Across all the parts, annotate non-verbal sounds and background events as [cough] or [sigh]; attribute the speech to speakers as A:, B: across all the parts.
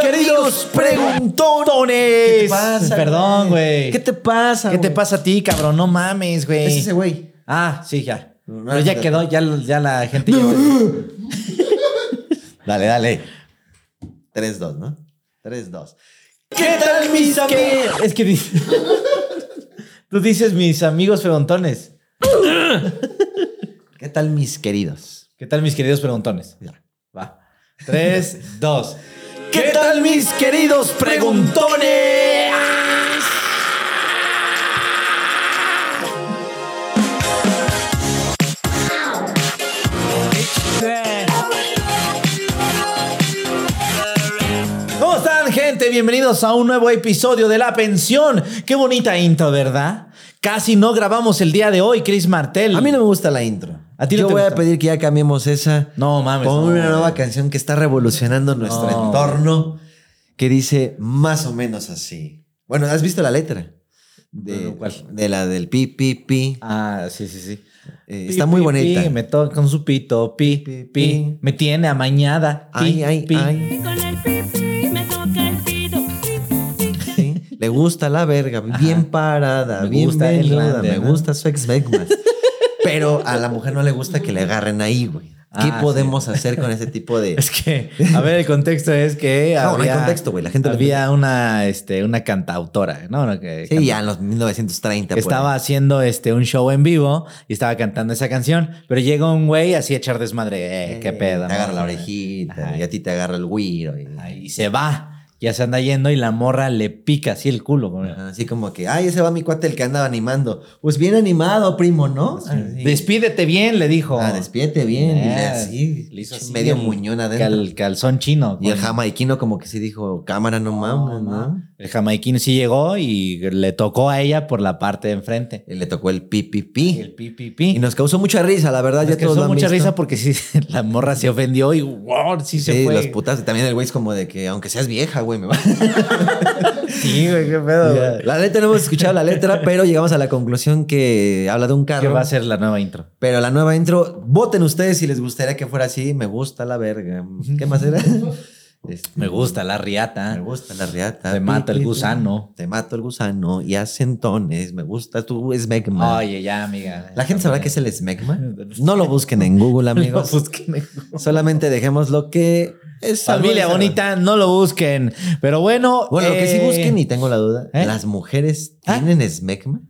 A: queridos preguntones.
B: ¿Qué te pasa,
A: Perdón, güey.
B: güey? ¿Qué te pasa?
A: ¿Qué te
B: güey?
A: pasa a ti, cabrón? No mames, güey.
B: Es ese güey.
A: Ah, sí, ya. Pero ya quedó, ya, ya la gente. ya-
B: [laughs]
C: Dale, dale. 3-2, ¿no? 3-2.
A: ¿Qué tal, mis amigos? Es que dice- [laughs] tú dices mis amigos preguntones.
C: ¿Qué tal, mis queridos?
A: ¿Qué tal, mis queridos preguntones?
C: Ya.
A: Va.
C: [laughs]
A: Tres, dos.
C: ¿Qué tal, mis queridos
A: preguntones? ¿Cómo están, gente? Bienvenidos a un nuevo episodio de La Pensión. Qué bonita intro, ¿verdad? Casi no grabamos el día de hoy, Chris Martel.
C: A mí no me gusta la intro.
A: ¿A ti no
C: Yo
A: te
C: voy
A: gusta?
C: a pedir que ya cambiemos esa.
A: No mames.
C: Con
A: no.
C: una nueva canción que está revolucionando nuestro
A: No.
C: entorno, que dice más o menos así. Bueno, ¿has visto la letra? De,
A: Bueno, ¿cuál?
C: de la del pi, pi, pi.
A: Ah, sí, sí, sí.
C: Eh,
A: Pi,
C: está muy
A: pi,
C: bonita.
A: pi, me toca con su pito, pi, pi,
C: Pi, pi.
A: Me tiene amañada. Pi,
C: Ay, ay,
A: pi.
C: ay.
D: Con el pipí me toca el pito.
C: sí. Le gusta la verga, bien parada,
A: Me
C: bien
A: gusta el
C: menuda,
A: grande,
C: me
A: ¿no?
C: gusta su ex Beckman. Pero a la mujer no le gusta que le agarren ahí, güey. ¿Qué
A: Ah, sí.
C: podemos hacer con ese tipo [laughs] de...?
A: [laughs] Es que, a ver, el contexto es que
C: [laughs] No, no hay
A: había,
C: contexto, güey, la gente lo
A: había una, este, una cantautora, ¿no? Una que,
C: Sí, ya en los 1930.
A: que
C: por ahí.
A: estaba haciendo este, un show en vivo y estaba cantando esa canción, pero llega un güey así a echar desmadre. Eh, qué pedo.
C: Te
A: ¿no?
C: agarra la orejita
A: Ajá.
C: y a ti te agarra el güiro. y-
A: Ay, Y se va. Ya se anda yendo y la morra le pica así el culo. güey.
C: Así como que, ay, ese va mi cuate el que andaba animando. Pues bien animado, primo, ¿no? Así.
A: Despídete bien, le dijo.
C: Ah, despídete bien. y le
A: Eh,
C: así,
A: le hizo así
C: medio
A: el
C: muñón adentro.
A: Cal- calzón chino.
C: y el
A: con-
C: jamaiquino como que sí dijo, cámara no mames, ¿no?
A: El jamaiquín sí llegó y le tocó a ella por la parte de enfrente.
C: Y le tocó el pi, pi,
A: El pi,
C: pi.
A: pi,
C: Y
A: pi.
C: nos causó mucha risa, la verdad.
A: Nos
C: ya todos lo
A: causó
C: han
A: mucha
C: visto.
A: risa porque sí, [laughs] la morra se ofendió y wow, sí se
C: Sí,
A: fue.
C: los putas. También el güey es como de que, aunque seas vieja, güey, me va.
A: [laughs] Sí, güey, qué pedo, güey.
C: la letra no hemos escuchado la letra, pero llegamos a la conclusión que habla de un
A: ¿Qué
C: carro.
A: va a ser la nueva intro?
C: Pero la nueva intro, voten ustedes si les gustaría que fuera así. Me gusta la verga. ¿Qué
A: [laughs]
C: más era? Este,
A: Me gusta la
C: Me
A: riata.
C: gusta la riata.
A: Te mato el gusano.
C: Te mato el gusano y hacen tones. Me gusta tu smegma.
A: Oye, ya, amiga.
C: La gente sabrá qué es el
A: [laughs]
C: smegma. No lo busquen en Google, amigos. Solamente dejemos lo que es. algo
A: Familia
C: de-
A: bonita, no lo busquen. Pero bueno.
C: Bueno, lo que sí
A: eh,
C: busquen y tengo la duda.
A: ¿Eh?
C: ¿Las mujeres
A: ¿Ah?
C: tienen smegma?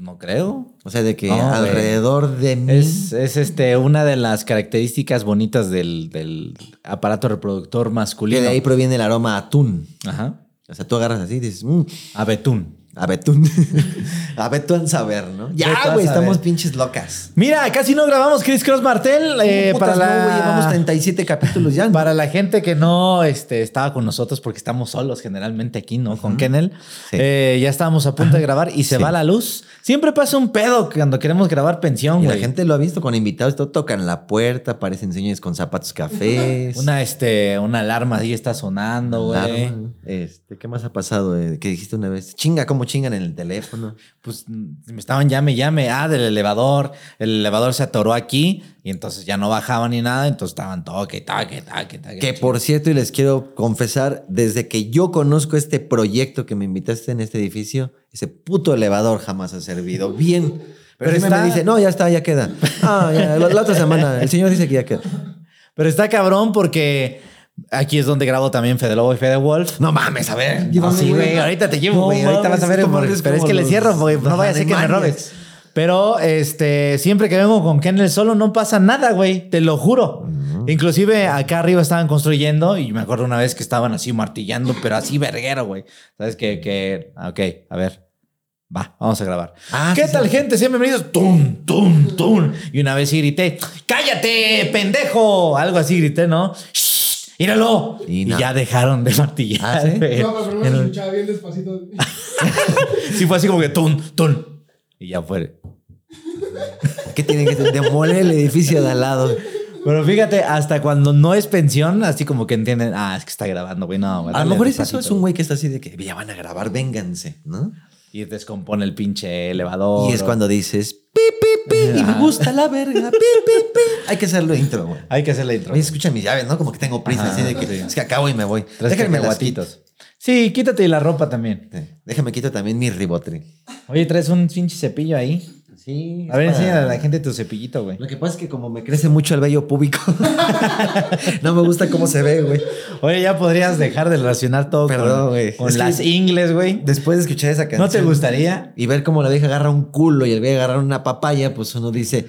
A: No creo.
C: O sea, de que
A: No, güey.
C: alrededor de mí.
A: Es, es, este, una de las características bonitas del, del aparato reproductor
C: Que
A: masculino.
C: de ahí proviene el aroma a atún.
A: Ajá.
C: O sea, tú agarras así y dices, "Mm,
A: A Betún.
C: A Betún. [laughs] a Betún saber, ¿no?
A: Ve tú
C: Ya,
A: a saber.
C: güey, estamos pinches locas.
A: Mira, casi no grabamos Chris Cross Martel. eh,
C: Putas,
A: para,
C: no, güey, llevamos
A: la,
C: 37 capítulos ya.
A: para la gente que no este, estaba con nosotros, porque estamos solos generalmente aquí, ¿no? Con Kennel.
C: Sí.
A: Eh, ya estábamos a punto de grabar y se
C: Sí.
A: va la luz. Siempre pasa un pedo cuando queremos grabar pensión,
C: Y la
A: güey.
C: gente lo ha visto con invitados, todo tocan la puerta, aparecen señores con zapatos cafés.
A: Una, este, una alarma ahí está sonando, güey.
C: alarma. Este, ¿qué más ha pasado? eh? ¿Qué dijiste una vez? Chinga, cómo chingan en
A: [laughs]
C: el teléfono.
A: Pues mm, me estaban llame, llame. Ah, del elevador. El elevador se atoró aquí y entonces ya no bajaba ni nada. Entonces estaban toque, toque, toque, toque.
C: Que por cierto, y les quiero confesar, desde que yo conozco este proyecto que me invitaste en este edificio, ese puto elevador jamás ha servido bien. Pero,
A: Pero
C: siempre
A: está-
C: me dice, no, ya está, ya queda. Ah, ya, la, la otra semana, el señor dice que ya queda.
A: Pero está cabrón porque aquí es donde grabo también Fede Lobo y Fede Wolf.
C: No mames, a ver.
A: No, Ah, sí, güey, ahorita te llevo,
C: No
A: güey. ahorita
C: mames,
A: vas a ver.
C: esto
A: porque-
C: mames
A: pero es
C: como
A: que le
C: los-
A: cierro, güey.
C: los
A: No vaya a ser que me
C: Animaniacs.
A: robes. Pero este, siempre que vengo con Kennel solo no pasa nada, güey. Te lo juro. Inclusive acá arriba estaban construyendo y me acuerdo una vez que estaban así martillando, pero así verguero, güey. ¿Sabes qué? Que, ah, ok, a ver. Va, vamos a grabar.
C: Ah,
A: ¿Qué
C: sí,
A: tal, gente? Sean bienvenidos. ¡Tum, tum, tum! Y una vez sí grité, ¡cállate, pendejo! Algo así grité, ¿no? ¡Shh! ¡Míralo!
C: Y
A: Y,
C: na-
A: ya dejaron de martillar. ¿eh?
C: Ah, ¿sí?
B: Eh,
A: güey.
E: No, pero primero se escuchaba bien despacito.
A: Sí, fue así como que tun, tun. Y ya fue.
C: ¿Qué tienen que demoler el edificio de al lado?
A: Pero fíjate, hasta cuando no es pensión, así como que entienden, ah, es que está grabando, güey, no. güey,
C: A lo
A: dale
C: mejor es
A: despacito,
C: eso, es un güey que está así de que ya van a grabar, vénganse, ¿no?
A: Y descompone el pinche elevador.
C: Y es
A: o-
C: cuando dices, pi, pi, pi, y me gusta la verga, pi, pi, pi. Hay que hacerlo intro, güey.
A: Hay que hacer la intro.
C: Oye, escucha mis llaves, ¿no? Como que tengo prisa,
A: Ajá,
C: así de que
A: sí.
C: es que acabo y me voy.
A: Tres
C: Déjenme las
A: cacahuatitos. Sí, quítate la ropa también.
C: quito. Sí. Déjame quito también mi ribotri.
A: Oye, traes un pinche cepillo ahí.
C: Sí.
A: A ver, enséñale a la gente tu cepillito, güey.
C: Lo que pasa es que como me crece mucho el vello púbico, [laughs] no me gusta cómo se ve, güey.
A: Oye, ya podrías dejar de relacionar todo
C: Perdón,
A: con,
C: güey.
A: con
C: Es que-
A: las ingles, güey.
C: Después de escuchar esa canción.
A: ¿No te gustaría?
C: Y ver cómo la vieja agarra un culo y el vieja agarra una papaya, pues uno dice,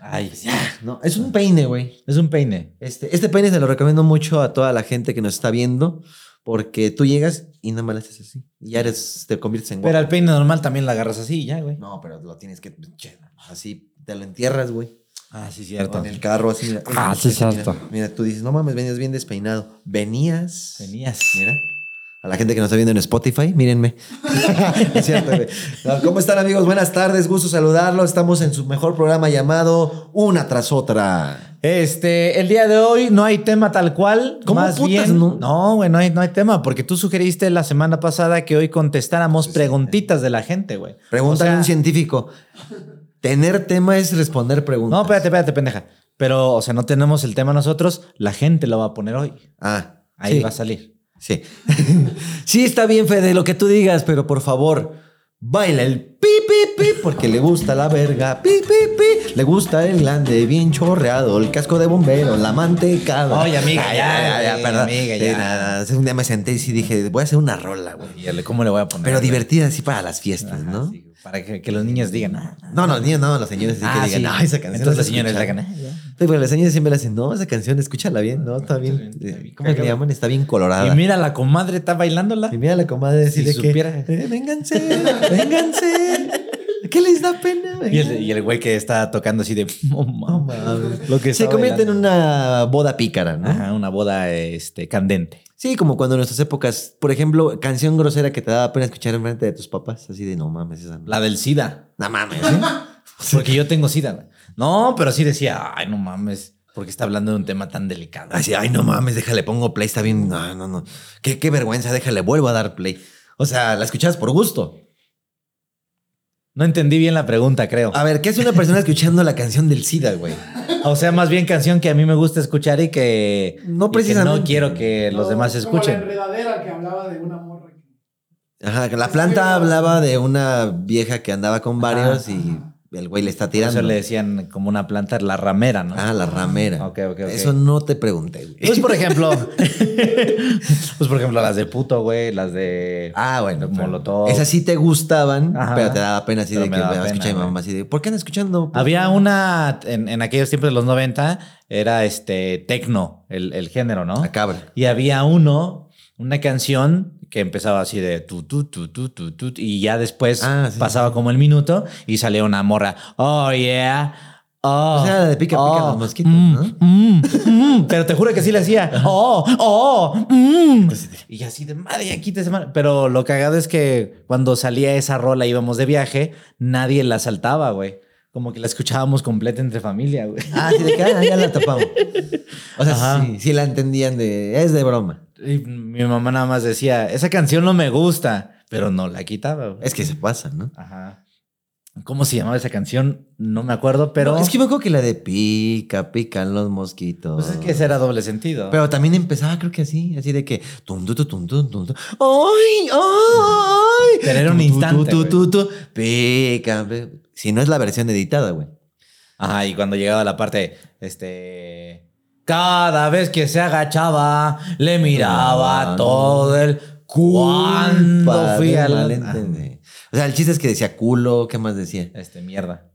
C: ay, ya, no. Es un peine, güey.
A: Es un peine.
C: Este, este peine se lo recomiendo mucho a toda la gente que nos está viendo, porque tú llegas y nada más le haces así. Y ya eres, te conviertes en
A: Pero
C: guapo.
A: al peine normal también la agarras así, ya, güey.
C: No, pero lo tienes que. che, así te lo entierras, güey.
A: Ah, sí,
C: O En el carro, así. Mira,
A: Ah, sí,
C: Mira,
A: cierto.
C: Mira, tú dices, no mames, venías bien despeinado. Venías.
A: Venías.
C: Mira. A la gente que nos está viendo en Spotify, mírenme. [laughs] es cierto, güey. No, ¿Cómo están, amigos? Buenas tardes, gusto saludarlos. Estamos en su mejor programa llamado Una tras otra.
A: Este, el día de hoy no hay tema tal cual.
C: ¿Cómo
A: más
C: putas,
A: bien,
C: no?
A: no, güey, no hay, no hay tema, porque tú sugeriste la semana pasada que hoy contestáramos preguntitas de la gente, güey.
C: Pregúntale a
A: O
C: un
A: sea,
C: científico. Tener tema es responder preguntas.
A: No, espérate, espérate, pendeja. Pero, o sea, no tenemos el tema nosotros, la gente lo va a poner hoy.
C: Ah,
A: Ahí
C: sí,
A: va a salir.
C: Sí. [laughs] sí, está bien, Fede, lo que tú digas, pero por favor, baila el pi, pi, pi, porque le gusta la verga. Pi, pi, pi. Le gusta el glande bien chorreado, el casco de bombero, la mantecada.
A: Oye, amiga,
C: Ay,
A: ya,
C: ay, ay,
A: güey,
C: perdón.
A: amiga,
C: Sí,
A: ya.
C: nada, hace un día me senté y sí dije, voy a hacer una rola, güey.
A: ¿Cómo le voy a poner?
C: Pero divertida así para las fiestas,
A: Ajá,
C: ¿no?
A: sí, para que, que los niños digan. ah,
C: No, no, los niños no, los señores sí
A: ah,
C: que digan,
A: sí.
C: no, esa canción.
A: Entonces las
C: señores
A: señoras digan, ah, ya.
C: pero las señoras siempre le dicen, no, esa canción, escúchala bien, ¿no? Está bien.
A: Está Ah, bien, está bien
C: ¿Cómo le
A: cagada.
C: llaman? Está bien colorada.
A: Y mira, la comadre está bailándola.
C: Y mira la comadre
A: Si
C: decirle que
A: supiera.
C: eh, vénganse, vénganse. ¿Qué les da pena?
A: Y el, y el güey que está tocando así de. "Oh,
C: No
A: mames".
C: mames.
A: Lo que
C: Se
A: está
C: convierte en
A: bailando.
C: una boda pícara, ¿no?
A: Ajá, una boda este, candente.
C: Sí, como cuando en nuestras épocas, por ejemplo, canción grosera que te daba pena escuchar en frente de tus papás, así de no mames, esa no.
A: La del SIDA.
C: No mames. ¿eh?
A: Porque yo tengo SIDA. güey. No, pero sí decía, ay, no mames, porque está hablando de un tema tan delicado.
C: [laughs] Así, ay, no mames, déjale, pongo play, está bien. No, no, no. Qué, qué vergüenza, déjale, vuelvo a dar play. O sea, la escuchabas por gusto.
A: No entendí bien la pregunta, creo.
C: A ver, ¿qué hace una persona escuchando la canción del SIDA, güey?
A: O sea, más bien canción que a mí me gusta escuchar y que
C: No
A: y que
C: precisamente.
A: no quiero que los demás
E: Como
A: escuchen.
E: la enredadera que hablaba de una morra. que-
C: Ajá, que la planta hablaba de una vieja que andaba con varios y el güey le está tirando.
A: Eso le decían como una planta, la ramera, ¿no?
C: Ah, la ramera.
A: Ok, ok, ok.
C: Eso no te pregunté, güey.
A: Pues por ejemplo,
C: [laughs]
A: pues por ejemplo las de puto, güey, las de
C: Ah, bueno. pero
A: Molotov.
C: Esas sí te gustaban,
A: Ajá.
C: pero te daba pena así
A: Pero
C: de
A: me
C: que
A: daba
C: me escuchar a mi
A: pena, Ah,
C: mamá así de, ¿por qué andas escuchando?
A: Había una en, en aquellos tiempos de los 90 era este tecno, el, el género, ¿no?
C: A cabra.
A: Y había uno, una canción que empezaba así de tu, tu, tu, tu, tu, tu, y ya después
C: Ah, sí.
A: pasaba como el minuto y salía una morra. Oh, yeah. Oh,
C: O sea, la de pica, pica los mosquitos,
A: mm,
C: ¿no?
A: mm, mm. Pero te juro que sí le hacía. Oh, oh, mm. Y así de madre, ya quítese, madre. Pero lo cagado es que cuando salía esa rola, íbamos de viaje, nadie la saltaba, güey. Como que la escuchábamos completa entre familia, güey. [laughs]
C: Ah, sí, de que ah, ya la tapamos. O sea,
A: Ajá.
C: sí, sí la entendían de, es de broma.
A: Y mi mamá nada más decía, esa canción no me gusta, pero no la quitaba. güey.
C: Es que se pasa, ¿no?
A: Ajá. ¿Cómo se llamaba esa canción? No me acuerdo, pero...
C: No, es que me acuerdo que la de pica, pican los mosquitos.
A: Pues es que ese era doble sentido.
C: Pero también empezaba, creo que así, así de que. Tum, tu, tu, tum, tum, tum, tum. ¡Ay! ¡Ay!
A: Pero era un
C: Tu, tu,
A: instante,
C: tu,
A: güey.
C: tu, tu, pica, pe- Si no es la versión editada, güey.
A: Ajá, y cuando llegaba la parte, este... Cada vez que se agachaba, le miraba
C: Ah,
A: todo el... Cuando
C: Culpa
A: fui
C: del
A: al... Ajá.
C: malentende- O sea, el chiste es que decía culo, ¿qué más decía?
A: Este, mierda.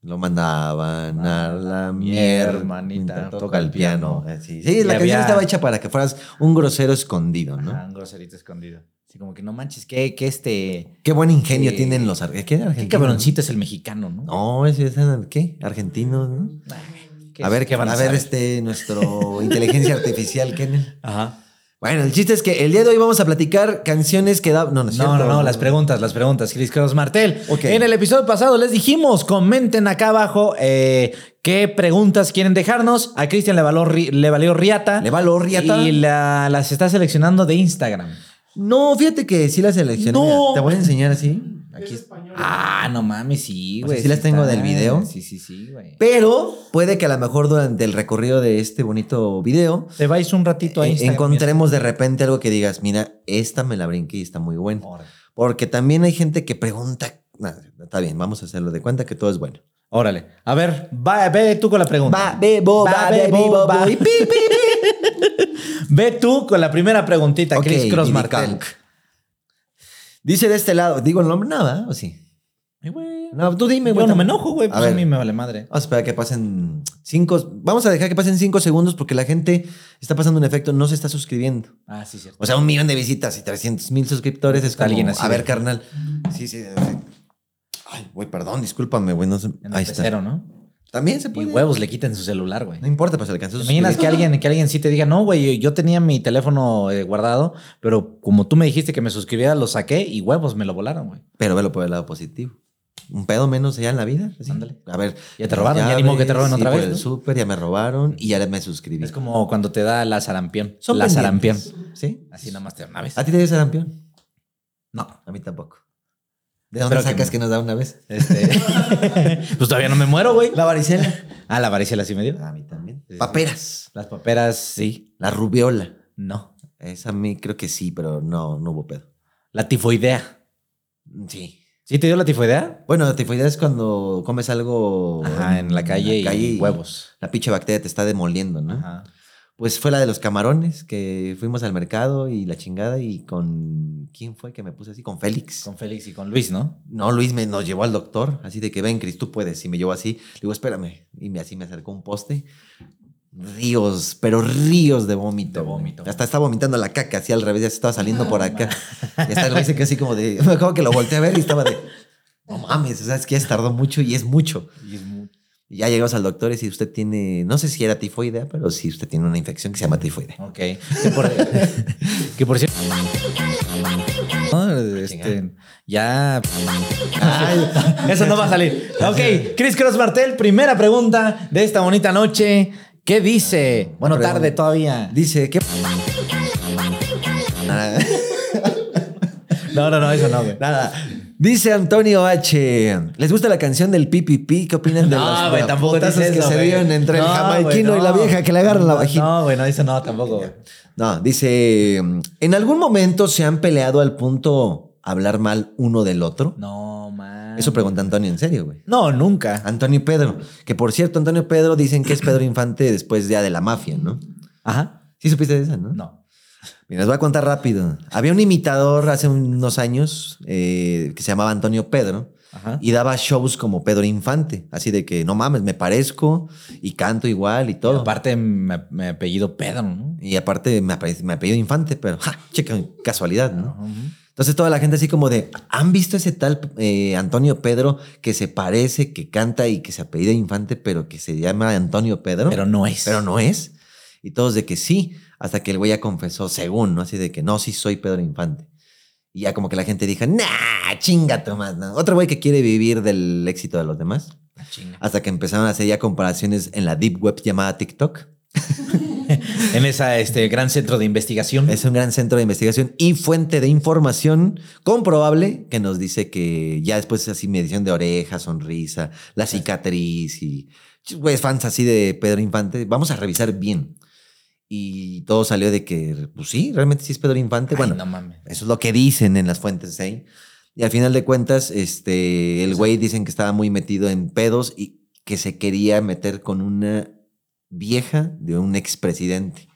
C: Lo mandaban a Ah, la mierda.
A: Ah, hermanita,
C: toca el piano. Así. Sí,
A: Y
C: la
A: había-
C: canción estaba hecha para que fueras un grosero escondido, ¿no?
A: Ajá, un groserito escondido. Así como que no manches, que, que este...
C: Qué buen ingenio
A: Sí.
C: tienen los ar- ¿Qué,
A: Qué
C: argentinos?
A: cabroncito es el mexicano, ¿no?
C: No, ese es ¿qué? Argentinos, ¿no?
A: ¿Qué-
C: a ver,
A: qué van
C: a ver,
A: saber? [laughs]
C: este, nuestro inteligencia artificial, Ken.
A: Ajá.
C: Bueno, el chiste es que el día de hoy vamos a platicar canciones que da. No, no, es
A: No,
C: cierto.
A: no, no, las preguntas, las preguntas, Chris Cross Martel.
C: Ok.
A: En el episodio pasado les dijimos, comenten acá abajo eh, qué preguntas quieren dejarnos. A Cristian le, való ri- le valió Riata.
C: Le valió riata.
A: Y la- las está seleccionando de Instagram.
C: No, fíjate que sí las seleccioné.
A: No.
C: Mira, Te voy a enseñar así.
A: Mm, Aquí
E: es
A: es-
E: española.
A: Ah, no mames, sí,
C: O sea,
A: güey.
C: ¿sí las tengo del video?
A: Sí, sí, sí, güey.
C: Pero puede que a lo mejor durante el recorrido de este bonito video
A: Te vais un ratito ahí.
C: eh, encontremos de repente algo que digas, mira, esta me la brinqué y está muy buena.
A: Oh.
C: Porque también hay gente que pregunta, nah, está bien, vamos a hacerlo de cuenta que todo es bueno.
A: Órale. A ver, va, ve tú con la pregunta.
C: Va, bebo, va,
A: ve,
C: bebo,
A: bo,
C: va.
A: va. Ve tú con la primera preguntita,
C: Ok,
A: Chris Cross
C: Didi
A: Martel.
C: Kank. Dice de este lado, digo el nombre, nada, ¿o sí?
A: Ay, güey.
C: No, tú dime,
A: Yo
C: güey.
A: no me enojo, güey.
C: A
A: Pues a,
C: ver.
A: mí me vale madre.
C: Vamos a esperar que pasen cinco. Vamos a dejar que pasen cinco segundos porque la gente está pasando un efecto, no se está suscribiendo.
A: Ah, sí, cierto.
C: O sea, un millón de visitas y 300 mil suscriptores es como,
A: Alguien así,
C: A ver,
A: ¿no?
C: carnal. Sí, sí. sí. Ay, güey, perdón, discúlpame, güey. no sé-
A: En
C: Ahí
A: el
C: está.
A: pecero, ¿no?
C: También se
A: Y
C: puede.
A: huevos le quitan su celular, güey.
C: No importa, pues alcanzó.
A: ¿Te
C: sus
A: imaginas que alguien, que alguien sí te diga, no, güey, yo tenía mi teléfono eh, guardado, pero como tú me dijiste que me suscribiera, lo saqué y huevos me lo volaron, güey.
C: Pero velo por el lado positivo. Un pedo menos allá en la vida. así.
A: Ándale.
C: A ver.
A: Ya te robaron, ya ni modo que te roben
C: sí,
A: otra
C: por
A: vez,
C: el
A: ¿no?
C: súper, ya me robaron y ya me suscribí.
A: Es como cuando te da la sarampión.
C: Son
A: la sarampión.
C: pendientes, Ah, ¿Sí?
A: Así nada más te da una vez.
C: ¿A ti te dio sarampión?
A: No.
C: A mí tampoco. ¿De dónde
A: Espero que
C: sacas
A: no.
C: que, nos da una vez?
A: Este... [laughs] pues todavía no me muero, güey.
C: La varicela.
A: Ah, la varicela sí me dio.
C: A mí también.
A: Sí, sí.
C: Paperas.
A: Las paperas sí,
C: La rubiola.
A: no.
C: Esa a mí creo que sí, pero no, no hubo pedo.
A: La tifoidea.
C: Sí.
A: ¿Sí te dio la tifoidea?
C: Bueno, la tifoidea es cuando comes algo
A: Ajá, en la calle, y huevos.
C: La pinche bacteria te está demoliendo, ¿no?
A: Ajá.
C: Pues fue la de los camarones, que fuimos al mercado y la chingada y con... ¿Quién fue que me puse así? Con Félix.
A: Con Félix y con Luis, ¿no?
C: No, Luis me nos llevó al doctor, así de que ven, Cris, tú puedes. Y me llevó así, le digo, espérame. Y me, así me acercó un poste. Ríos, pero ríos de vómito.
A: De
C: güey.
A: vómito.
C: Hasta estaba vomitando la caca, así al revés, ya se estaba saliendo por acá. Y hasta el güey se quedó así como de. [laughs] Me acabo que lo volteé a ver y estaba de. No mames, o sea, es que ya se tardó mucho y es mucho.
A: Y es muy-
C: Y ya llegamos al doctor y si usted tiene, no sé si era tifoidea, pero si usted tiene una infección que se llama tifoidea.
A: Ok. Que por, [laughs] que por cierto. No, este, ya. eso no va a salir. Ok, Chris Cross Martel, primera pregunta de esta bonita noche. ¿Qué dice? Bueno,
C: Pregunta.
A: tarde todavía.
C: Dice, ¿qué? Nada,
A: [laughs] No, no, no, eso no, güey.
C: nada. Dice Antonio H. ¿Les gusta la canción del PPP? ¿Qué opinan
A: [laughs]
C: de
A: No,
C: los
A: güey, tampoco
C: putazos
A: dice
C: que
A: eso,
C: se
A: güey.
C: dieron entre el
A: No,
C: jamaiquino
A: güey,
C: y la
A: no.
C: vieja que le agarra la vagina?
A: No, güey, no, eso no, tampoco, güey.
C: No, dice, ¿en algún momento se han peleado al punto hablar mal uno del otro?
A: No, man.
C: Eso pregunta Antonio, en serio, güey.
A: No, nunca.
C: Antonio y Pedro, que por cierto, Antonio y Pedro dicen que es Pedro Infante después ya de la mafia, ¿no?
A: Ajá.
C: ¿Sí supiste de esa, no?
A: No.
C: Mira, les voy a contar rápido. Había un imitador hace unos años eh, que se llamaba Antonio Pedro
A: Ajá.
C: y daba shows como Pedro Infante, así de que no mames, me parezco y canto igual y todo. Y aparte,
A: Aparte, me, me apellido Pedro, ¿no?
C: me, apare- me apellido Infante, pero ja, checa, casualidad, ¿no?
A: Ujú.
C: Entonces toda la gente así como de, ¿han visto ese tal eh, Antonio Pedro que se parece, que canta y que se apellida Infante, pero que se llama Antonio Pedro?
A: Pero no es.
C: pero no es. Y todos de que sí, hasta que el güey ya confesó, según, ¿no? Así de que no, sí soy Pedro Infante. Y ya como que la gente dijo, nah, chinga Tomás, ¿no? Otro güey que quiere vivir del éxito de los demás.
A: Ah, chinga.
C: Hasta que empezaron a hacer ya comparaciones en la deep web llamada TikTok.
A: En esa este gran centro de investigación.
C: Es un gran centro de investigación y fuente de información comprobable que nos dice que ya después así medición de oreja, sonrisa, la cicatriz y ch- güeyes fans así de Pedro Infante. Vamos a revisar bien. Y todo salió de que, pues sí, realmente sí es Pedro Infante.
A: Ay,
C: bueno,
A: no mames.
C: eso es lo que dicen en las fuentes ahí. Y al final de cuentas, este, el güey dicen que estaba muy metido en pedos y que se quería meter con una vieja de un expresidente.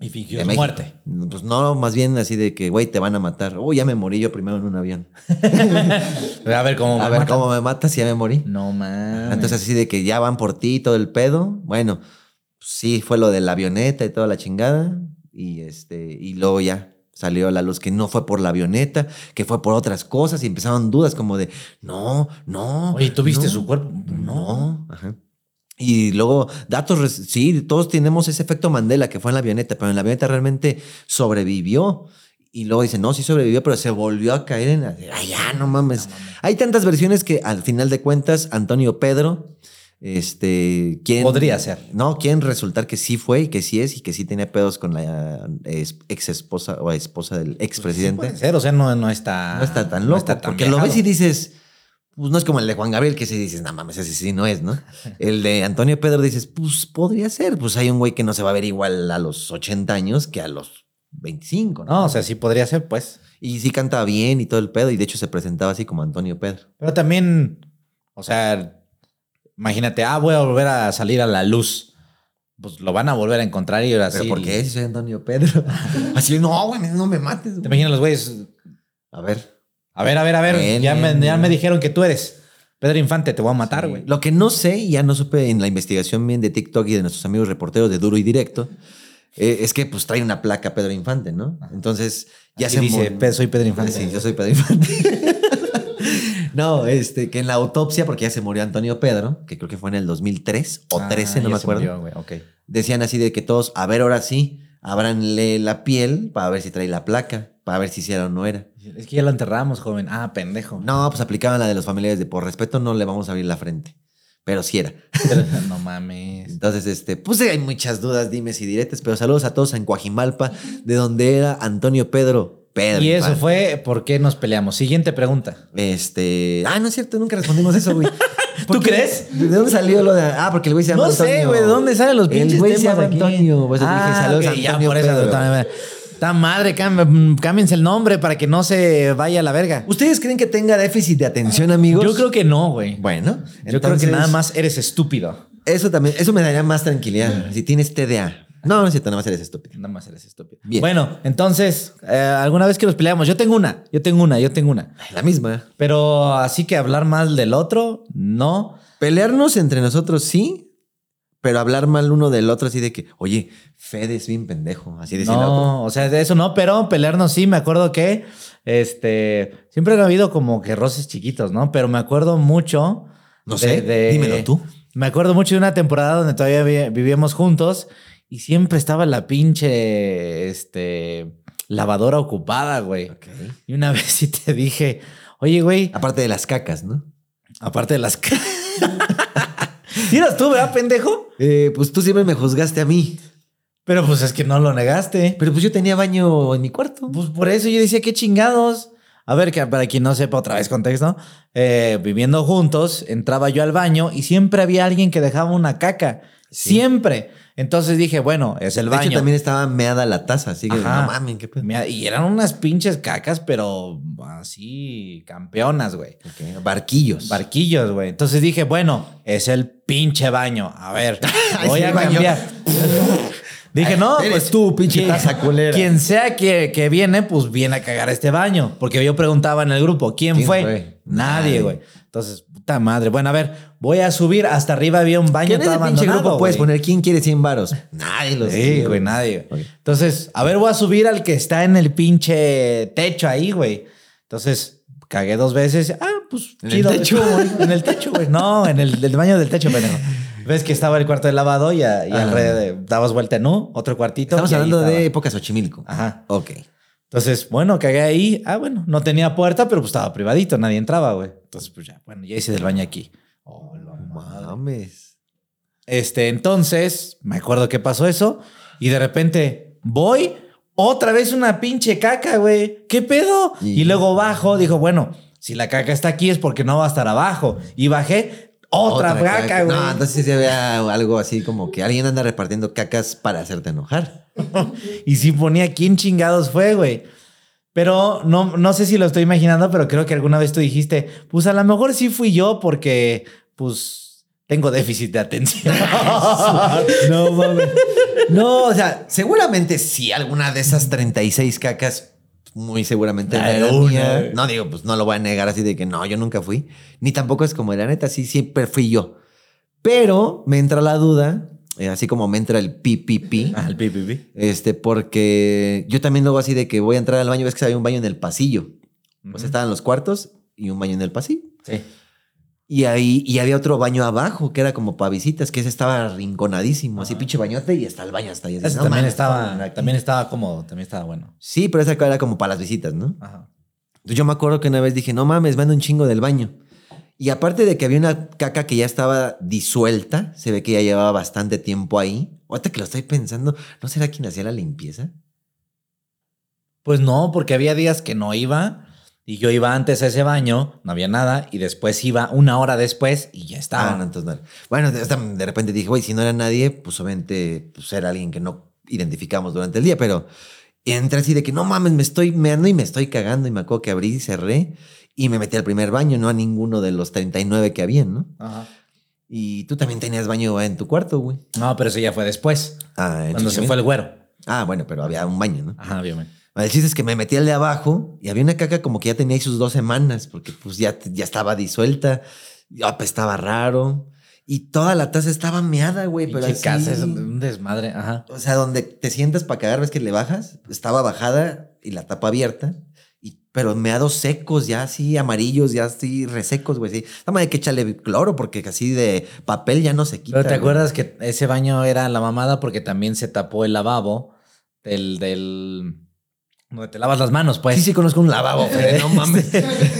A: Y fingió
C: de
A: su
C: México.
A: muerte.
C: Pues no, más bien así de que, güey, te van a matar. Oh, ya me morí yo primero en un avión.
A: A ver cómo.
C: a
A: me
C: ver
A: matan.
C: cómo me matas, ya me morí.
A: No mames.
C: Entonces así de que ya van por ti todo el pedo. Bueno, sí, fue lo de la avioneta y toda la chingada. Y, este, y luego ya salió a la luz que no fue por la avioneta, que fue por otras cosas y empezaron dudas como de, no, no.
A: Oye, ¿tú viste
C: no,
A: su cuerpo?
C: No. Ajá. Y luego, datos, res- sí, todos tenemos ese efecto Mandela que fue en la avioneta, pero en la avioneta realmente sobrevivió. Y luego dicen, no, sí sobrevivió, pero se volvió a caer en la... Ay, ya, no mames. Hay tantas versiones que al final de cuentas, Antonio Pedro Este, quieren-
A: Podría ser.
C: No, quieren resultar que sí fue y que sí es y que sí tenía pedos con la ex esposa o esposa del expresidente.
A: Pues, Puede ser, o sea, no, no está.
C: no está tan loco. porque lo
A: viajado.
C: ves y dices, pues no es como el de Juan Gabriel que si dices, no mames, ese sí no es,
A: [laughs]
C: ¿no? El de Antonio Pedro dices, pues podría ser, pues hay un güey que no se va a ver igual a los 80 años que a los 25, ¿no?
A: No, o sea, sí podría ser, pues.
C: Y sí cantaba bien y todo el pedo, y de hecho se presentaba así como Antonio Pedro.
A: Pero también, o sea, imagínate, ah, voy a volver a salir a la luz. Pues lo van a volver a encontrar y ahora
C: ¿Pero
A: sí.
C: por qué? Si soy Antonio Pedro. [laughs] así, no, güey, no me mates.
A: Te
C: güey.
A: imaginas los güeyes.
C: A ver.
A: A ver, a ver, a ver.
C: Ven,
A: ya,
C: ven,
A: me, ya
C: ven.
A: me dijeron que tú eres Pedro Infante, te voy a matar, güey.
C: Lo que no sé, y ya no supe en la investigación bien de TikTok y de nuestros amigos reporteros de Duro y Directo, eh, es que pues trae una placa Pedro Infante, ¿no? Entonces ya
A: Así
C: se
A: dice,
C: mo-
A: "Pe- soy Pedro Infante.
C: Sí, yo soy Pedro Infante. [laughs] no, este, que en la autopsia, porque ya se murió Antonio Pedro, que creo que fue en el 2003 o
A: Ah,
C: 13, no
A: ya
C: me
A: se
C: acuerdo.
A: murió, güey, ok.
C: Decían así de que todos, a ver, ahora sí, abranle la piel para ver si trae la placa, para ver si hicieron o no era.
A: Es que ya lo enterramos, joven. Ah, pendejo.
C: No, pues aplicaban la de los familiares de por respeto no le vamos a abrir la frente. Pero sí era.
A: Pero- [laughs] no mames.
C: Entonces, este, pues hay muchas dudas, dimes y diretes, pero saludos a todos en Coajimalpa, de donde era Antonio Pedro Pedro.
A: Y eso
C: Infante.
A: fue por qué nos peleamos. Siguiente pregunta.
C: Este. Ah, no es cierto, nunca respondimos
A: [laughs]
C: eso, güey.
A: ¿Tú crees?
C: ¿De dónde salió lo de.? Ah, porque el güey se llama
A: No
C: Antonio.
A: sé, güey, ¿de dónde salen los
C: El
A: pinches
C: güey
A: temas
C: se llama
A: aquí?
C: Antonio. Por eso te dije,
A: Ah,
C: saludos
A: ok,
C: a
A: ya,
C: Antonio.
A: por eso,
C: Pedro".
A: también. Ta madre, cam- cámbiense el nombre para que no se vaya a la verga.
C: ¿Ustedes creen que tenga déficit de atención, amigos?
A: Yo creo que no, güey.
C: Bueno,
A: Yo creo que
C: entonces,
A: nada más eres estúpido.
C: Eso también, eso me daría más tranquilidad. Si tienes TDA. No, no es cierto, nada más eres estúpido.
A: Nada más eres estúpido.
C: Bien.
A: Bueno, entonces, eh, alguna vez que nos peleamos, yo tengo una, yo tengo una, yo tengo una.
C: La misma.
A: Pero así que hablar mal del otro, no.
C: Pelearnos entre nosotros, sí. Pero hablar mal uno del otro, así de que, oye, Fede es bien pendejo. Así decirlo.
A: No, pues. o sea, de eso no, pero pelearnos sí, me acuerdo que este siempre han habido como que roces chiquitos, ¿no? Pero me acuerdo mucho.
C: No
A: de-
C: sé,
A: de-
C: dímelo tú.
A: Me acuerdo mucho de una temporada donde todavía vi- vivíamos juntos y siempre estaba la pinche este, lavadora ocupada, güey. Y una [laughs] vez sí te dije, oye, güey,
C: Aparte de las cacas, ¿no?
A: aparte de las. ca- [laughs] Sí eras tú, ¿verdad, pendejo?
C: Eh, pues tú siempre me juzgaste a mí.
A: Pero pues es que no lo negaste.
C: Pero pues yo tenía baño en mi cuarto.
A: Pues por eso yo decía, qué chingados. A ver, que para quien no sepa otra vez contexto, eh, viviendo juntos, entraba yo al baño y siempre había alguien que dejaba una caca. Siempre. Entonces dije, bueno, es el
C: De hecho,
A: baño.
C: también estaba meada la taza, así que
A: Ajá.
C: no mames, qué pedo.
A: Mira, Y eran unas pinches cacas, pero así campeonas, güey.
C: Ok, Barquillos.
A: Barquillos, güey. Entonces dije, bueno, es el pinche baño. A
C: [laughs]
A: ver, voy
C: sí,
A: a
C: el baño. [laughs]
A: cambiar. dije, no,
C: Eres
A: pues
C: tú, pinche
A: quien-
C: taza culera.
A: Quien sea que, que viene, pues viene a cagar este baño. Porque yo preguntaba en el grupo, ¿quién,
C: ¿Quién
A: fue?
C: fue? Nadie.
A: Nadie, güey. Entonces, puta madre. Bueno, a ver, voy a subir. Hasta arriba había un
C: ¿Qué
A: baño
C: en
A: todo
C: ese pinche
A: abandonado,
C: grupo puedes
A: güey.
C: poner quién quiere
A: [laughs]
C: 100 varos? Nadie lo
A: Sí,
C: sabe,
A: güey, nadie.
C: Ok.
A: Entonces, a ver, voy a subir al que está en el pinche techo ahí, güey. Entonces, cagué dos veces. Ah, pues
C: En el techo,
A: güey. En el techo, güey. No, en el, el baño del techo, pendejo. Ves que estaba el cuarto de lavado y, a- y
C: Ah.
A: alrededor dabas vuelta, ¿no? Otro cuartito.
C: Estamos
A: y ahí
C: hablando de
A: estaba.
C: épocas Xochimilco.
A: Ajá.
C: Ok.
A: Entonces, bueno, cagué ahí. Ah, bueno, no tenía puerta, pero pues estaba privadito, nadie entraba, güey. Entonces, pues ya, bueno, ya hice del baño aquí. Oh, la
C: Mames.
A: este, entonces, me acuerdo que pasó eso y de repente voy, otra vez una pinche caca, güey. ¿Qué pedo?
C: Y-
A: Y, luego bajo, dijo, bueno, si la caca está aquí es porque no va a estar abajo. Y bajé otra, caca, güey.
C: No, entonces sí había algo así como que alguien anda repartiendo cacas para hacerte enojar.
A: Y si ponía quién chingados fue, güey. Pero no, no sé si lo estoy imaginando, pero creo que alguna vez tú dijiste, pues a lo mejor sí fui yo porque, pues, tengo déficit de atención.
C: [laughs] No mames. No, o sea, seguramente sí, alguna de esas 36 cacas, muy seguramente no
A: Ay,
C: era
A: una,
C: mía.
A: güey.
C: No digo, pues no lo voy a negar así de que no, yo nunca fui. Ni tampoco es como la neta, sí, siempre fui yo. Pero me entra la duda, eh, así como me entra el pi, pi, pi.
A: Al PPP.
C: Este, porque yo también luego así de que voy a entrar al baño, ves que había un baño en el pasillo. Pues
A: Ujú.
C: estaban los cuartos y un baño en el pasillo.
A: Sí.
C: Y ahí y había otro baño abajo que era como para visitas, que ese estaba rinconadísimo, así pinche bañote y hasta el baño hasta ahí. así,
A: Ah. Ese
C: no
A: también
C: mames,
A: estaba,
C: estaban aquí.
A: también estaba cómodo, también estaba bueno.
C: Sí, pero esa era como para las visitas, ¿no?
A: Ajá.
C: Entonces yo me acuerdo que una vez dije, no mames, me ando un chingo del baño. Y aparte de que había una caca que ya estaba disuelta, se ve que ya llevaba bastante tiempo ahí. Ahorita que lo estoy pensando, ¿no será quien hacía la limpieza?
A: Pues no, porque había días que no iba y yo iba antes a ese baño, no había nada y después iba una hora después y ya
C: Ah,
A: estaba.
C: no, entonces no era. Bueno, de, hasta de repente dije, güey, si no era nadie, pues obviamente pues era alguien que no identificamos durante el día, pero entré así de que no mames, me estoy meando y me estoy cagando y me acuerdo que abrí y cerré y me metí al primer baño, no a ninguno de los 39 que habían, ¿no?
A: Ajá.
C: Y tú también tenías baño en tu cuarto, güey.
A: No, pero eso ya fue después,
C: Ah, en
A: cuando se
C: Chichamil.
A: fue el güero.
C: Ah, bueno, pero había un baño, ¿no?
A: Ajá, obviamente.
C: El chiste es que me metí al de abajo y había una caca como que ya tenía ahí sus dos semanas, porque pues ya, ya estaba disuelta, y apestaba raro y toda la taza estaba meada, güey, pero
A: Pinche
C: así-
A: casa, es un desmadre. Ajá.
C: O sea, donde te sientas para cagar, ves que le bajas, estaba bajada y la tapa abierta, y, pero meados secos, ya así amarillos, ya así resecos, güey. Sí. Nada más hay que echarle cloro porque así de papel ya no se quita.
A: Pero te
C: güey. [laughs]
A: acuerdas que ese baño era la mamada porque también se tapó el lavabo del. del donde te lavas las manos, pues.
C: Sí, sí, conozco un
A: [laughs]
C: lavabo, güey, no mames.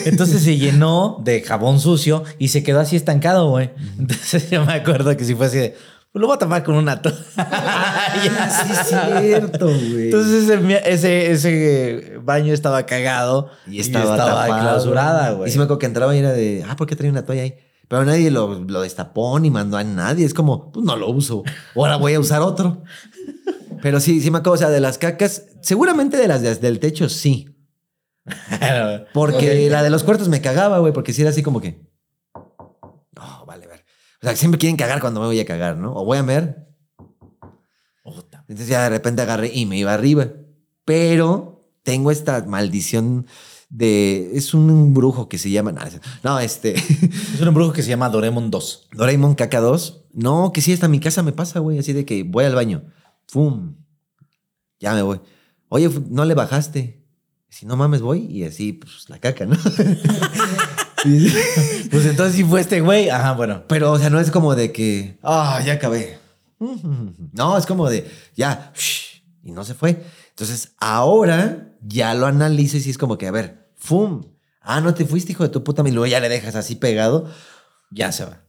A: Entonces se llenó de jabón sucio y se quedó así estancado, güey. Entonces [laughs] yo me acuerdo que si fue así de, "Pues lo voy a tapar con una toalla.
C: sí, es cierto, güey.
A: Entonces ese, mia- ese, ese baño estaba
C: [laughs]
A: cagado
C: Y estaba, tapada.
A: clausurada, güey.
C: Y sí me acuerdo que entraba y era de, ah, ¿por qué trae una toalla ahí? Pero nadie lo, lo destapó ni mandó a nadie. Es como, pues no lo uso. Ahora voy a usar otro. Pero sí, sí me acuerdo, o sea, de las cacas, seguramente de las de- del techo sí. Porque la de los cuartos me cagaba, güey, porque sí era así como que. No, vale, ver. O sea, siempre quieren cagar cuando me voy a cagar, ¿no? O voy a ver,
A: Puta.
C: entonces ya de repente agarré y me iba arriba. Pero tengo esta maldición de... Es un brujo que se llama... No, es- No, este...
A: Es un brujo que se llama Doremon 2.
C: Doraemon Caca 2. No, que sí, hasta mi casa me pasa, güey. Así de que voy al baño. ¡Fum! Ya me voy. Oye, fu- no le bajaste. Si no mames, voy. Y así, pues, la caca, ¿no? [laughs]
A: Pues entonces sí fue este güey. Ajá, bueno.
C: Pero, o sea, no es como de que, ah, ya acabé. [laughs] No, es como de, ya, shh, y no se fue. Entonces, ahora ya lo analices y es como que, a ver, ¡fum! Ah, no te fuiste, hijo de tu puta, madre. y luego ya le dejas así pegado.
A: Ya se va.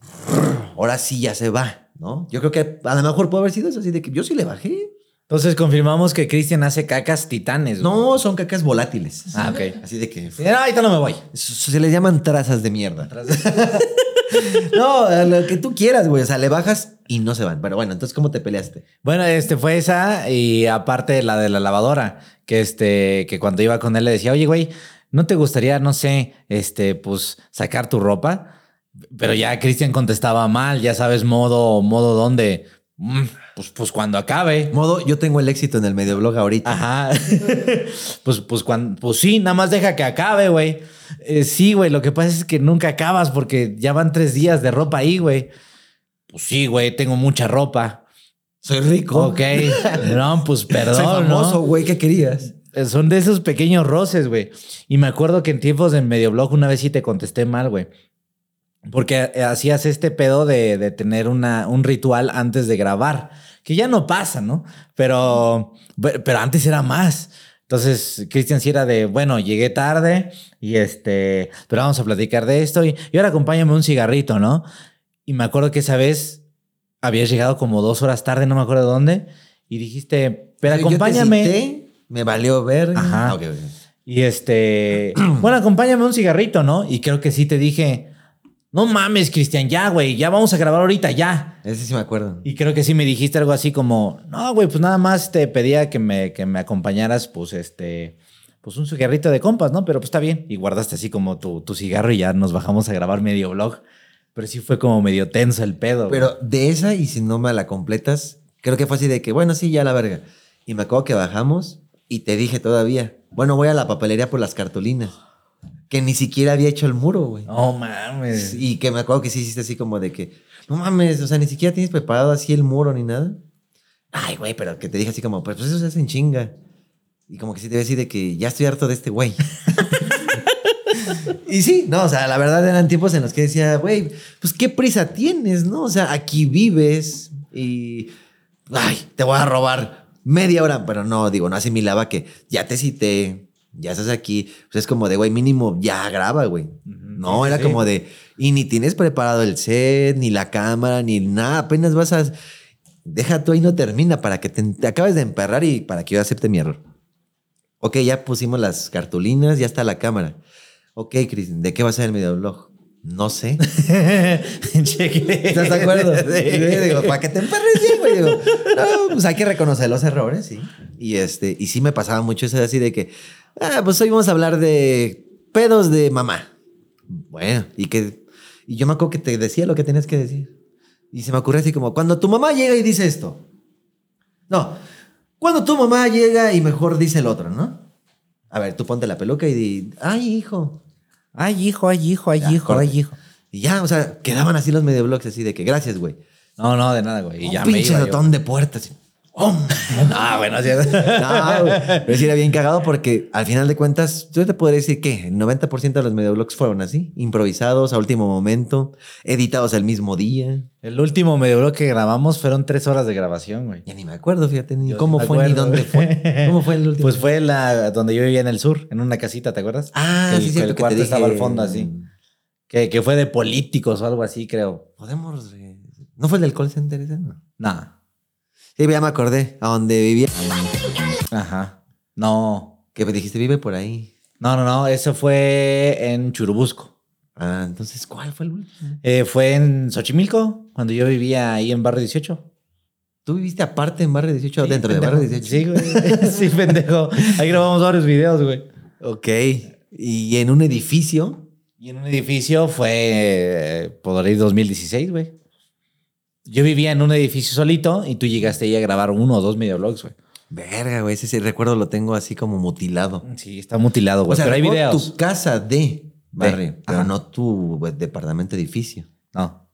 C: Ahora sí ya se va, ¿no? Yo creo que a lo mejor puede haber sido eso, así de que yo sí le bajé.
A: Entonces confirmamos que Cristian hace cacas titanes. güey.
C: No, son cacas volátiles.
A: Ah, ok.
C: Así de que,
A: No, ahorita no me voy.
C: Se les llaman trazas de
A: [laughs]
C: mierda. no, a lo que tú quieras, güey. O sea, le bajas y no se van. Pero bueno, entonces, ¿cómo te peleaste?
A: Bueno, este fue esa y aparte la de la lavadora, que este, que cuando iba con él le decía, oye, güey, ¿no te gustaría, no sé, este, pues sacar tu ropa? Pero ya Cristian contestaba mal, ya sabes, modo, modo donde, "Mm, pues, pues cuando acabe.
C: Modo, yo tengo el éxito en el medioblog ahorita.
A: Ajá. [laughs] pues, pues, cuando, pues sí, nada más deja que acabe, güey. Eh, sí, güey, lo que pasa es que nunca acabas porque ya van tres días de ropa ahí, güey. Pues sí, güey, tengo mucha ropa.
C: Soy rico.
A: Ok, no, pues perdón.
C: [laughs] Soy famoso,
A: ¿no?
C: güey. ¿Qué querías?
A: Eh, Son de esos pequeños roces, güey. Y me acuerdo que en tiempos de medio blog una vez sí te contesté mal, güey. Porque eh, hacías este pedo de, de tener una, un ritual antes de grabar, que ya no pasa, ¿no? Pero, pe- pero antes era más. Entonces, Cristian sí era de, bueno, llegué tarde y este, pero vamos a platicar de esto y, y ahora acompáñame un cigarrito, ¿no? Y me acuerdo que esa vez habías llegado como dos horas tarde, no me acuerdo dónde, y dijiste, pero
C: Yo te
A: acompáñame.
C: cité, me valió ver.
A: Ajá.
C: Ah, ok, ok.
A: Y
C: [clears throat]
A: este, bueno, acompáñame un cigarrito, ¿no? Y creo que sí te dije, no mames, Cristian, ya, güey, ya vamos a grabar ahorita, ya.
C: Ese sí me acuerdo.
A: Y creo que sí me dijiste algo así como, no, güey, pues nada más te pedía que me, que me acompañaras, pues este, pues un cigarrito de compas, ¿no? Pero pues está bien. Y guardaste así como tu, tu cigarro y ya nos bajamos a grabar medio vlog. Pero sí fue como medio tenso el pedo. güey.
C: Pero de esa, y si no me la completas, creo que fue así de que, bueno, sí, ya la verga. Y me acuerdo que bajamos y te dije todavía, bueno, voy a la papelería por las cartulinas. Que ni siquiera había hecho el muro, güey.
A: No mames.
C: Y que me acuerdo que sí hiciste así como de que, no mames, o sea, ni siquiera tienes preparado así el muro ni nada. Ay, güey, pero que te dije así como, pues, pues eso se hace en chinga. Y como que sí te iba a decir de que ya estoy harto de este güey. [laughs] y sí, no, o sea, la verdad eran tiempos en los que decía, güey, pues qué prisa tienes, ¿no? O sea, aquí vives y, ay, te voy a robar media hora, pero no, digo, no asimilaba que ya te cité, ya estás aquí. Pues es como de, güey, mínimo ya graba, güey.
A: Ujú.
C: No,
A: Sí, sí,
C: era
A: sí.
C: como de. [laughs] Y ni tienes preparado el set, ni la cámara, ni nada. Apenas vas a. Deja tú ahí, no termina para que te, te acabes de emperrar y para que yo acepte mi error. Ok, ya pusimos las cartulinas, ya está la cámara. Ok, Chris, ¿de qué va a ser el videoblog? No sé.
A: [laughs] Cheque.
C: ¿Estás de acuerdo? [laughs] Y yo digo, para que te emperres bien, güey. Digo, no, pues hay que reconocer los errores, sí. Y este, y sí me pasaba mucho eso de así de que, ah, pues hoy vamos a hablar de pedos de mamá. Bueno, y que, y yo me acuerdo que te decía lo que tenías que decir. Y se me ocurre así como, cuando tu mamá llega y dice esto. No, cuando tu mamá llega y mejor dice el otro, ¿no? A ver, tú ponte la peluca y di, ay, hijo,
A: Ay, hijo, ay, hijo, ay,
C: Ya,
A: hijo,
C: corte.
A: ay, hijo.
C: y ya, o sea, quedaban así los medio blogs así de que gracias, güey.
A: No, no, de nada, güey. Y ya
C: un
A: me
C: pinche
A: iba yo.
C: notón de puertas. [laughs]
A: No, bueno, sí.
C: No, güey. pero sí era bien cagado porque al final de cuentas, yo te podría decir que el 90% de los medioblogs fueron así, improvisados a último momento, editados el mismo día.
A: [laughs] El último medio blog que grabamos fueron tres horas de grabación, güey.
C: Ya ni me acuerdo, fíjate, ni
A: Yo
C: cómo
A: sí me
C: fue ni
A: acuerdo,
C: dónde
A: güey.
C: fue. ¿Cómo
A: [laughs]
C: fue el último?
A: Pues fue la donde yo vivía en el sur, en una casita, ¿te acuerdas?
C: ah,
A: que el-
C: sí, es
A: que el
C: cierto que te
A: cuarto
C: dije,
A: estaba al fondo así. Que, que fue de políticos o algo así, creo.
C: Podemos. eh, ¿No fue el del call center ese? No.
A: Nah.
C: Sí, ya me acordé, a donde vivía.
A: Ajá. No.
C: Que me dijiste, vive por ahí.
A: No, no, no. Eso fue en Churubusco.
C: Ah, entonces, ¿cuál fue el último?
A: Eh, fue en Xochimilco, cuando yo vivía ahí en Barrio 18.
C: ¿Tú viviste aparte en Barrio 18 o dentro de
A: Pendejo.
C: Barrio 18?
A: Sí, güey. [laughs] Sí, pendejo. Ahí grabamos varios videos, güey.
C: Ok. Y en un edificio.
A: Y en un edificio fue, eh, por ahí 2016, güey. Yo vivía en un edificio solito y tú llegaste ahí a grabar uno o dos videoblogs, güey.
C: Verga, güey, ese, ese recuerdo lo tengo así como mutilado.
A: Sí, está mutilado, güey.
C: o sea,
A: pero hay
C: recuerdo
A: videos.
C: tu casa de barrio, pero
A: ajá.
C: no tu güey, departamento edificio.
A: No.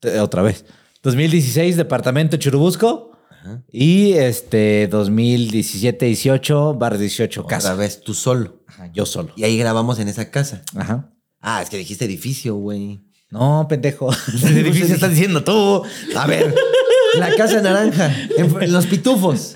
A: Te- Otra vez. 2016, departamento Churubusco.
C: Ajá.
A: Y este 2017, 18, bar 18,
C: Cada
A: casa.
C: vez tú solo.
A: Ajá, yo solo.
C: Y ahí grabamos en esa casa.
A: Ajá.
C: Ah, es que dijiste edificio, güey.
A: No,
C: [laughs]
A: pendejo. El edificio estás diciendo tú.
C: A ver, [laughs] la casa naranja, en, en los pitufos.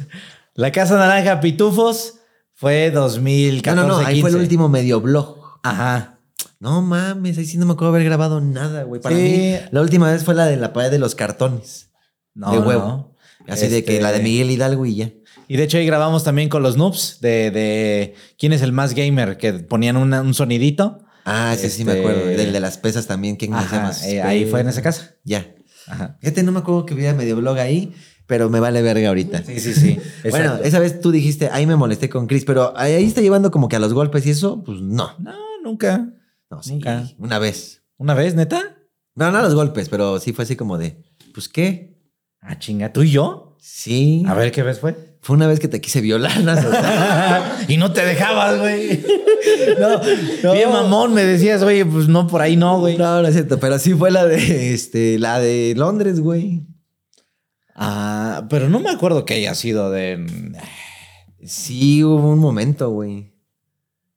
A: La Casa Naranja Pitufos fue 2014.
C: No, no, no, ahí fue el
A: 15.
C: último medio blog.
A: Ajá.
C: No mames, ahí sí no me acuerdo haber grabado nada, güey. Para
A: Sí.
C: mí, la última vez fue la de la pared de los cartones.
A: No,
C: de
A: no,
C: huevo.
A: no.
C: Así de que
A: Este,
C: la de Miguel Hidalgo y ya.
A: Y de hecho ahí grabamos también con los noobs de, de quién es el más gamer, que ponían una- un sonidito.
C: Ah, sí, sí, me
A: Este-
C: acuerdo. Del de las pesas también. ¿Quién
A: Ajá,
C: hacía más?
A: eh, ahí fue en esa casa.
C: Ya.
A: Ajá.
C: Fíjate, no me acuerdo que hubiera medio blog ahí, pero me vale verga ahorita.
A: Sí, sí, sí. [laughs]
C: bueno,
A: Exacto.
C: esa vez tú dijiste, ahí me molesté con Chris, pero ahí ahí está llevando como que a los golpes y eso, pues no.
A: No, Ah, nunca.
C: No, sí.
A: Nunca.
C: Una vez.
A: ¿Una vez, neta?
C: No, no a los golpes, pero sí fue así como de, pues qué.
A: Ah, chinga, ¿tú y yo?
C: Sí.
A: A ver qué vez fue. [laughs]
C: Fue una vez que te quise violar. ¿no? [laughs] O sea,
A: y no te dejabas, güey. [laughs] No,
C: no.
A: Bien mamón, me decías, güey, pues no, por ahí no, güey.
C: no, no es cierto, pero sí fue la de, este, la de Londres, güey.
A: Ah, pero no me acuerdo que haya sido de...
C: Sí hubo un momento, güey.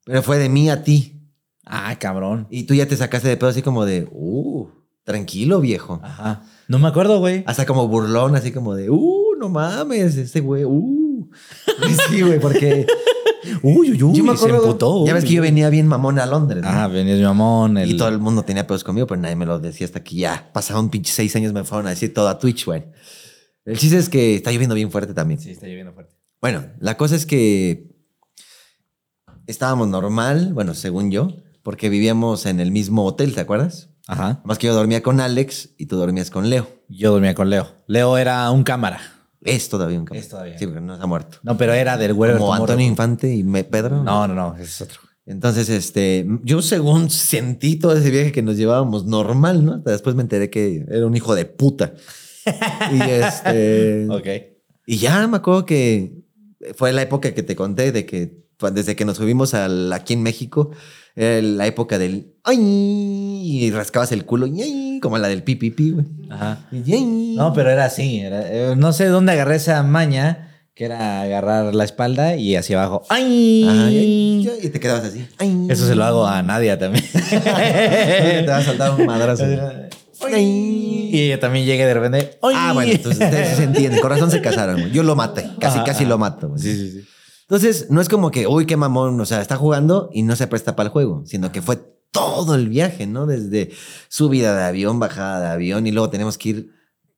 C: Pero fue de mí a ti.
A: Ah, cabrón.
C: Y tú ya te sacaste de pedo así como de, uh, tranquilo, viejo.
A: Ajá. No me acuerdo, güey.
C: Hasta como burlón, así como de, uh, no mames, este güey, uh. Y Sí, güey, porque
A: Uy, [laughs] uy, uy.
C: yo me acuerdo,
A: se emputó.
C: ya ves
A: uy.
C: que yo venía bien mamón a Londres. ¿no?
A: Ah, venías mi mamón. El...
C: Y todo el mundo tenía pedos conmigo, pero nadie me lo decía hasta que ya pasaron pinche seis años, me fueron a decir todo a Twitch, güey. El chiste es que está lloviendo bien fuerte también.
A: Sí, está lloviendo fuerte.
C: Bueno, la cosa es que estábamos normal, bueno, según yo, porque vivíamos en el mismo hotel, ¿te acuerdas?
A: Ajá.
C: Más que yo dormía con Alex y tú dormías con Leo.
A: Yo dormía con Leo. Leo era un cámara.
C: Es todavía un cabrón.
A: Es todavía.
C: Sí, porque no está muerto.
A: No, pero era del güero.
C: Como Antonio Infante y me- Pedro.
A: No, no, no, ese es otro.
C: Entonces, este, yo según sentí todo ese viaje que nos llevábamos normal, ¿no? Hasta después me enteré que era un hijo de puta. y este,
A: [laughs] Ok.
C: y ya me acuerdo que fue la época que te conté de que fue desde que nos subimos al, aquí en México, era la época del ay, y rascabas el culo, y ay, como la del pipipi, güey.
A: Ajá.
C: Y ay.
A: No, pero era así. era- eh, no sé dónde agarré esa maña, que era agarrar la espalda y hacia abajo. ¡Ay!
C: Ajá, y, ay, y te quedabas así. ay.
A: Eso se lo hago a Nadia también.
C: [laughs]
A: [laughs]
C: te va a saltar un madrazo.
A: y ella también llega de repente. ¡Ay!
C: Ah, bueno, entonces ustedes se entiende. Con razón se casaron. güey. Yo lo maté. Casi, casi lo mato. güey.
A: Sí, sí, sí.
C: Entonces, no es como que, uy, qué mamón. O sea, está jugando y no se presta para el juego, sino que fue todo el viaje, ¿no? Desde subida de avión, bajada de avión y luego tenemos que ir,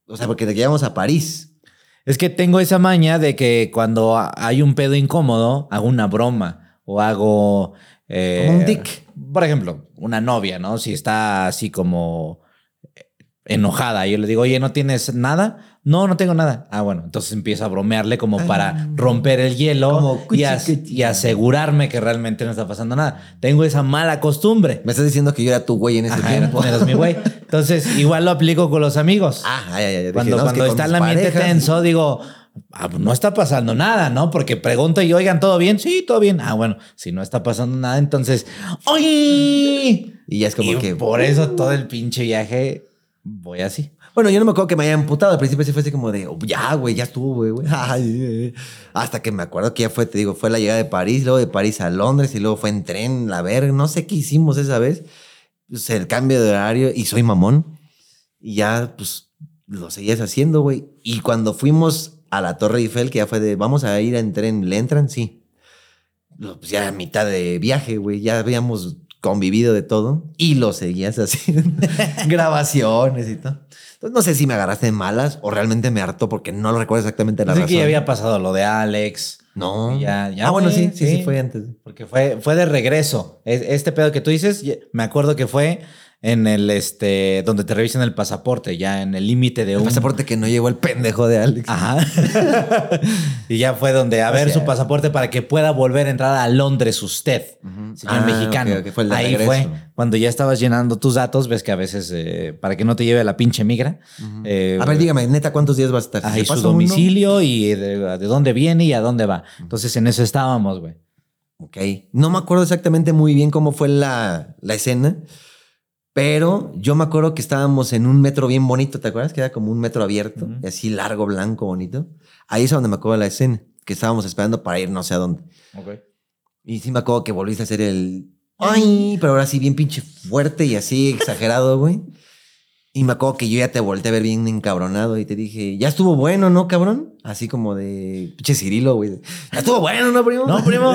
C: o sea, porque te llevamos a París.
A: Es que tengo esa maña de que cuando a- hay un pedo incómodo, hago una broma o hago. eh,
C: Como un tic.
A: Por ejemplo, una novia, ¿no? Si está así como eh, enojada, yo le digo, oye, ¿no tienes nada? No, no tengo nada. Ah, bueno, entonces empiezo a bromearle como
C: Ah.
A: para romper el hielo
C: Como
A: y, as-
C: cuchi, cuchi.
A: y asegurarme que realmente no está pasando nada. Tengo esa mala costumbre.
C: Me estás diciendo que yo era tu güey en ese
A: Ajá, eras-
C: tiempo.
A: eras mi güey. Entonces, igual lo aplico con los amigos.
C: Ah, ay, ay, ay, dije,
A: Cuando,
C: no, es
A: cuando
C: que con
A: está el
C: mis
A: ambiente
C: parejas-
A: tenso, digo, "Ah, no está pasando nada, ¿no? Porque pregunto y oigan, ¿todo bien? Sí, todo bien. Ah, bueno, si no está pasando nada, entonces, ¡ay!
C: Y ya es como
A: y
C: que. "Uh".
A: por eso todo el pinche viaje voy así.
C: Bueno, yo no me acuerdo que me haya amputado. Al principio sí fue así como de, "Oh, ya, güey, ya estuvo, güey, güey. Ay, eh. Hasta que me acuerdo que ya fue, te digo, fue la llegada de París, luego de París a Londres y luego fue en tren, la verga. No sé qué hicimos esa vez. Pues, el cambio de horario y soy mamón. Y ya, pues, lo seguías haciendo, güey. Y cuando fuimos a la Torre Eiffel, que ya fue de, vamos a ir en tren, ¿le entran? Sí. Lo- Pues ya a mitad de viaje, güey, ya habíamos convivido de todo y lo seguías haciendo. [laughs] Grabaciones y todo. Entonces no sé si me agarraste de malas o realmente me hartó porque no lo recuerdo exactamente la
A: Así
C: razón.
A: que ya había pasado lo de Alex,
C: No.
A: Ya- ya
C: ah, bueno,
A: fue,
C: sí, sí, sí,
A: sí.
C: fue antes.
A: porque fue, fue de regreso. Es- Este pedo que tú dices, ya- me acuerdo que fue en el, este, donde te revisan el pasaporte, ya en el límite de
C: El
A: un... Ah,
C: pasaporte que no llegó el pendejo de Alex.
A: Ajá. [laughs] y ya fue donde a ver
C: sea-
A: su pasaporte para que pueda volver a entrar a Londres usted,
C: Ujú.
A: señor
C: Ah,
A: mexicano.
C: ok, ok, fue el de
A: Ahí
C: regreso.
A: fue cuando ya estabas llenando tus datos, ves que a veces eh, para que no te lleve la pinche migra. eh,
C: a ver, dígame, neta, ¿cuántos días va a estar?
A: ajá,
C: ¿Se
A: y su
C: pasa uno?
A: domicilio y de, de dónde viene y a dónde va. Entonces en eso estábamos, güey.
C: Ok. No me acuerdo exactamente muy bien cómo fue la, la escena, pero yo me acuerdo que estábamos en un metro bien bonito, ¿te acuerdas? Que era como un metro abierto,
A: Ujú.
C: y así largo, blanco, bonito. Ahí es donde me acuerdo la escena, que estábamos esperando para ir no sé a dónde. Y sí me acuerdo que volviste a hacer el... Ay, pero ahora sí bien pinche fuerte y así exagerado, güey. Y me acuerdo que yo ya te volteé a ver bien encabronado y te dije, ya estuvo bueno, ¿no, cabrón? Así como de pinche Cirilo, güey. Ya estuvo bueno, ¿no, primo?
A: No,
C: [laughs]
A: primo.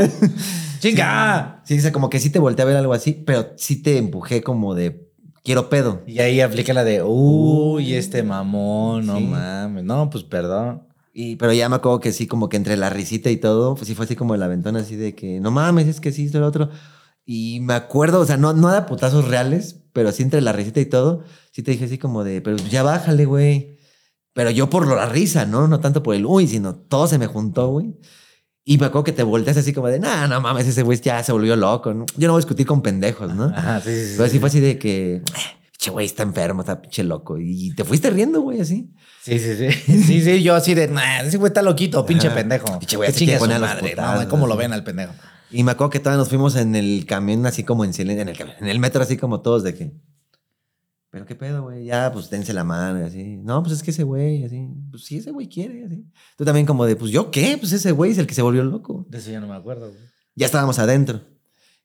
A: Chinga.
C: Sí, o sea, como que sí te volteé a ver algo así, pero sí te empujé como de quiero pedo.
A: Y ahí aplica la de, uy, este mamón, no
C: Sí.
A: mames. No, pues perdón.
C: Y, pero ya me acuerdo que sí, como que entre la risita y todo, pues sí fue así como la ventana así de que no mames, es que sí, esto, lo otro. Y me acuerdo, o sea, no, no da putazos reales, pero sí entre la risita y todo, sí te dije así como de, pero ya bájale, güey. Pero yo por la risa, ¿no? No tanto por el uy, sino todo se me juntó, güey. Y me acuerdo que te volteas así como de, nah, no mames, ese güey ya se volvió loco. ¿no? Yo no voy a discutir con pendejos, ¿no?
A: Ajá, sí, sí, sí.
C: Pero sí fue así de que, che, güey, está enfermo, está pinche loco. Y te fuiste riendo, güey, así.
A: Sí, sí, [laughs] sí. Sí, sí, yo así de, nah, ese güey está loquito, pinche
C: Ajá.
A: pendejo.
C: Pinche güey,
A: Que
C: así
A: chingue su
C: quiere poner a los
A: madre,
C: putazos,
A: no, güey, ¿Cómo lo
C: así.
A: ven al pendejo?
C: Y me acuerdo que todavía nos fuimos en el camión, así como en silencio, en el, camión, en el metro, así como todos de que, pero qué pedo, güey, ya, pues dense la mano, y así. No, pues es que ese güey, así. Pues sí, ese güey quiere, así. Tú también como de, pues yo qué, pues ese güey es el que se volvió loco.
A: De eso ya no me acuerdo, güey.
C: Ya estábamos adentro.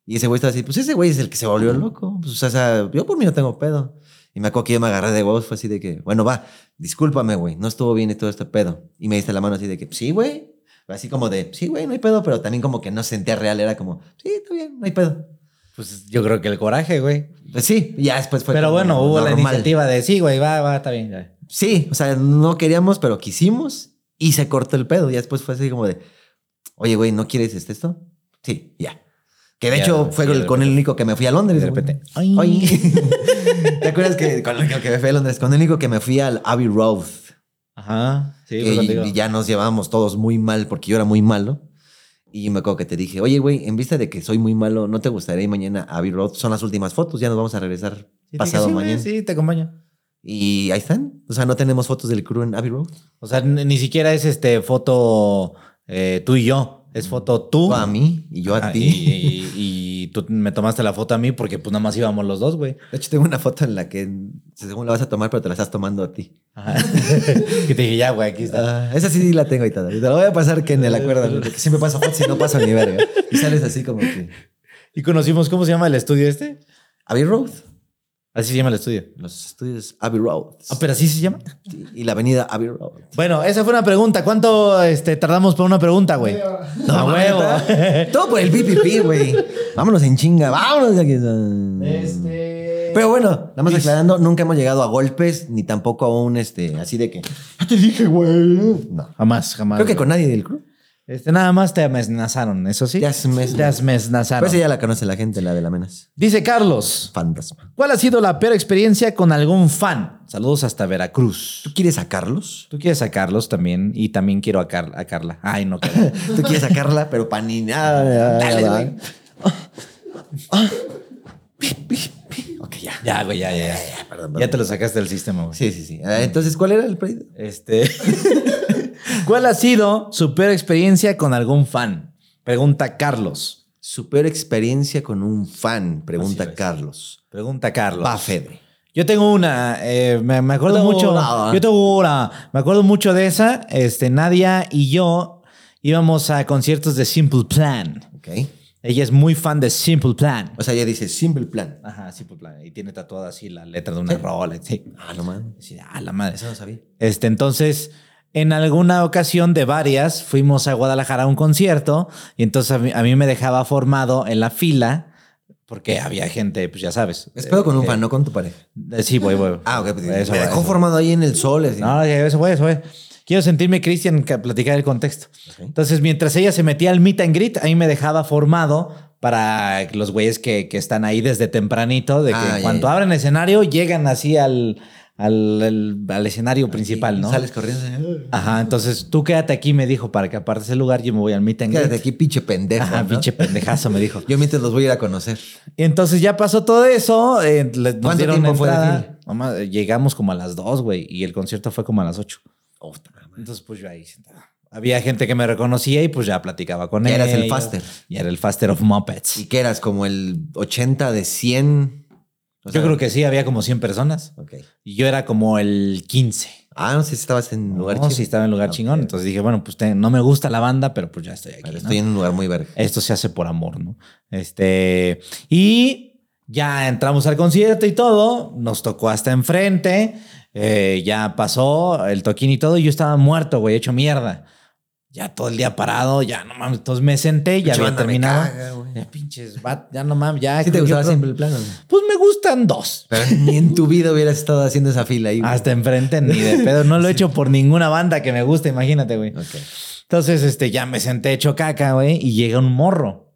C: Y ese güey estaba así, pues ese güey es el que se volvió loco. Pues, o sea, yo por mí no tengo pedo. Y me acuerdo que yo me agarré de huevos, fue así de que, bueno, va, discúlpame, güey, no estuvo bien y todo este pedo. Y me diste la mano así de que, sí, güey. Así como de, sí, güey, no hay pedo, pero también como que no sentía real, era como, sí, está bien, no hay pedo.
A: Pues yo creo que el coraje, güey.
C: Pues sí, y ya después fue.
A: Pero
C: como
A: bueno, hubo la
C: normal.
A: iniciativa de, sí, güey, va, va, está bien. ya".
C: Sí, o sea, no queríamos, pero quisimos y se cortó el pedo. Y después fue así como de, oye, güey, ¿no quieres este esto? Sí, ya. Que de
A: Ya,
C: hecho
A: güey,
C: fue
A: ya
C: el-
A: de
C: con el único que me fui a Londres.
A: De
C: güey.
A: repente,
C: Ay. [laughs] ¿Te acuerdas que con el único que me fui a Londres? Con el único que me fui al Abbey Road.
A: Ajá. Sí,
C: que
A: pues contigo.
C: y ya nos llevábamos todos muy mal porque yo era muy malo. Y me acuerdo que te dije, oye, güey, en vista de que soy muy malo, ¿no te gustaría ir mañana a Abbey Road? Son las últimas fotos, ya nos vamos a regresar
A: Sí, te
C: pasado
A: dije, "Sí, güey,
C: mañana.
A: Sí, te acompaño.
C: Y ahí están. O sea, no tenemos fotos del crew en Abbey Road.
A: O sea, ni ni siquiera es este foto eh, tú y yo. Es foto tú.
C: Tú a mí y yo a
A: Ah,
C: ti.
A: Y, y- y tú me tomaste la foto a mí porque pues nada más íbamos los dos, güey.
C: De hecho, tengo una foto en la que según la vas a tomar, pero te la estás tomando a ti.
A: Ajá. [laughs] que te dije, ya, güey, aquí está.
C: Ah, esa sí la tengo ahorita. Te la voy a pasar que en
A: [laughs]
C: el acuerdo, porque siempre pasa fotos y no pasa ni verga. Y sales así como que.
A: Y conocimos, ¿cómo se llama el estudio este?
C: Abbey Road.
A: Así se llama el estudio.
C: En los estudios Abbey Road.
A: Ah, pero así se llama.
C: Sí, Y la avenida Abbey Road.
A: Bueno, esa fue una pregunta. ¿Cuánto este, tardamos por una pregunta, güey?
E: No,
A: A huevo.
C: Todo por el PPP, güey. Vámonos en chinga, vámonos de aquí.
E: Este.
C: Pero bueno, nada más aclarando, nunca hemos llegado a golpes ni tampoco a un este, así de que. Ya te dije, güey. No.
A: Jamás, jamás.
C: Creo que
A: güey.
C: con nadie del club.
A: Este, nada más te amesnazaron, eso sí.
C: Te amesnazaron.
A: Te amesnazaron.
C: Pues ella la conoce la gente, la de la menas.
A: Dice Carlos,
C: Fantasma.
A: ¿cuál ha sido la peor experiencia con algún fan? Saludos hasta Veracruz.
C: ¿Tú quieres a Carlos?
A: Tú quieres a Carlos también y también quiero a, Car- a Carla. Ay, no, Carla.
C: Tú quieres sacarla, pero pa' ni nada.
A: Dale,
C: ¿verdad?
A: güey.
C: Ok, ya.
A: Ya, güey, ya, ya, ya.
C: perdón, perdón.
A: Ya te lo sacaste del sistema, güey.
C: Sí, sí, sí. Ah, Entonces, ¿cuál era el pedido?
A: Este. [laughs] ¿Cuál ha sido su peor experiencia con algún fan? Pregunta Carlos.
C: Su peor experiencia con un fan,
A: Así
C: pregunta
A: es.
C: Carlos.
A: Pregunta Carlos.
C: Va, Fede.
A: Yo tengo una, eh, me, me acuerdo
C: Tengo
A: mucho.
C: una.
A: Yo tengo una. Me acuerdo mucho de esa. Este, Nadia y yo íbamos a conciertos de Simple Plan.
C: Ok.
A: Ella es muy fan de Simple Plan.
C: O sea, ella dice, simple plan.
A: Ajá, Simple Plan. Y tiene tatuada así la letra de una rola. Sí.
C: Ah, no mames.
A: Sí, ah, la madre.
C: Eso no sabía.
A: Este, entonces, en alguna ocasión de varias, fuimos a Guadalajara a un concierto y entonces a mí, a mí me dejaba formado en la fila porque había gente, pues ya sabes.
C: Es pedo con un
A: Eh,
C: fan, no con tu pareja.
A: eh, sí, voy, voy.
C: Ah, ok. pues,
A: Eso,
C: me dejó
A: eso.
C: formado ahí en el sol. así.
A: No, ya, eso fue, eso fue. Quiero sentirme Cristian, ca- platicar el contexto.
C: Ok.
A: Entonces, mientras ella se metía al meet and greet, ahí me dejaba formado para los güeyes que, que están ahí desde tempranito, de que
C: Ah,
A: en
C: ya,
A: cuanto
C: ya.
A: abren escenario, llegan así al, al, al- al escenario principal, ¿no?
C: Sales corriendo. así, "Ah".
A: Ajá, entonces tú quédate aquí, me dijo, para que apartes el lugar, yo me voy al meet and
C: Quédate
A: greet.
C: aquí, pinche pendejo.
A: Ajá,
C: ¿no?
A: pinche pendejazo, me dijo.
C: Yo mientras los voy a ir a conocer.
A: Y entonces ya pasó todo eso. eh, le- nos
C: ¿Cuánto
A: dieron
C: tiempo fue de
A: entrada.
C: fila?
A: Mamá, eh, llegamos como a las dos, güey, y el concierto fue como a las ocho.
C: Oh,
A: Entonces, pues yo ahí sentado. Había gente que me reconocía y pues ya platicaba con
C: Ya
A: él.
C: eras el faster.
A: Y era el faster of Muppets.
C: ¿Y que eras? ¿Como el 80 de 100? O sea,
A: yo creo que sí, había como 100 personas.
C: Ok.
A: Y yo era como el 15.
C: Ah, no sé si estabas en un lugar
A: no,
C: chido.
A: sí, estaba en lugar
C: Ok.
A: chingón. Entonces dije, bueno, pues te- no me gusta la banda, pero pues ya estoy aquí.
C: Pero
A: ¿no?
C: estoy en un lugar muy verga.
A: esto se hace por amor, ¿no? Este, y ya entramos al concierto y todo, nos tocó hasta enfrente, eh, ya pasó el toquín y todo, y yo estaba muerto, güey, hecho mierda. Ya todo el día parado, ya no mames, entonces me senté, ya había
C: Pinche banda me
A: terminado.
C: caga, güey.
A: Ya pinches, va- ya no mames, ya.
C: ¿Sí te
A: creo que
C: gustaba
A: otro-
C: siempre el plano?
A: Pues me gustan dos.
C: Pero ni en tu vida hubieras estado haciendo esa fila ahí. güey.
A: Hasta enfrente ni de pedo, no lo he hecho por ninguna banda que me guste, imagínate, güey.
C: Ok.
A: Entonces, este, ya me senté hecho caca, güey, y llega un morro.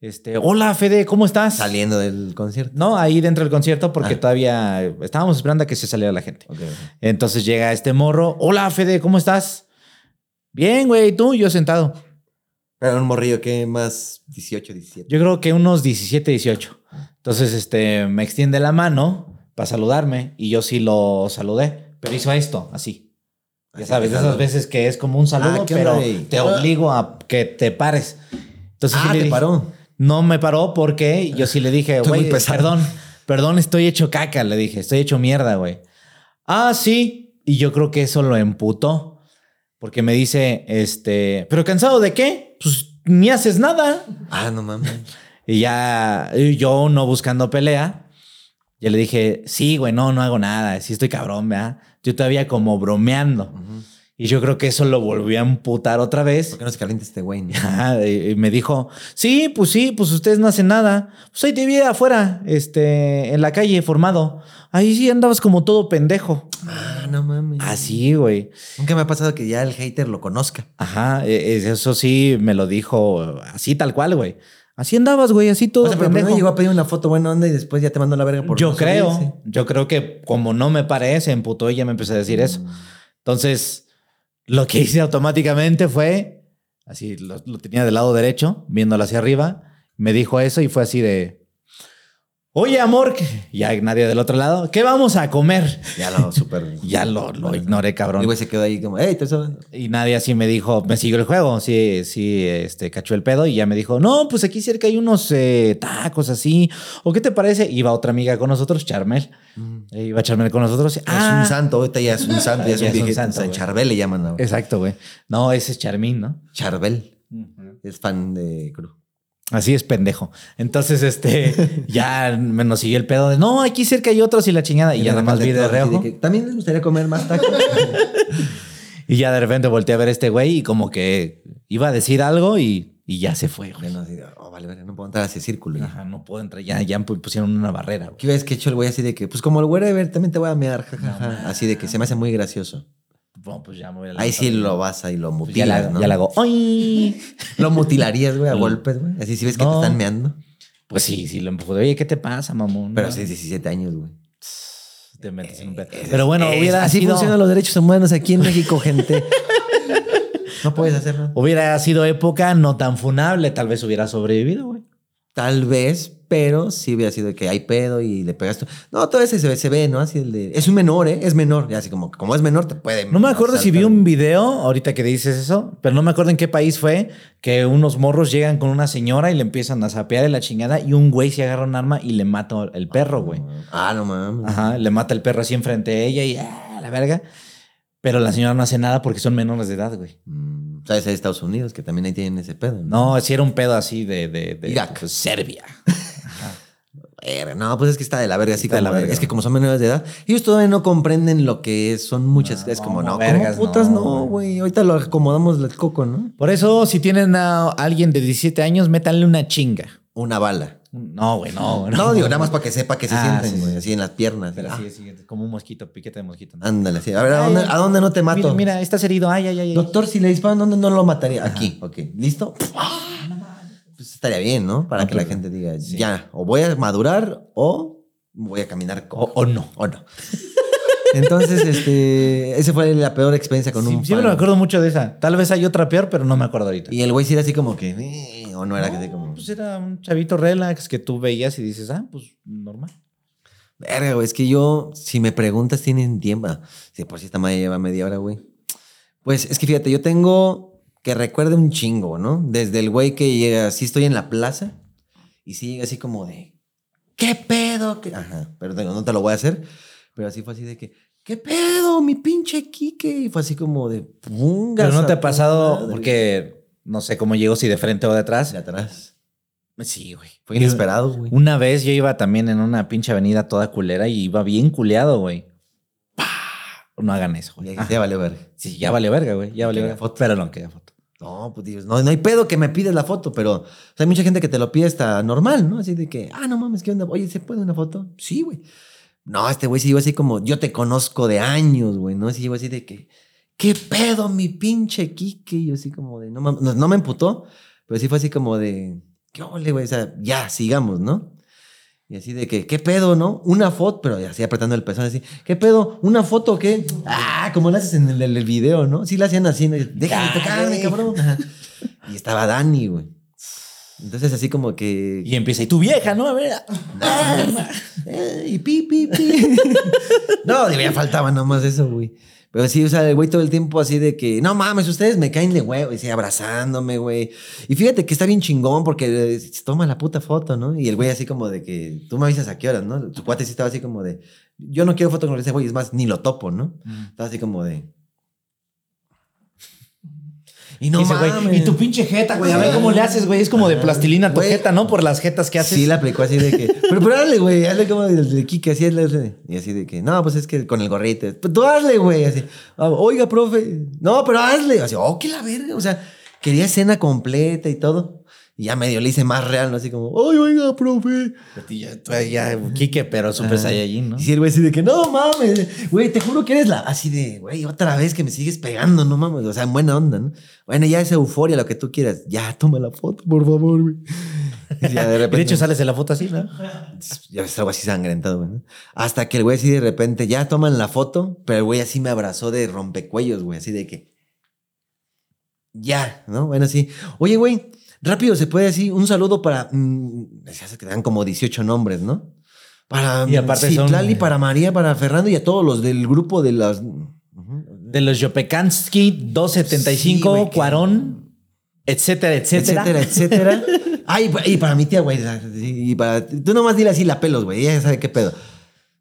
A: Este, hola, Fede, ¿cómo estás?
C: Saliendo del concierto.
A: No, ahí dentro del concierto porque
C: Ah.
A: todavía estábamos esperando a que se saliera la gente.
C: Ok.
A: Entonces llega este morro. Hola, Fede, ¿cómo estás? Bien, güey, ¿y tú? Yo sentado.
C: Pero un morrillo que más 18, 17.
A: Yo creo que unos 17, 18. Entonces, este, me extiende la mano para saludarme y yo sí lo saludé, pero hizo esto, así. Ya
C: Así
A: sabes,
C: que
A: de esas
C: saludo.
A: veces que es como un saludo,
C: Ah, ¿qué onda,
A: pero
C: güey?
A: te obligo a que te pares. Entonces, sí
C: Ah,
A: le
C: te
A: dije-
C: paró.
A: No me paró porque yo sí le dije,
C: Estoy
A: güey,
C: muy pesado".
A: perdón, perdón, estoy hecho caca, le dije, estoy hecho mierda, güey. Ah, sí. Y yo creo que eso lo emputó porque me dice, este, pero cansado de qué? Pues ni haces nada.
C: Ah, no mames.
A: Y ya y yo no buscando pelea. Ya le dije, sí, güey, no, no hago nada. Sí estoy cabrón, ¿verdad? Yo todavía como bromeando.
C: Ujú.
A: Y yo creo que eso lo volvió a emputar otra vez.
C: ¿Por qué no se calienta este güey? no?
A: Ajá, y y me dijo, sí, pues sí, pues ustedes no hacen nada. Pues ahí te vi afuera, este, en la calle, formado. Ahí sí andabas como todo pendejo.
C: Ah, no mames.
A: Así, güey.
C: Nunca me ha pasado que ya el hater lo conozca.
A: Ajá, e- e- eso sí me lo dijo así tal cual, güey. Así andabas, güey, así todo
C: O sea, pero primero
A: pendejo.
C: llegó a pedir una foto buena onda y después ya te mandó la verga por
A: yo
C: no
A: creo,
C: subirse.
A: yo creo que como no me paré, se emputó y ya me empecé a decir eso. Entonces, lo que hice automáticamente fue, así, lo, lo tenía del lado derecho, viéndolo hacia arriba, me dijo eso y fue así de, oye amor, que-" ya nadie del otro lado, ¿qué vamos a comer?
C: Ya
A: [laughs]
C: lo super.
A: Ya lo, lo ignoré,
C: Y
A: cabrón.
C: güey se quedó ahí como, hey, te estás hablando".
A: Y nadie así me dijo, me siguió el juego, sí, sí, este, cachó el pedo y ya me dijo, no, pues aquí cerca hay unos eh, tacos así, o qué te parece? Iba otra amiga con nosotros, Charmel,
C: Mm.
A: Eh, iba Charmel con nosotros.
C: Es
A: "Ah".
C: un santo, ahorita ya es un santo, [laughs] ya es
A: Ya es un
C: un viejito.
A: santo,
C: San
A: güey.
C: Charbel le llaman ahora.
A: Exacto, güey. No, ese es Charmín, ¿no?
C: Charbel. Es fan de Cru.
A: Así es, pendejo. Entonces,
C: [laughs]
A: este, ya me nos siguió el pedo de, no, aquí cerca hay otros y la chingada. Y ya nada más vi de
C: Así
A: reojo.
C: que, También les gustaría comer
A: [laughs]
C: más tacos. [laughs]
A: Y ya de repente volteé a ver a este güey y como que iba a decir algo y, y ya se fue, güey.
C: Bueno, así de, oh, vale, vale, no puedo entrar a ese círculo. ya.
A: Ajá, no puedo entrar. Ya, ya me pusieron una barrera, güey.
C: ¿Qué ves que hecho el güey así de que, pues como el wherever, también te voy a mear, jajaja. así de que se me hace muy gracioso.
A: Bueno, pues ya me voy a la-
C: Ahí sí lo vas y lo
A: Pues ya la,
C: mutilas, ¿no?
A: ya la hago. ¡Ay!
C: Lo mutilarías, güey, a golpes, güey. Así si ves que
A: No.
C: te están meando.
A: Pues sí, sí, lo empujé. Oye, ¿qué te pasa, mamón?
C: Pero
A: No,
C: hace 17 años, güey.
A: Te metes en un pedo. Pero bueno, hubiera
C: así
A: sido.
C: funcionan los derechos humanos aquí en [laughs] México, gente. no puedes hacer nada.
A: Hubiera sido época no tan funable, tal vez hubiera sobrevivido, güey.
C: Tal vez, pero sí hubiera sido que hay pedo y le pegas tú. No, todo eso se ve, se ve, ¿no? Así el de. Es un menor, ¿eh? Es menor. Y así como, como es menor, te puede.
A: No me acuerdo si vi
C: asaltar.
A: un video, ahorita que dices eso, pero no me acuerdo en qué país fue, que unos morros llegan con una señora y le empiezan a sapear de la chingada y un güey se agarra un arma y le mata el perro, güey.
C: Ah, no mames.
A: Ajá, le mata el perro así enfrente de ella y ah, la verga. Pero la señora no hace nada porque son menores de edad, güey.
C: Mm, ¿Sabes? Hay Estados Unidos que también ahí tienen ese pedo.
A: No, si era un pedo así de, de, de
C: Irak.
A: pues, Serbia.
C: Verga, no, pues es que está de la verga, así
A: Está de
C: como-
A: la verga.
C: Es que como son menores de edad, ellos todavía no comprenden lo que es, son muchas.
A: No,
C: es como, no,
A: vergas,
C: como putas,
A: no,
C: no, güey. Ahorita lo acomodamos el coco, ¿no?
A: Por eso, si tienen a alguien de 17 años, métanle una chinga.
C: Una bala.
A: No, güey, no, güey,
C: No, digo, nada más para que sepa que se
A: Ah,
C: sienten,
A: sí,
C: güey,
A: sí.
C: así en las piernas.
A: Pero
C: Ah,
A: sí, sí, como un mosquito, piquete de mosquito. ¿no?
C: Ándale, así. A ver, ¿a
A: Ay,
C: dónde,
A: ay.
C: ¿a dónde no Ah, te mato?
A: Mira, mira, estás herido. Ay, ay, ay. ay.
C: Doctor, si le disparan, ¿dónde no lo mataría? Aquí, ok. ¿Listo? Pues estaría bien, ¿no?
A: Ah,
C: Para que la gente diga, ya, o voy a madurar o voy a caminar
A: O,
C: cojo.
A: o no.
C: O no. Entonces, este, esa fue la peor experiencia con
A: Sí,
C: un
A: siempre
C: fan.
A: me acuerdo mucho de esa. Tal vez hay otra peor, pero no me acuerdo ahorita.
C: Y el güey sí era así como que, "Eh", o no era que así como,
A: Pues era un chavito relax que tú veías y dices, ah, pues normal.
C: verga, güey, es que yo, si me preguntas, tienen tiempo. Si por si esta madre lleva media hora, güey. Pues es que fíjate, yo tengo que recuerde un chingo, ¿no? Desde el güey que llega, sí estoy en la plaza y sí llega así como de, ¿qué pedo? ¿Qué-?" Ajá, pero te- no te lo voy a hacer. Pero así fue así de que, ¿qué pedo? Mi pinche Quique. Y fue así como de, pungas.
A: Pero no te
C: a
A: ha
C: tu
A: pasado
C: madre".
A: porque no sé cómo llego, si de frente o de atrás.
C: De atrás.
A: Sí, güey.
C: Fue inesperado, güey.
A: Una vez yo iba también en una pinche avenida toda culera y iba bien culeado, güey. ¡Pah! No hagan eso,
C: Y
A: güey.
C: dije, "Ya vale, verga.
A: Sí, ya vale verga, güey. Ya vale
C: Queda
A: verga. Pero no queda foto.
C: No, pues Dios, no, no hay pedo que me pides la foto, pero o sea, hay mucha gente que te lo pide hasta normal, ¿no? Así de que, ah, no mames, ¿qué onda? Oye, ¿se puede una foto? Sí, güey. No, este güey sí llegó así como, yo te conozco de años, güey, ¿no? Sí llegó así de que, ¿qué pedo, mi pinche Quique? Y yo así como de, no mames, no, no me emputó, pero sí fue así como de, ¿qué ole, güey? O sea, ya, sigamos, ¿no? Y así de que, ¿qué pedo, no? Una foto, pero así apretando el pezón, así, ¿qué pedo? ¿Una foto o qué? Ah, como la haces en el, el video, ¿no? Sí la hacían así, ¿no? déjame tocarme, cabrón. Ajá. Y estaba Dani, güey. Entonces, así como que.
A: Y empieza, y tu vieja, ¿no? A ver. ah".
C: Eh, y pi, pi, pi. [laughs] no, digo, ya faltaba nomás eso, güey. Pero sí, o sea, el güey todo el tiempo así de que, no mames, ustedes me caen de huevo, y sí, abrazándome, güey. Y fíjate que está bien chingón porque eh, se toma la puta foto, ¿no? Y el güey así como de que, tú me avisas a qué horas, ¿no? Tu cuate sí estaba así como de, yo no quiero foto con ese güey, es más, ni lo topo, ¿no?
A: Mm.
C: Estaba así como de... Y no
A: Dice, güey,
C: mames.
A: y tu pinche jeta, güey. A ver cómo le haces, güey. Es como de plastilina tu
C: Güey.
A: jeta, ¿no? Por las jetas que haces.
C: Sí, la aplicó así de que. Pero, pero dale, güey. Hazle como el de Kike, así hazle, hazle. Y así de que, no, pues es que con el gorrito. Pues tú hazle, güey. Así. "Ah, Oiga, profe. No, pero hazle. Así, oh, que la verga. O sea, quería escena completa y todo. Y ya medio le hice más real, ¿no? Así como, ay, oiga, profe.
A: Y ya- tú ya, Quique, pero Super Saiyajin, ¿no?
C: Y Ah. sí, el güey así de que, no mames, güey, te juro que eres la. Así de, güey, otra vez que me sigues pegando, no mames. O sea, en buena onda, ¿no? Bueno, ya esa euforia, lo que tú quieras. Ya, toma la foto, por favor, güey. [laughs] Y
A: [laughs]
C: ya de
A: De
C: repente-
A: hecho, sales de la foto así, ¿no?
C: ya ves algo así sangrentado, güey. ¿no? Hasta que el güey así de repente ya toman la foto, pero el güey así me abrazó de rompecuellos, güey, así de que. Ya, ¿no? Bueno, así. Oye, güey, rápido se puede así un saludo para. mm, se hace que dan como 18 nombres, ¿no? Para
A: Y aparte son- eh,
C: Citlali, para María, para Fernando y a todos los del grupo de las. Ujú.
A: De los Yopekansky, 275,
C: Sí, güey, que-
A: Cuarón, etcétera, etcétera.
C: etcétera, etcétera. Ay, pa- y para mi tía, güey. la- Y para. Tú nomás dile así la pelos, güey. Ella sabe qué pedo.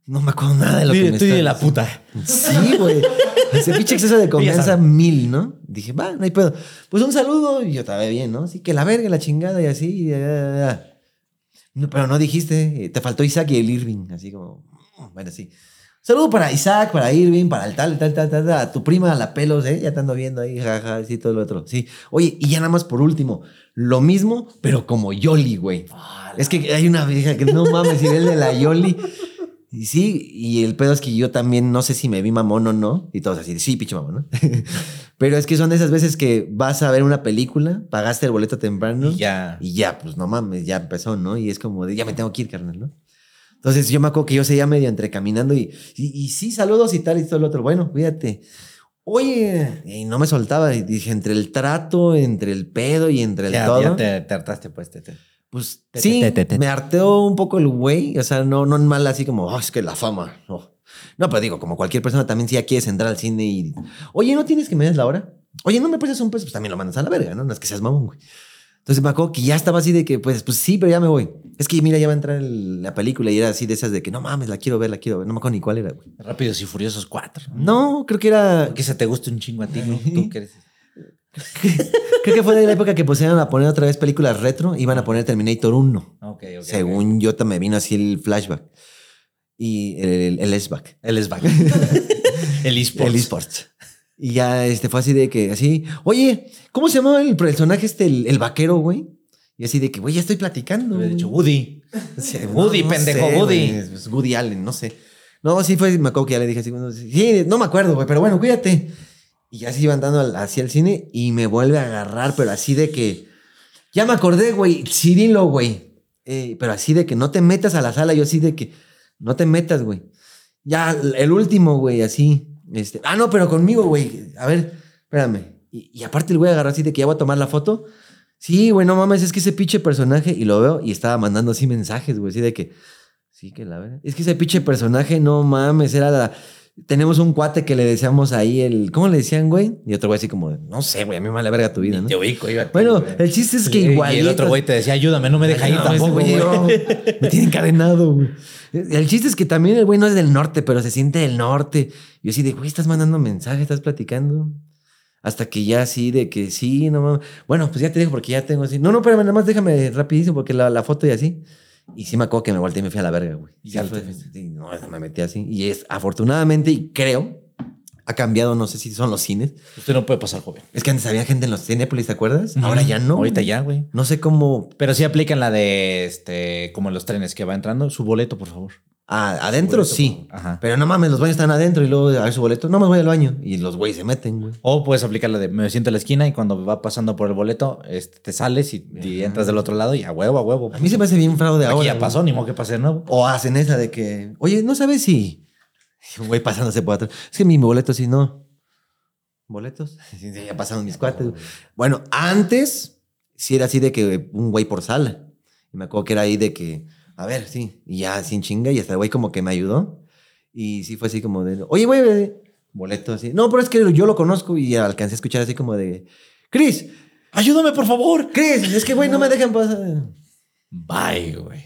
C: No me acuerdo nada de lo
A: Dile-
C: que me
A: tú
C: está
A: dile la
C: diciendo.
A: puta.
C: Sí, güey. Ese pinche exceso de confianza
A: sabe.
C: mil, ¿no? Dije, va, no hay pedo. Pues un saludo y yo estaba bien, ¿no? Así que la verga, la chingada y así. y, ya, ya, ya. No, pero no dijiste, eh, te faltó Isaac y el Irving, así como, mm, bueno, sí. Saludo para Isaac, para Irving, para el tal, tal, tal, tal, tal, a tu prima, a la pelos, ¿eh? Ya te ando viendo ahí, jaja, sí, todo lo otro. Sí. Oye, y ya nada más por último, lo mismo, pero como Yoli, güey. Es que hay una vieja que no mames, y el de la Yoli. Y sí, y el pedo es que yo también no sé si me vi mamón o no. Y todos así, de, sí, pinche mamón, ¿no? [laughs] Pero es que son de esas veces que vas a ver una película, pagaste el boleto temprano
A: Y ya.
C: y ya, pues no mames, ya empezó, ¿no? Y es como de, ya me tengo que ir, carnal, ¿no? Entonces yo me acuerdo que yo seguía medio entre caminando y, y, y sí, saludos y tal y todo lo otro. Bueno, cuídate. Oye, y no me soltaba. Y dije, entre el trato, entre el pedo y entre el
A: Ya,
C: todo.
A: ya te, te hartaste, pues. te- te-
C: Pues
A: Te-
C: sí,
A: te- te- te-
C: me harteó un poco el güey. O sea, no, no en mal así como, "Ah, es que la fama. No. no, pero digo, como cualquier persona también si ya quieres entrar al cine y... Oye, ¿no tienes que me des la hora? Oye, ¿no me prestas un peso? Pues también lo mandas a la verga, ¿no? No es que seas mamón, güey. Entonces me acuerdo que ya estaba así de que, pues, pues sí, pero ya me voy. Es que mira, ya va a entrar el- la película y era así de esas de que, no mames, la quiero ver, la quiero ver. No me acuerdo ni cuál era, güey.
A: Rápidos y Furiosos 4.
C: No, creo que era...
A: Que se te guste un chingo a ti, ¿no? Tú que eres-
C: Creo que fue de la época que pusieron a poner otra vez películas retro. Iban a poner Terminator 1.
A: Ok, ok, ok.
C: Según yo, también vino así el flashback. Y el, el, el S-back.
A: Él es
C: [laughs]
A: back. El eSports.
C: El eSports. Y ya este, fue así de que, así, oye, ¿cómo se llamaba el personaje este, el, el vaquero, güey? Y así de que, güey, ya estoy platicando.
A: Hubiera
C: güey.
A: dicho Woody. [laughs]
C: Sí,
A: Woody, pendejo,
C: sé,
A: Woody.
C: güey, es Woody Allen, no sé. No, sí fue, me acuerdo que ya le dije así, bueno, sí, no me acuerdo, güey, pero bueno, cuídate. Y ya se iba andando al- hacia el cine y me vuelve a agarrar, pero así de que, ya me acordé, güey, Cirilo, güey. Eh, pero así de que no te metas a la sala, yo así de que, no te metas, güey. Ya, el último, güey, así. Este, ah, no, pero conmigo, güey. A ver, espérame. Y, y aparte el güey agarró así de que ya voy a tomar la foto. Sí, güey, no mames, es que ese pinche personaje, y lo veo, y estaba mandando así mensajes, güey, así de que, sí, que la verdad. Es que ese pinche personaje, no mames, era la. Tenemos un cuate que le decíamos ahí el. ¿Cómo le decían, güey? Y otro güey así como, no sé, güey, a mí me vale verga tu vida, ¿no?
A: Te ubico, iba a ti,
C: Bueno,
A: güey.
C: el chiste es que
A: Y-
C: igual.
A: Y el otro güey te decía, ayúdame, no me deja ir
C: No,
A: tampoco,
C: ese
A: güey. [laughs]
C: no. me tiene encadenado, güey. El chiste es que también el güey no es del norte, pero se siente del norte. Yo así de, güey, estás mandando mensajes, estás platicando. Hasta que ya así de que sí, no mames. Bueno, pues ya te dejo porque ya tengo así. No, no, espérame, nada más déjame rapidísimo porque la, la foto y así. Y sí me acuerdo que me volteé y me fui a la verga, güey.
A: Y
C: Y
A: ya te
C: ya fue,
A: fuiste.
C: sí, no, me metí así. Y es, afortunadamente, y creo, ha cambiado, no sé si son los cines.
A: Usted no puede pasar, joven.
C: Es que antes había gente en los Cinépolis, ¿te acuerdas? Ahora ya no.
A: Ahorita
C: güey.
A: ya, güey.
C: No sé cómo
A: Pero sí aplican la de, este, como en los trenes que va entrando, su boleto, por favor.
C: Ah, adentro
A: Boleto,
C: sí.
A: por favor. Ajá.
C: Pero no mames, los baños están adentro y luego a ver su boleto. No me voy al baño. Y los güeyes se meten, güey.
A: O puedes aplicar la de me siento en la esquina y cuando va pasando por el boleto, este, te sales y, y entras del otro lado y a huevo, a huevo.
C: A mí se me hace bien fraude
A: Aquí
C: ahora.
A: ya
C: güey.
A: pasó, ni modo que pase de nuevo.
C: O hacen esa de que, oye, no sabes si. Y Un güey pasándose por atrás. Es que mi boleto sí no. ¿Boletos? [laughs] Sí, sí, ya pasaron mis cuates. güey. Bueno, antes sí era así de que un güey por sala. Y me acuerdo que era ahí de que, a ver, sí. Y ya sin chinga. Y hasta el güey como que me ayudó. Y sí fue así como de, oye, güey, eh, boleto así. No, pero es que yo lo conozco y alcancé a escuchar así como de, Cris,
A: Ayúdame, por favor.
C: Cris, es que güey, no me dejan pasar.
A: Bye, güey.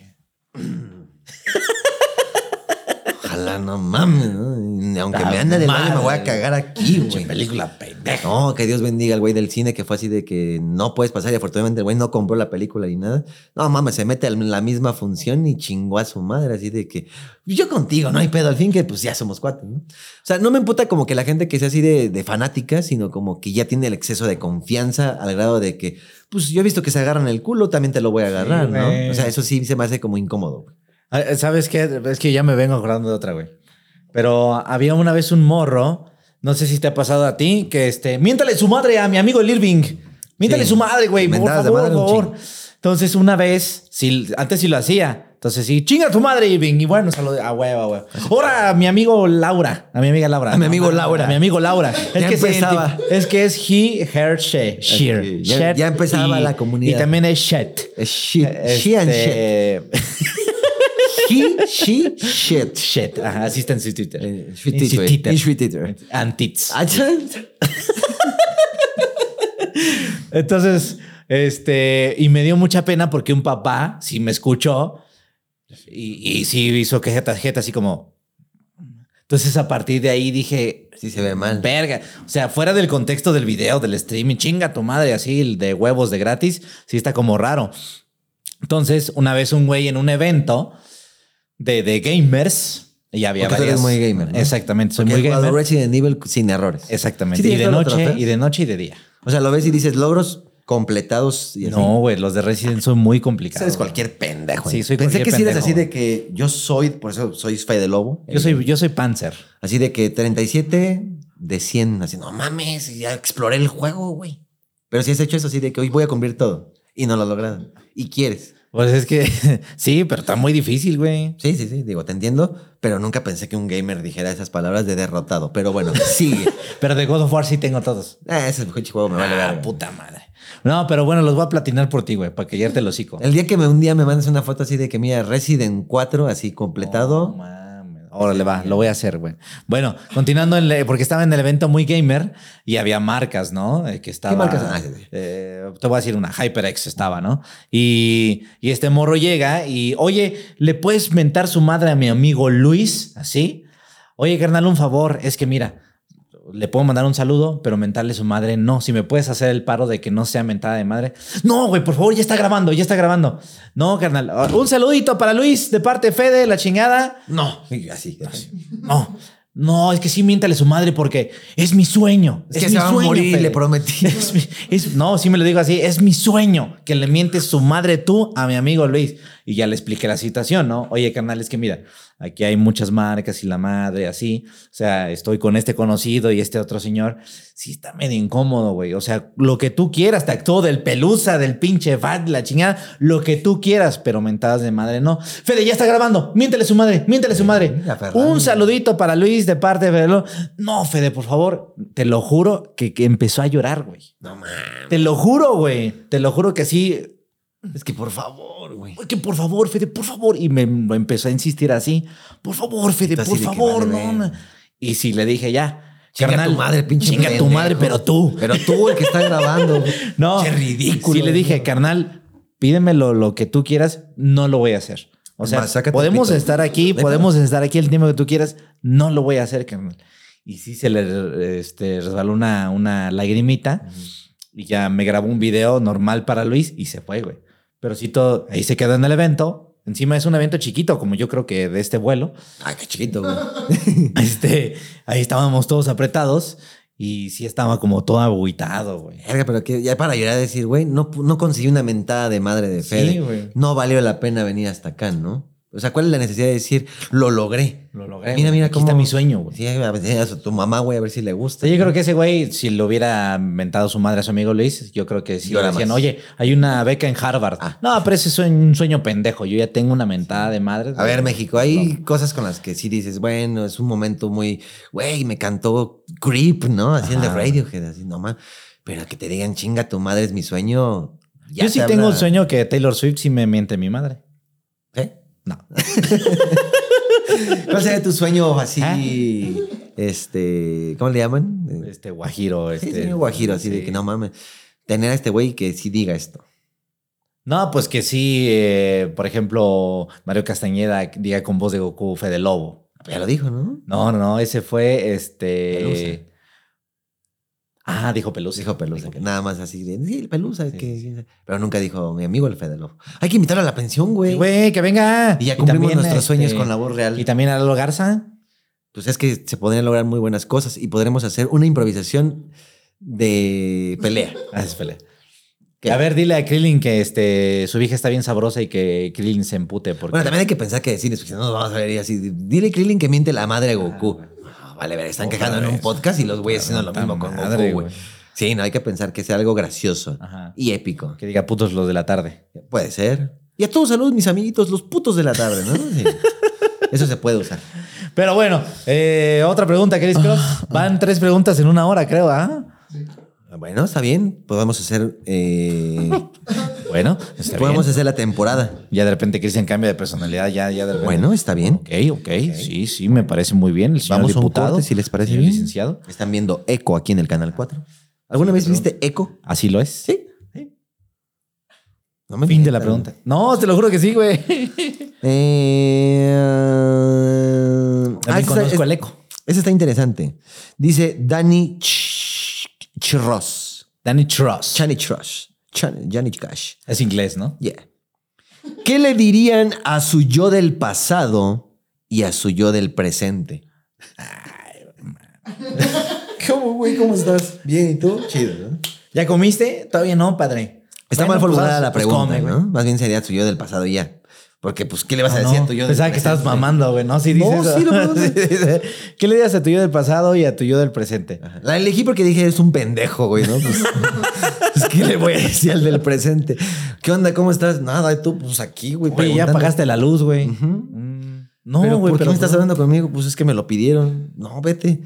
C: Ojalá no mames, ¿no? Ni Aunque
A: La
C: me ande del baño, me
A: madre.
C: voy a cagar aquí, güey.
A: película pendeja.
C: No, que Dios bendiga al güey del cine que fue así de que no puedes pasar y afortunadamente el güey no compró la película ni nada. No mames, se mete en la misma función y chingó a su madre, así de que yo contigo, no hay pedo, al fin que pues ya somos cuatro, ¿no? O sea, no me emputa como que la gente que sea así de, de fanática, sino como que ya tiene el exceso de confianza al grado de que, pues yo he visto que se agarran el culo, también te lo voy a agarrar,
A: güey.
C: ¿no? O sea, eso sí se me hace como incómodo, güey.
A: Ah, ¿Sabes qué? Es que ya me vengo acordando de otra, güey. Pero había una vez un morro, no sé si te ha pasado a ti, que este, miéntale su madre a mi amigo el Irving. Miéntale
C: Sí.
A: su madre, güey, por
C: Mentadas de
A: favor, por
C: madre, un
A: favor.
C: chingo.
A: Entonces, una vez, sí, antes sí lo hacía. Entonces, sí, chinga tu madre, Irving. Y bueno, saludos a huevo, a huevo. Ahora, a mi amigo Laura. A mi amiga Laura.
C: A mi amigo Laura.
A: A mi amigo
C: [laughs]
A: Laura. Es
C: Ya
A: que, se
C: empezaba.
A: identi- es que es he, her, she. sheer.
C: que ya-
A: Shet
C: ya empezaba
A: y-
C: la comunidad.
A: Y también es shet.
C: Es shit, she and shit.
A: Este,
C: He, she, shit.
A: Shit, ajá, así está en su Twitter.
C: Eh, en su
A: En su
C: Twitter.
A: Twitter.
C: En su Twitter. Ah.
A: And tits.
C: Achán.
A: Entonces, este, y me dio mucha pena porque un papá sí me escuchó y, y sí hizo que jeta, jeta, así como, Entonces, a partir de ahí dije,
C: Sí se ve mal.
A: verga. O sea, fuera del contexto del video, del streaming, chinga tu madre, así el de huevos de gratis, sí está como raro. Entonces, una vez un güey en un evento de, de gamers, y había
C: Porque tú eres
A: varias-
C: muy gamer, ¿no?
A: Exactamente, soy
C: Porque
A: muy
C: he jugado
A: gamer.
C: Resident Evil sin errores.
A: Exactamente.
C: ¿Sí tiene
A: y de
C: todos los
A: noche,
C: trofeos?
A: y de noche y de día.
C: O sea, lo ves y dices logros completados y así.
A: No, güey, los de Resident son muy complicados.
C: Sabes cualquier pendejo.
A: Sí, soy
C: Pensé
A: cualquier
C: que si eras
A: pendejo.
C: así de que yo soy, por eso soy fe de lobo. Eh,
A: Yo soy, yo soy Panzer.
C: Así de que 37 de 100. Así, no mames, ya exploré el juego, güey. Pero si has hecho eso así de que hoy voy a cumplir todo y no lo has logrado. Y quieres.
A: Pues es que [laughs] sí, pero está muy difícil, güey.
C: Sí, sí, sí, digo, te entiendo, pero nunca pensé que un gamer dijera esas palabras de derrotado. Pero bueno, [laughs] sigue.
A: Pero de God of War sí tengo todos.
C: Ah, ese pinche juego me vale
A: Ah,
C: verga.
A: puta madre. No, pero bueno, los voy a platinar por ti, güey, para que ya te lo hocico.
C: El día que me, un día me mandes una foto así de que mira, Resident 4 así
A: No
C: completado.
A: mames. Órale, va, lo voy a hacer, güey. Bueno, continuando, en la- porque estaba en el evento muy gamer y había marcas, ¿no? Eh, Que estaba,
C: marcas? Ah, sí, sí.
A: eh, te voy a decir una, HyperX estaba, ¿no? Y, y este morro llega y, oye, ¿le puedes mentar su madre a mi amigo Luis? Así. Oye, carnal, un favor, es que mira, le puedo mandar un saludo, pero mentarle su madre, no. Si me puedes hacer el paro de que no sea mentada de madre. No, güey, por favor, ya está grabando, ya está grabando. No, carnal. ah, Un saludito para Luis de parte de Fede, la chingada. Ah,
C: No. Y Así. así.
A: No, no, es que sí miéntale su madre porque es mi sueño.
C: Es que
A: mi
C: se va a
A: sueño,
C: morir,
A: Fede.
C: le
A: [laughs]
C: prometí.
A: Es mi- es- no, sí me lo digo así, es mi sueño que le mientes su madre tú a mi amigo Luis. Y ya le expliqué la situación, ¿no? Oye, carnal, es que mira, aquí hay muchas marcas y la madre, así. O sea, estoy con este conocido y este otro señor. Sí, está medio incómodo, güey. O sea, lo que tú quieras, te actuó del pelusa, del pinche fat, la chingada, lo que tú quieras, pero mentadas de madre, no. Fede, ya está grabando, miéntele su madre, miéntele su madre.
C: Mira, Fernando.
A: Un saludito para Luis de parte de Fede. No, Fede, por favor, te lo juro que, que empezó a llorar, güey.
C: No mames.
A: Te lo juro, güey. Te lo juro que sí.
C: Es que por favor, güey.
A: Oye, Que por favor, Fede, por favor. Y me, me empezó a insistir así. Por favor, Fede,
C: Así
A: por
C: de que
A: favor,
C: vale
A: no,
C: verga.
A: no. Y si le dije ya.
C: Chinga
A: carnal,
C: tu madre, pinche
A: Chinga tu
C: pendejo.
A: madre, pero tú.
C: Pero tú, el que está grabando.
A: [laughs]
C: güey.
A: No.
C: Qué ridículo.
A: Sí le dije, carnal, pídeme lo, lo que tú quieras, no lo voy a hacer. O sea,
C: Va, sácate el
A: podemos
C: pito.
A: estar aquí,
C: Neta.
A: podemos estar aquí el tiempo que tú quieras, no lo voy a hacer, carnal. Y sí se le este, resbaló una, una lagrimita y ya me grabó un video normal para Luis y se fue, güey. Pero sí todo, ahí se quedó en el evento. Encima es un evento chiquito, como yo creo que de este
C: [laughs]
A: vuelo.
C: Ay, qué chiquito, güey.
A: Este, ahí estábamos todos apretados y sí estaba como todo aguitado, güey.
C: Verga, pero que ya para llorar decir, güey, no, pu- no conseguí una mentada de madre de Fede.
A: güey.
C: No valió la pena venir hasta acá, ¿no? O sea, ¿cuál es la necesidad de decir, lo logré?
A: Lo logré.
C: Mira,
A: güey.
C: mira
A: Aquí
C: cómo-
A: está mi sueño, güey.
C: Sí, a ver, a su- tu mamá, güey, a ver si le gusta.
A: Sí, Yo creo que ese güey, si lo hubiera mentado su madre a su amigo Luis, yo creo que si le
C: Llora
A: decían,
C: más.
A: oye, hay una beca en Harvard.
C: Ah.
A: No, pero ese es un sueño pendejo. Yo ya tengo una mentada de madre.
C: A ver, México, hay
A: No.
C: cosas con las que sí dices, bueno, es un momento muy, güey, me cantó Creep, ¿no? Así el de
A: Ajá.
C: Radiohead, así nomás. Pero que te digan, chinga, tu madre es mi sueño. ya
A: Yo sí
C: te
A: tengo
C: habla-
A: un sueño que Taylor Swift sí me miente mi madre.
C: ¿Eh?
A: No.
C: [laughs] ¿Cuál sería tu sueño así,
A: Ah.
C: este, ¿cómo le llaman? Eh,
A: Este guajiro,
C: Sí,
A: este.
C: señor Guajiro, así de
A: sí.
C: que no mames. Tener a este güey que sí diga esto.
A: No, pues que sí, eh, por ejemplo, Mario Castañeda diga con voz de Goku, Fede Lobo.
C: Ya lo dijo, ¿no?
A: No, no, no, ese fue este.
C: Pelusa.
A: Ah, dijo Pelusa.
C: Pues Dijo Pelusa, que nada más así de, sí, el Pelusa, es
A: Sí,
C: que...
A: sí,
C: Pero nunca dijo mi amigo el Fede Lobo. Hay que invitarlo a la pensión, güey.
A: Güey, que venga.
C: y ya cumplimos
A: también,
C: nuestros sueños
A: este,
C: con la voz real.
A: Y también a Lalo Garza.
C: pues es que se podrían lograr muy buenas cosas y podremos hacer una improvisación de pelea.
A: Ah, es pelea.
C: ¿Qué?
A: A ver, dile a Krillin que este, su vieja está bien sabrosa y que Krillin se empute. Porque...
C: Bueno, también hay que pensar que decirles, porque si no nos vamos a ver y así. Dile Krillin que miente la madre a Goku. Ah, vale, ver, están
A: Otra
C: quejando en un
A: vez.
C: podcast y los güeyes haciendo lo
A: Ah, Puta
C: mismo con
A: madre,
C: Goku, güey.
A: güey. Ah.
C: Sí, no, hay que pensar que sea algo gracioso
A: Ajá.
C: y épico.
A: Que diga putos los de la tarde.
C: Puede ser. Y a todos saludos, mis amiguitos, los putos de la tarde, ¿no? Sí.
A: [laughs]
C: Eso se puede usar.
A: Pero bueno, eh, otra pregunta, Chris
C: Ah.
A: Cross. Van tres preguntas en una hora, creo, ¿ah?
C: Bueno, está bien. Podemos hacer. eh,
A: Bueno, está
C: podemos
A: bien.
C: hacer la temporada.
A: Ya de repente Cristian cambia de personalidad, ya, ya de repente.
C: Bueno, está bien.
A: Ok, ok, sí, sí, me parece muy bien. El señor
C: Vamos a un
A: diputado,
C: corte, si les parece
A: señor
C: bien.
A: licenciado,
C: Están viendo Eco aquí en el canal 4. ¿Alguna vez viste Eco?
A: así lo es.
C: Sí. No me
A: Fin de la
C: mientan.
A: pregunta. No, te lo juro que sí, güey.
C: Eh, Ah,
A: También
C: esa-
A: conozco
C: es-
A: al Eco.
C: Ese está interesante. Dice Dani Ch- Chirros.
A: Danny Truss.
C: Chani Chirros. Chan- Jani Cash.
A: Es inglés, ¿no?
C: Yeah. ¿Qué le dirían a su yo del pasado y a su yo del presente?
A: [laughs]
C: ¿Cómo, güey? ¿Cómo estás? Bien, ¿y tú? Chido, ¿no?
A: ¿Ya comiste? Todavía no, padre.
C: Está
A: Bueno,
C: mal formulada
A: pues,
C: la
A: pues,
C: pregunta,
A: come, güey. Ah,
C: ¿no? Más bien sería tu yo del pasado y ya. Porque, pues, ¿qué le vas a
A: No,
C: decir a tu yo del
A: Pensaba que estabas
C: presente?
A: mamando, güey, ¿no? Si
C: No,
A: dices eso.
C: sí,
A: [laughs]
C: lo pregunté.
A: Sí, dice, ¿Qué le dirías a tu yo del pasado y a tu yo del presente?
C: La elegí porque dije, eres un pendejo, güey, ¿no?
A: [laughs]
C: Pues, pues, ¿qué le voy a decir al del presente? ¿Qué onda? ¿Cómo estás? Nada, y tú, pues aquí, güey.
A: Oye, ya
C: preguntando.
A: pagaste la luz, güey.
C: Ujú.
A: Mm, No,
C: pero,
A: güey,
C: ¿por qué
A: pero
C: no estás hablando conmigo? Pues es que me lo pidieron. No, vete.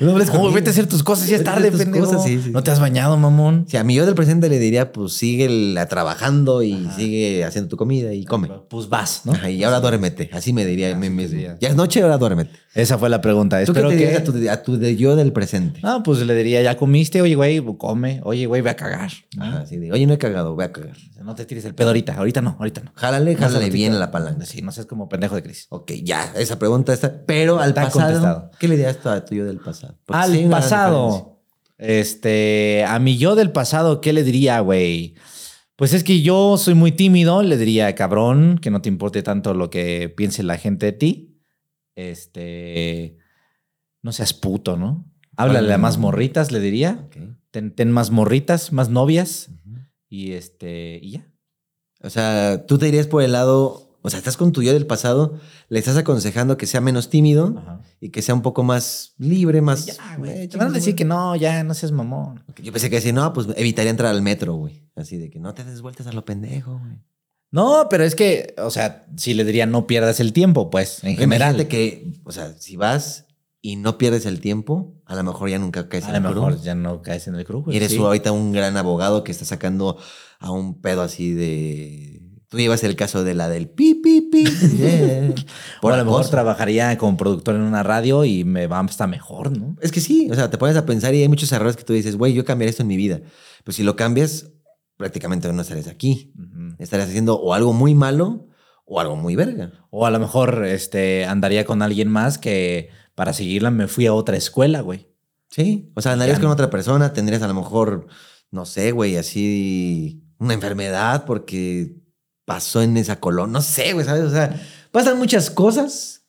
C: no hables
A: No,
C: conmigo.
A: vete a hacer tus cosas, ya es
C: Vete a
A: tarde,
C: hacer tus
A: pendejo.
C: cosas, sí, sí.
A: No te has bañado, mamón.
C: Si a mi yo del presente le diría, pues sigue la- trabajando y sigue haciendo tu comida y come.
A: Pues vas, ¿no?
C: Ajá, y ahora duérmete. Así me diría a mí mismo.
A: diría.
C: Ya es noche, ahora duérmete.
A: Esa fue la pregunta.
C: ¿Tú qué
A: Espero
C: te dirías a
A: que.
C: tu, a tu de yo del presente?
A: No, pues le diría, ya comiste, oye, güey, come, oye, güey, ve a cagar.
C: Ajá, así de, oye, no he cagado, voy a cagar.
A: No te tires el pedo ahorita, ahorita no, ahorita no.
C: Jálale,
A: Más
C: jálale
A: ratito.
C: bien a la palanca.
A: Sí, no seas como pendejo de Cris.
C: Ok, ya, esa pregunta está. Pero al
A: Está
C: pasado.
A: contestado.
C: ¿Qué le dirías tú a tu yo del pasado? Porque
A: Al
C: sí hay una diferencia.
A: pasado. Este, a mi yo del pasado, ¿qué le diría, güey? Pues es que yo soy muy tímido, le diría, cabrón, que no te importe tanto lo que piense la gente de ti. Este, no seas puto, ¿no? Háblale a más morritas, le diría.
C: Ok.
A: Ten, ten más morritas, más novias.
C: Ujú.
A: Y este, y ya.
C: O sea, tú te irías por el lado. O sea, estás con tu yo del pasado, le estás aconsejando que sea menos tímido y que sea un poco más libre, más.
A: Ya, güey.
C: Eh,
A: Te van a decir
C: chingas,
A: que no, ya, no seas mamón.
C: güey. Yo pensé que decir, no, pues evitaría entrar al metro, güey. Así de que no te des vueltas a lo pendejo, güey.
A: No, pero es que, o sea, sí le diría no pierdas el tiempo, pues, en general.
C: Imagínate que, o sea, si vas y no pierdes el tiempo, a lo mejor ya nunca caes
A: A
C: en
A: lo
C: el
A: mejor pues
C: crudo.
A: ya Ah, no caes en el cruz.
C: Y eres
A: [laughs]
C: ahorita un gran abogado que está sacando a un pedo así de. Tú llevas el caso de la del pi, pi, pi. [laughs] yeah.
A: Por a lo mejor
C: acoso.
A: trabajaría como productor en una radio y me va hasta mejor, ¿no?
C: Es que sí, o sea, te pones a pensar y hay muchos errores que tú dices, güey, yo cambiaré esto en mi vida. Pues si lo cambias, prácticamente no estarías aquí.
A: Ujú.
C: Estarías haciendo o algo muy malo o algo muy verga.
A: O a lo mejor este, andaría con alguien más que para seguirla me fui a otra escuela, güey.
C: Sí. O sea, andarías
A: Ya.
C: con otra persona, tendrías a lo mejor, no sé, güey, así una enfermedad porque pasó en esa colonia. No sé, güey, ¿sabes? O sea, pasan muchas cosas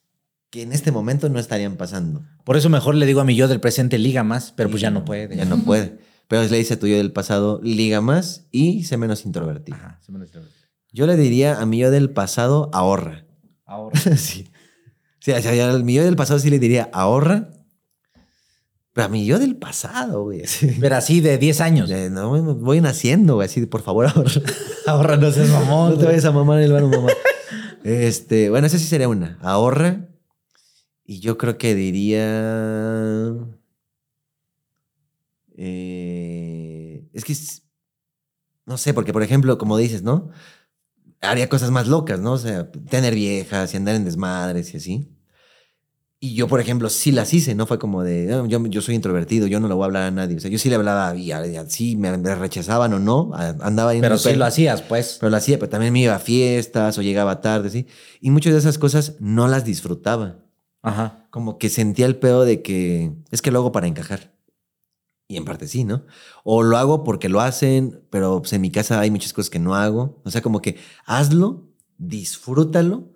C: que en este momento no estarían pasando.
A: Por eso mejor le digo a mi yo del presente liga más, pero pues ya no puede.
C: Ya no puede. Pero le dice a tu yo del pasado, liga más y sé menos introvertido.
A: Ajá, sí me lo creo.
C: Yo le diría a mi yo del pasado, ahorra. [laughs]
A: Ahora.
C: sí. Sí, o sea, yo al mi yo del pasado sí le diría, ahorra. Pero a mi yo del pasado, güey. así.
A: [laughs] Pero así de 10 años.
C: Eh, No, güey, voy naciendo, güey. Así, de, por favor, ahorra.
A: [laughs] Ahora no seas mamón.
C: No te
A: güey.
C: vayas a mamar el barro, mamá. [laughs] Este, bueno, esa sí sería una. Ahorra. Y yo creo que diría. eh, es que. es- No sé, porque por ejemplo, como dices, ¿no? Haría cosas más locas, ¿no? O sea, tener viejas y andar en desmadres y así. Y yo, por ejemplo, sí las hice, ¿no? Fue como de, "Ah, yo, yo soy introvertido, yo no le voy a hablar a nadie. O sea, yo sí le hablaba y así me, me rechazaban o no. a- Andaba en
A: Pero
C: un
A: sí
C: pe-
A: lo hacías, pues.
C: pero la hacía, pero también me iba a fiestas o llegaba tarde, ¿sí? Y muchas de esas cosas no las disfrutaba.
A: Ajá.
C: Como que sentía el pedo de que es que lo hago para encajar. Y en parte sí, ¿no? O lo hago porque lo hacen, pero pues, en mi casa hay muchas cosas que no hago. O sea, como que hazlo, disfrútalo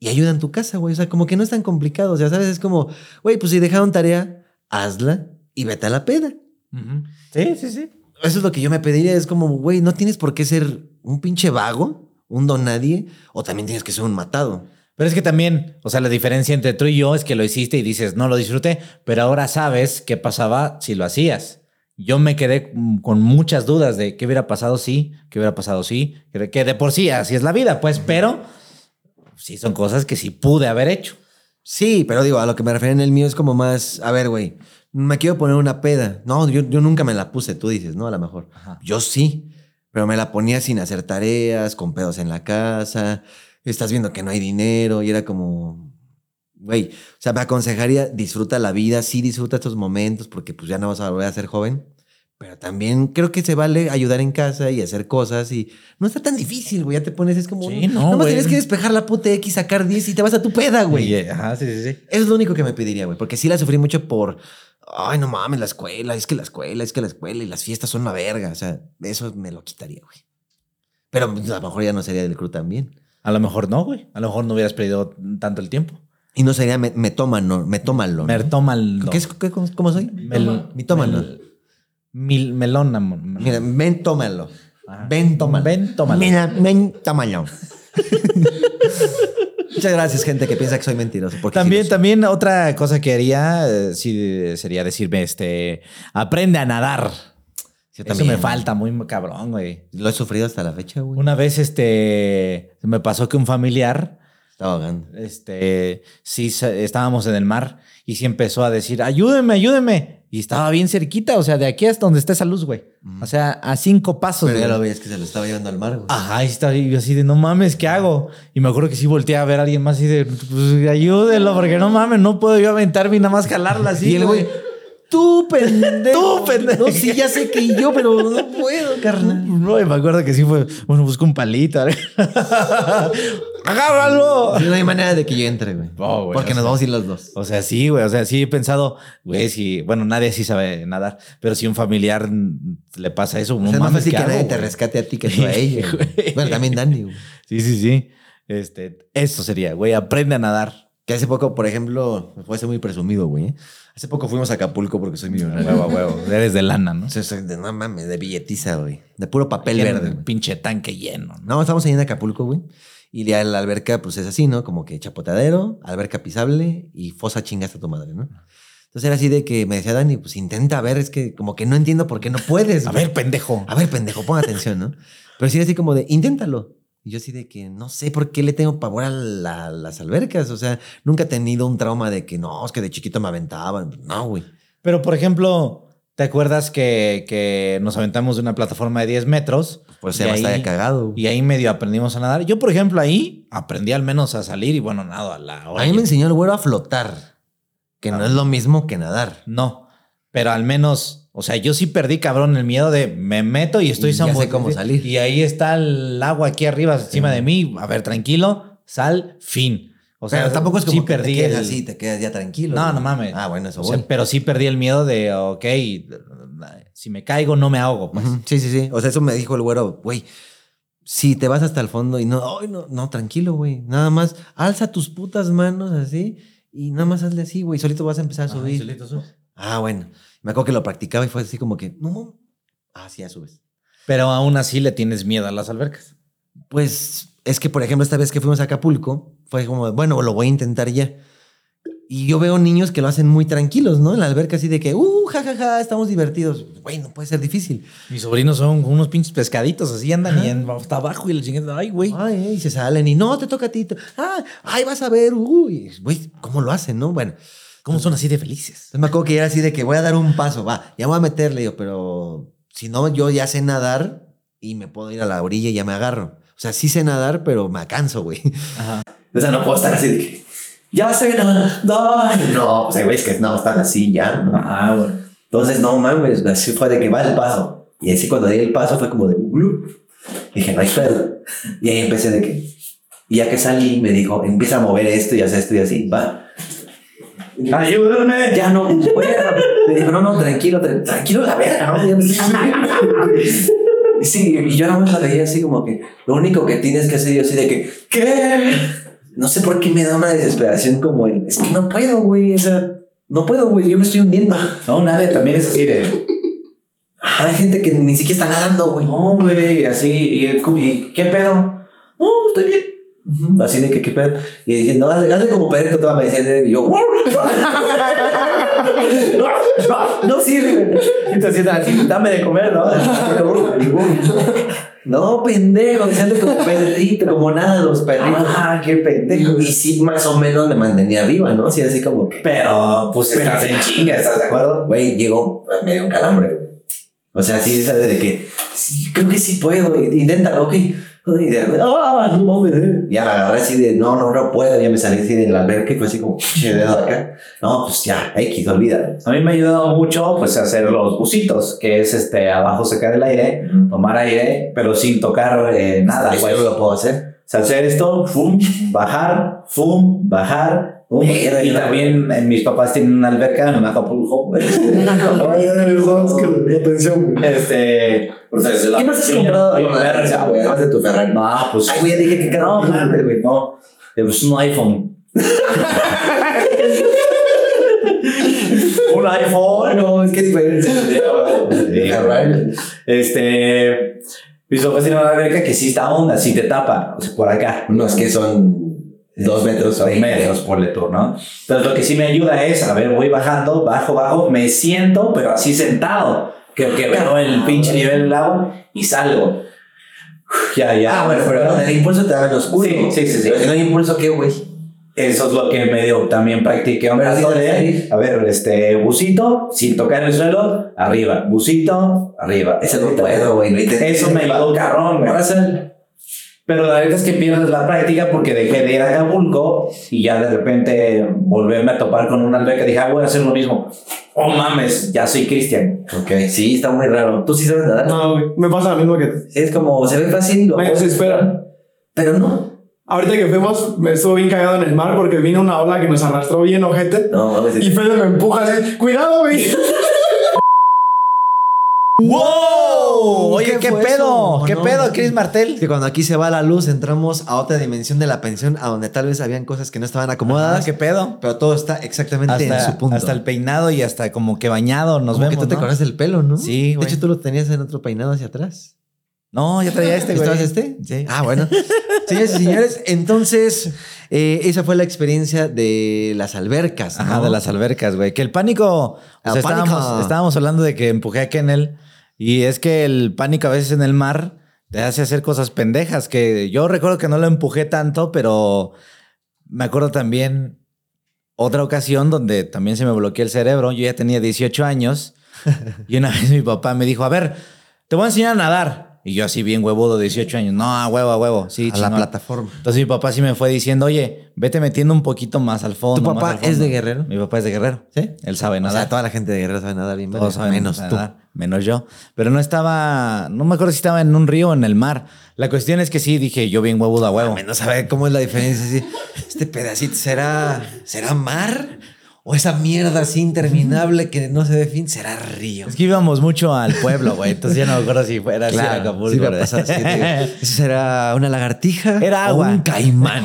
C: y ayuda en tu casa, güey. O sea, como que no es tan complicado. O sea, ¿sabes? Es como, güey, pues si dejaron tarea, hazla y vete a la peda.
A: Ujú. Sí, sí, sí.
C: Eso es lo que yo me pediría. Es como, güey, no tienes por qué ser un pinche vago, un don nadie, o también tienes que ser un matado.
A: Pero es que también, o sea, la diferencia entre tú y yo es que lo hiciste y dices, no lo disfruté, pero ahora sabes qué pasaba si lo hacías. Yo me quedé mm, con muchas dudas de qué hubiera pasado si, qué hubiera pasado si, que que de por sí así es la vida, pues, pero sí son cosas que sí pude haber hecho.
C: Sí, pero digo, a lo que me refiero en el mío es como más, a ver, güey, me quiero poner una peda. No, yo, yo nunca me la puse, tú dices, ¿no? A lo mejor.
A: Ajá.
C: Yo sí, pero me la ponía sin hacer tareas, con pedos en la casa, estás viendo que no hay dinero y era como, güey, o sea, me aconsejaría, disfruta la vida, sí disfruta estos momentos porque pues ya no vas a volver a ser joven, Pero también creo que se vale ayudar en casa y hacer cosas y no está tan difícil, güey. Ya te pones, es como.
A: Sí, no,
C: nada más
A: güey.
C: tienes que despejar la puta X, sacar 10 y te vas a tu peda, güey.
A: Güey, ajá, sí, sí, sí.
C: Eso es lo único que me pediría, güey, porque sí la sufrí mucho por, ay, no mames, la escuela, es que la escuela, es que la escuela y las fiestas son la verga, o sea, eso me lo quitaría, güey. Pero pues, a lo mejor ya no sería del crew también.
A: A lo mejor no, güey. A lo mejor no hubieras perdido tanto el tiempo.
C: Y no sería me, me toman, no, me toman, ¿no?
A: Mertómalo.
C: ¿Qué es, qué- cómo, cómo soy?
A: Mel-
C: Mi tómalo.
A: mel- mil- melón, amor.
C: Mira, ven, tómalo.
A: Ajá.
C: Ven, tómalo.
A: Ven, tómalo.
C: Mira, ven, tómalo. [laughs] Muchas gracias, gente que piensa que soy mentiroso. Porque
A: También,
C: sí lo soy.
A: también otra cosa que haría eh, sí, sería decirme, este, aprende a nadar.
C: Yo
A: Eso me
C: también.
A: falta muy cabrón, güey.
C: Lo he sufrido hasta la fecha, güey.
A: Una vez, este, me pasó que un familiar,
C: Estaba ahogando.
A: este, sí, se- estábamos en el mar y sí empezó a decir, ayúdeme, ayúdeme. Y estaba bien cerquita, o sea, de aquí hasta donde está esa luz, güey. O sea, a cinco pasos.
C: Pero ya
A: güey.
C: lo veías que se lo estaba llevando al mar, güey.
A: Pues, Ajá, ahí está, y yo así de no mames, ¿qué hago? Y me acuerdo que sí volteé a ver a alguien más y de pues, ayúdelo, porque no mames, no puedo yo aventarme y nada más jalarla así.
C: Y el güey, tú pendejo.
A: [laughs] Tú, pendejo.
C: No, sí, ya sé que yo, pero no
A: [laughs]
C: puedo, carnal.
A: No, y me acuerdo que sí fue, bueno, busco un palito. [laughs] ¡Agárralo!
C: Sí, No hay manera de que yo entre, güey.
A: No, güey,
C: Porque
A: o
C: nos
A: sea-
C: vamos a ir los dos.
A: O sea, sí, güey, o sea, sí he pensado, güey, si, bueno, nadie sí sabe nadar, pero si un familiar le pasa eso, no
C: O sea, es más
A: mames,
C: fácil
A: ¿qué
C: que
A: hago,
C: nadie te
A: güey?
C: rescate a ti [laughs] que tú a ella. güey.
A: Güey.
C: bueno, también Dani, güey.
A: Sí, sí, sí. Este, eso sería, güey, aprende a nadar.
C: Que hace poco, por ejemplo, me puede ser muy presumido, güey. ¿eh? Hace poco fuimos a Acapulco porque soy millonario.
A: Huevo, a huevo, eres de lana, ¿no?
C: O sea, soy de, no mames, de billetiza, güey. De puro papel
A: Lleno,
C: verde. güey.
A: Pinche tanque lleno, ¿no?
C: No, estamos ahí en Acapulco, güey. Y ya la alberca, pues es así, ¿no? Como que chapoteadero, alberca pisable y fosa chingaste a tu madre, ¿no? Entonces era así de que me decía Dani, pues intenta ver, es que como que no entiendo por qué no puedes.
A: A
C: güey.
A: ver, pendejo.
C: a ver, pendejo, pon atención, ¿no? Pero sí era así como de, inténtalo. Y yo así de que no sé por qué le tengo pavor a la- las albercas. O sea, nunca he tenido un trauma de que no, es que de chiquito me aventaban. No, güey.
A: Pero, por ejemplo, ¿te acuerdas que, que nos aventamos de una plataforma de 10 metros?
C: Pues
A: Y
C: se me
A: ahí-
C: haya cagado. güey.
A: Y ahí medio aprendimos a nadar. Yo, por ejemplo, ahí aprendí al menos a salir y bueno, nado a la
C: A mí me enseñó el güero a flotar, que no
A: Ah.
C: es lo mismo que nadar.
A: No, pero al menos, o sea, yo sí perdí, cabrón, el miedo de me meto y estoy
C: Y ya sé
A: zambullendo.
C: cómo salir.
A: Y ahí está el agua aquí arriba, encima de mí. A ver, tranquilo, sal, fin. O sea,
C: pero tampoco es
A: sí
C: como que
A: perdí
C: te quedes
A: el-
C: así, te quedas ya tranquilo.
A: No,
C: güey.
A: no mames.
C: Ah, bueno, eso
A: O sea,
C: voy.
A: pero sí perdí el miedo de, ok, si me caigo, no me ahogo. Pues.
C: Ujú, Sí, sí, sí. O sea, eso me dijo el güero, güey. Si te vas hasta el fondo y no, ay, no, no, tranquilo, güey. Nada más alza tus putas manos así y nada más hazle así, güey. Solito vas a empezar a
A: Ajá,
C: subir.
A: solito sube.
C: Ah, bueno. Me acuerdo que lo practicaba y fue así como que, no, ah, sí, ya subes.
A: Pero aún así le tienes miedo a las albercas.
C: Pues es que, por ejemplo, esta vez que fuimos a Acapulco, fue como, bueno, lo voy a intentar ya. Y yo veo niños que lo hacen muy tranquilos, ¿no? En la alberca así de que, uh, jajaja, estamos divertidos. Güey, no puede ser difícil.
A: Mis sobrinos son unos pinches pescaditos, así andan y en- hasta abajo y le chingada, ay, güey.
C: Ay, eh, y se salen y no, te toca a ti. te- Ah, ay, vas a ver, uy. Güey, ¿cómo lo hacen, no? Bueno,
A: ¿Cómo son así de felices?
C: entonces me acuerdo que era así de que voy a dar un paso, va, ya voy a meterle, digo, pero si no, yo ya sé nadar y me puedo ir a la orilla y ya me agarro. O sea, sí sé nadar, pero me canso, güey.
F: O sea, [laughs] no puedo estar así de que, ya sé que no, no, no, o sea, güey, es que no, están así ya. ¿no? Entonces, no mames, así fue de que va el paso. Y así cuando di el paso fue como de, "Ulu". dije, no hay pedo. Y ahí empecé de que, y ya que salí, me dijo, empieza a mover esto y hace esto y así, va. Ayúdame. Ya no puedo. Me dijo, no, no, tranquilo, tra- tranquilo la verga. ¿no? Y yo me dije, Sí, y yo nada más la veía así como que lo único que tienes que hacer yo así de que, ¿qué? No sé por qué me da una desesperación como el, es que no puedo, güey, o sea, no puedo, güey, yo me estoy hundiendo.
E: No, nadie también es así de.
F: Ajá, Hay gente que ni siquiera está nadando, güey.
E: No, güey, así. Y, es como, ¿y qué pedo?
F: No, estoy bien. Ujú, Así de que, ¿qué pedo? Y dije, no, hazle, hazle como perro que te va a decir. Y yo, "Wow". no, no sirve.
E: Entonces, así, dame de [laughs] comer, ¿no?
F: Y, "Wow". No, pendejo, que se ande como perrito, como nada de los perritos.
E: Ah, qué pendejo.
F: Y sí, más o menos me mantenía arriba, ¿no? Así, así como,
E: Pero, pues, estás en chinga, ¿estás de acuerdo?
F: Güey, llegó, pues, me dio un calambre. güey. O sea, sí, sabes de que, sí, creo que sí puedo, güey, inténtalo, ok. Y de- ah, no mames, eh. Ya la agarré así de, no, no, no puedo. Ya me salí así del albergue y fue así como, che, dedo acá. No, pues ya, X, olvídalo.
E: A mí me ha ayudado mucho pues hacer los bucitos, que es este abajo sacar el aire, tomar aire, pero sin tocar eh, nada,
F: Eso
E: güey.
F: yo
E: O
F: lo puedo hacer.
E: sea, hacer esto, fum, bajar, fum, bajar. fum.
F: Mira,
E: y
F: mira.
E: también eh, mis papás tienen una alberca en Acapulco. güey. este,
F: ¿Qué más has comprado?
E: Yo- yo-
F: Ya, güey, además de tu Ferrari.
E: No, pues
F: Ay, güey, dije que cada
E: no, mames, güey, no. Eh, Pues
F: [laughs]
E: un iPhone. un iPhone.
F: No, es que diferencia. Ferrari.
E: Este. Mis papás tienen una verga que sí está onda, sí te tapa, o sea, por acá.
F: No, es que son dos metros.
E: Dos
F: veinte.
E: metros, ponle tú, ¿no? Entonces, lo que sí me ayuda es, a ver, voy bajando, bajo, bajo, me siento, pero así sentado. Que, que veo el pinche nivel del lago y salgo. Uf, Ya, ya.
F: Ah, bueno, pero el impulso te da en oscuro.
E: Sí, sí, sí, sí.
F: Pero si no hay impulso, ¿qué, güey?
E: Eso es lo que medio también practiqué un
F: Pero así
E: rato
F: te
E: de,
F: salís.
E: a ver, este, bucito, sin tocar el suelo, arriba, bucito, arriba.
F: Ese no puedo, güey. no intento.
E: Eso me ayudó carrón, güey.
F: Ahora sal.
E: Pero la verdad es que pierdes la práctica porque dejé de ir a Acapulco y ya de repente volverme a topar con una alberca. Dije, ah, voy a hacer lo mismo. Oh mames, ya soy Cristian.
F: Ok, sí, está muy raro. Tú sí sabes nadar.
B: No, güey. Me pasa lo mismo que.
F: Es como, se ve fácil y lo.
B: Me desespera.
F: Pero no.
B: Ahorita que fuimos, me estuve bien cagado en el mar porque vino una ola que nos arrastró bien ojete.
F: No, mames.
B: Y Fede me empuja así. ¡Cuidado, güey!
A: ¡Wow! Oye,
C: ¿Qué
A: ¿qué,
C: fue
A: pedo?
C: eso?
A: ¿Qué
C: No,
A: pedo,
C: no.
A: Chris
C: Que
A: Martel?
C: cuando aquí se va la luz, entramos a otra dimensión de la pensión, a donde tal vez habían cosas que no estaban
A: Ah,
C: acomodadas,
A: ¿Qué pedo?
C: pero todo está exactamente en
A: Hasta,
C: su punto.
A: hasta el peinado y hasta como que bañado nos
C: Como
A: vemos.
C: que tú te
A: ¿no?
C: cortaste el pelo, ¿no?
A: Sí,
C: De
A: güey.
C: hecho, tú lo tenías en otro peinado hacia atrás.
A: No, yo traía este, güey.
C: ¿Estabas este?
A: Sí. [laughs]
C: Ah, bueno. Señores y señores, entonces, eh, esa fue la experiencia de las albercas. ¿no?
A: Ajá, de las albercas, güey. Que el pánico. o
C: Ah,
A: sea,
C: pánico.
A: estábamos, estábamos hablando de que empujé a Kennel. Y es que el pánico a veces en el mar te hace hacer cosas pendejas. Que yo recuerdo que no lo empujé tanto, pero me acuerdo también otra ocasión donde también se me bloqueó el cerebro. Yo ya tenía 18
C: [laughs]
A: años. Y una vez mi papá me dijo: A ver, te voy a enseñar a nadar. Y yo, así bien huevudo, 18 años. No, a huevo, a huevo. Sí,
C: a la
A: chingón.
C: plataforma.
A: Entonces mi papá sí me fue diciendo, oye, vete metiendo un poquito más al fondo.
C: ¿Tu
A: más
C: papá
A: al fondo".
C: es de Guerrero?
A: Mi papá es de Guerrero.
C: ¿Sí?
A: Él sabe
C: O sea,
A: nadar.
C: toda la gente de Guerrero sabe nadar bien,
A: Todos
C: verga,
A: saben
C: menos tú.
A: nadar, Menos yo. Pero no estaba, no me acuerdo si estaba en un río o en el mar. La cuestión es que sí, dije, yo bien huevudo a huevo.
C: Menos saber cómo es la diferencia. así, este pedacito será, será mar o esa mierda así interminable que no se ve fin será río.
A: Es que íbamos mucho al pueblo, güey. Entonces ya no me acuerdo si fuera así en Acapulco,
C: sí me ha
A: ¿verdad?
C: pasado, sí, [laughs] digo, eso será una lagartija
A: Era
C: o
A: agua.
C: un caimán.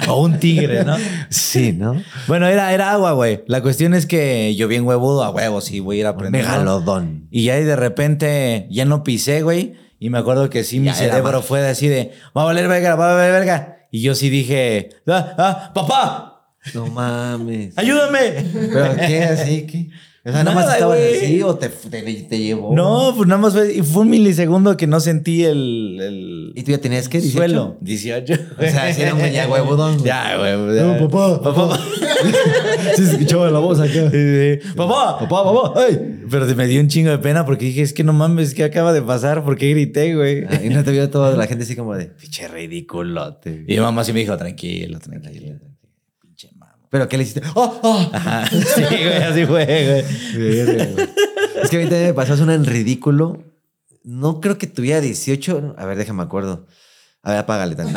A: [laughs] o un tigre, ¿no?
C: Sí, ¿no?
A: Bueno, era, era agua, güey. La cuestión es que yo bien huevudo a huevo, sí, voy a ir
C: Un
A: aprendiendo.
C: megalodón.
A: Y ya y de repente ya no pisé, güey. Y me acuerdo que sí, mi
C: Ya era
A: cerebro fue así de, va a valer verga, va a valer verga. Y yo sí dije, ah, ah, papá,
C: No mames.
A: ayúdame.
C: ¿Pero
A: [laughs]
C: qué? ¿Así? ¿Qué? O sea,
A: Nada,
C: ¿nomás estabas
A: güey.
C: así o te, te, te llevó?
A: No, pues nada más fue, y fue un milisegundo que no sentí el, el
C: ¿Y tú ya tenías qué? 18?
A: suelo. 18.
C: O sea, sí era un ya huevudón, güey.
A: Ya, güey. ya.
C: No, papá,
A: Papá.
C: Oh. Sí, escuchaba la voz acá.
A: Sí, sí. Papá, papá, papá. ¡ay! Pero se me dio un chingo de pena porque dije, es que no mames, ¿qué acaba de pasar? ¿Por qué grité, güey?
C: Ah, Y no te vio toda la gente así como de...
A: Pinche ridiculote. Y mi mamá sí me dijo, tranquilo, tranquilo. Pinche mamá.
C: ¿Pero qué le hiciste? ¡Oh, oh!
A: Ajá. [laughs] Sí, güey, así fue, güey.
C: es que a mí también me pasó una en ridículo. No creo que tuviera 18. A ver, déjame acuerdo. A ver, apágale también.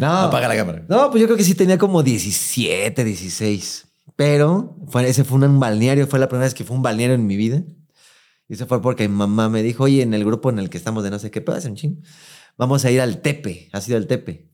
C: No.
A: Apaga la cámara.
C: No, pues yo creo que sí tenía como 17, 16. Pero fue- ese fue un balneario, fue la primera vez que fue un balneario en mi vida. Y eso fue porque mi mamá me dijo, oye, en el grupo en el que estamos de no sé qué, pasa un chingo. Vamos a ir al Tepe. ¿Has ido al Tepe?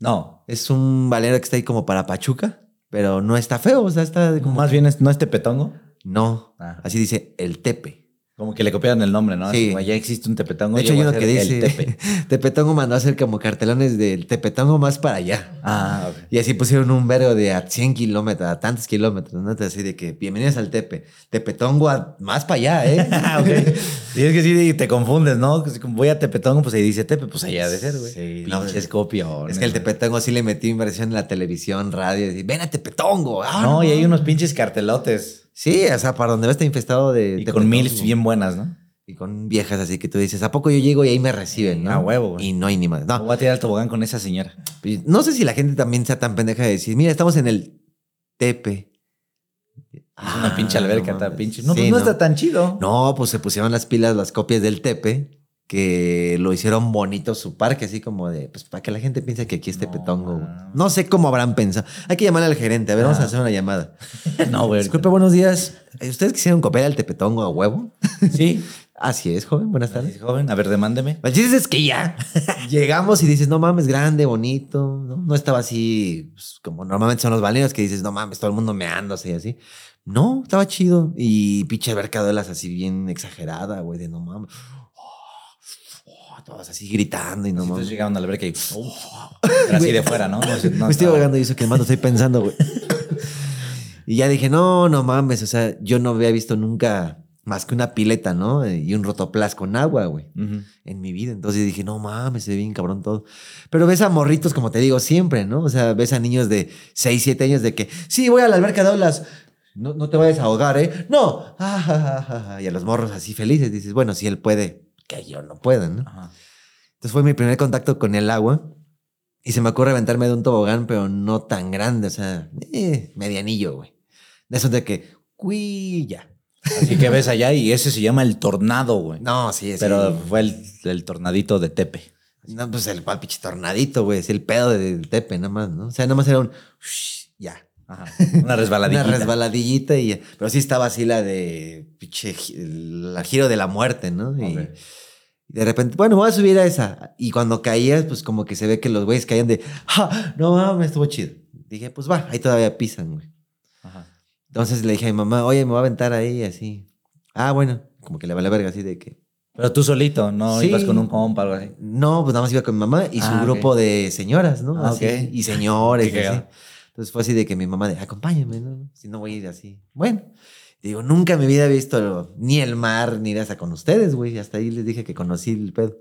A: No.
C: Es un balneario que está ahí como para Pachuca, pero no está feo, o sea, está como...
A: Más bien, es- ¿no es Tepetongo?
C: No,
A: Ah.
C: así dice el Tepe.
A: Como que le copiaron el nombre, ¿no?
C: Sí.
A: Así, güey, ya existe un Tepetongo.
C: De hecho,
A: yo voy
C: hay
A: a
C: uno que
A: hacer el
C: dice, [laughs]
A: Tepe.
C: Tepetongo mandó a hacer como cartelones del Tepetongo más para allá.
A: Ah, ok.
C: Y así pusieron un vergo de a 100 kilómetros, a tantos kilómetros, ¿no? Así de que bienvenidos al Tepe. Tepetongo a- más para allá, ¿eh?
A: [laughs] Ah,
C: [laughs]
A: ok. Y es que sí te confundes, ¿no? Que si como Voy a Tepetongo, pues ahí dice Tepe, pues allá ha de ser, güey.
C: Sí, no,
A: Pinches
C: es-
A: copiones,
C: Es que el
A: güey.
C: Tepetongo sí le metí inversión en la televisión, radio. Y, Ven a Tepetongo. ah,
A: No, y hay unos pinches cartelotes.
C: Sí, o sea, para donde va está infestado de.
A: Y con
C: Tepetongo.
A: mil bien buenas, ¿no?
C: Y con viejas así que tú dices, ¿a poco yo llego y ahí me reciben? ¿no?
A: A huevo, güey.
C: Y no hay ni más.
A: No
C: No.
A: voy a tirar el tobogán con esa señora.
C: Y no sé si la gente también sea tan pendeja de decir, mira, estamos en el Tepe. Ah,
A: Es una pinche alberca,
C: no
A: está
C: mames.
A: pinche. No,
C: Sí,
A: pues no está tan chido.
C: No, pues se pusieron las pilas, las copias del Tepe, que lo hicieron bonito su parque, así como de, pues para que la gente piense que aquí es Tepetongo. güey.
A: mames.
C: No sé cómo habrán pensado. Hay que llamarle al gerente, a ver, vamos a
A: Ah.
C: hacer una llamada.
A: [laughs] No, güey.
C: Disculpe, buenos días. ¿Ustedes quisieron copiar al Tepetongo a huevo?
A: Sí.
C: Así es, joven, buenas tardes.
A: Así, joven, a ver, demándeme.
C: El chiste es que ya [laughs] llegamos y dices, no mames, grande, bonito, ¿no? No estaba así pues, como normalmente son los balneos que dices, no mames, todo el mundo meándose y así. No, estaba chido. Y pinche alberca de olas así bien exagerada, güey, de no mames. Oh, oh, todos así gritando y no
A: Entonces
C: mames.
A: llegaron a la alberca y. uf, era así de fuera, ¿no? No sé, no
C: Me estoy
A: estaba-
C: ahogando y eso que más lo estoy pensando, güey. [laughs] y ya dije, no, no mames, o sea, yo no había visto nunca más que una pileta, ¿no? Y un rotoplas con agua, güey.
A: Ujú.
C: en mi vida. Entonces dije, no mames, se ve bien cabrón todo. Pero ves a morritos, como te digo, siempre, ¿no? O sea, ves a niños de 6, 7 años de que, sí, voy a la alberca de olas. No, no te vayas a ahogar, ¿eh? No. Ah, ja, ja, ja, ja. Y a los morros así felices dices, bueno, si él puede, que yo no pueda, ¿no?
A: Ajá.
C: Entonces fue mi primer contacto con el agua. Y se me ocurre aventarme de un tobogán, pero no tan grande, o sea, eh, medianillo, güey. De esos de que, uy, ya.
A: Así que ves allá y ese se llama el tornado, güey.
C: No, sí, sí.
A: Pero fue el, el tornadito de Tepe.
C: No, pues el cual pinche tornadito, güey. Es el pedo de- del Tepe, nada más, ¿no? O sea, nada más era un. "Shh", ya.
A: Ajá.
C: [laughs]
A: Una resbaladilla.
C: Una resbaladillita y ya. Pero sí estaba así la de. Pinche. gi- El, el giro de la muerte, ¿no? Y,
A: Ok.
C: y de repente, bueno, voy a subir a esa. Y cuando caías, pues como que se ve que los güeyes caían de. ¡Ja! No mames, estuvo chido. Dije, pues va, ahí todavía pisan, güey.
A: Ajá.
C: Entonces le dije a mi mamá, oye, me voy a aventar ahí, así. Ah, bueno. Como que le vale verga, así de que.
A: Pero tú solito, no
C: Sí.
A: ibas con un compa o algo así.
C: No, pues nada más iba con mi mamá y su
A: Ah, ok.
C: grupo de señoras, ¿no?
A: Ah,
C: Así,
A: ok.
C: Y señores.
A: [laughs] Qué
C: y así.
A: cagado.
C: Entonces fue así de que mi mamá de, acompáñame, ¿no? Si no voy a ir así. Bueno, digo, nunca en mi vida he visto lo- ni el mar ni ir hasta con ustedes, güey. Hasta ahí les dije que conocí el pedo.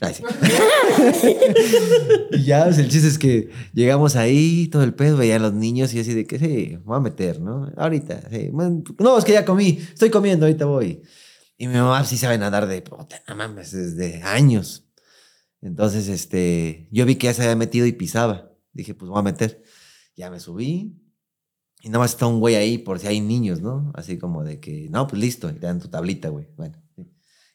C: Ay,
A: [laughs]
C: sí. y ya, pues el chiste es que llegamos ahí, todo el pedo, veía a los niños y así de que, sí, me voy a meter, ¿no? Ahorita, sí. Man, No, es que ya comí, estoy comiendo, ahorita voy. Y mi mamá sí sabe nadar de, puta, no mames, desde años. Entonces, este, yo vi que ya se había metido y pisaba. Dije, pues voy a meter. Ya me subí. Y nada más está un güey ahí por si hay niños, ¿no? Así como de que, no, pues listo, y te dan tu tablita, güey. Bueno, sí.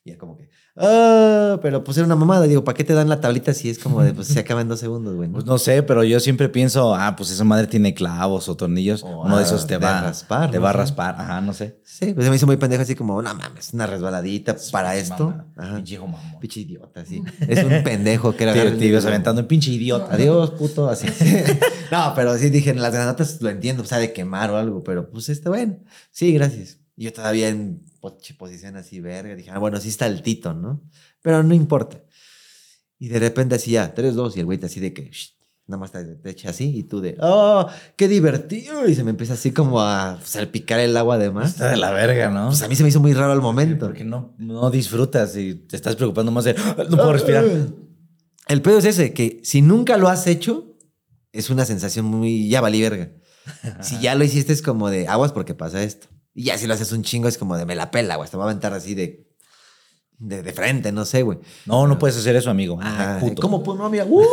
C: Y ya como que, ah, pero pues era una mamada. Digo, ¿para qué te dan la tablita si es como de, pues se acaba en dos segundos, güey? ¿no?
A: Pues no sé, pero yo siempre pienso, ah, pues esa madre tiene clavos o tornillos.
C: O,
A: Uno de
C: ah,
A: esos te
C: de
A: va a
C: raspar,
A: Te
C: ¿no?
A: va a raspar. Ajá, no sé.
C: Sí, pues se me hizo muy pendejo, así como, no mames, una resbaladita para esto.
A: Mamá.
C: Ajá.
A: Pinche hijo mamón.
C: Pinche idiota, sí. Es un pendejo que era.
A: Te,
C: agarra el
A: te ibas
C: libro.
A: aventando un pinche idiota.
C: Adiós, puto, así. [laughs] no, pero sí dije, en las granatas lo entiendo, o sea, de quemar o algo, pero pues está bueno. Sí, gracias. Y yo todavía en poche posición así, verga, dije, ah, bueno, sí está altito, ¿no? Pero no importa. Y de repente así ya, 3, 2, y el güey te así de que, "Shh", nada más te, te echa así, y tú de, oh, qué divertido. Y se me empieza así como a salpicar el agua de más.
A: Está de la verga, ¿no?
C: Pues a mí se me hizo muy raro al momento.
A: Porque no, no disfrutas y te estás preocupando más de "Ah,
C: [laughs]
A: no puedo respirar.
C: El pedo es ese, que si nunca lo has hecho, es una sensación muy ya
A: [laughs]
C: valí verga. Si ya lo hiciste es como de aguas porque pasa esto. Y ya si lo haces un chingo es como de me la pela, güey. Te va a aventar así de, de, de frente, no sé, güey.
A: No, no puedes hacer eso, amigo.
C: Ajá,
A: Ah, puto.
C: ¿Cómo pues no, amiga?
A: [laughs]
C: ¡Uh!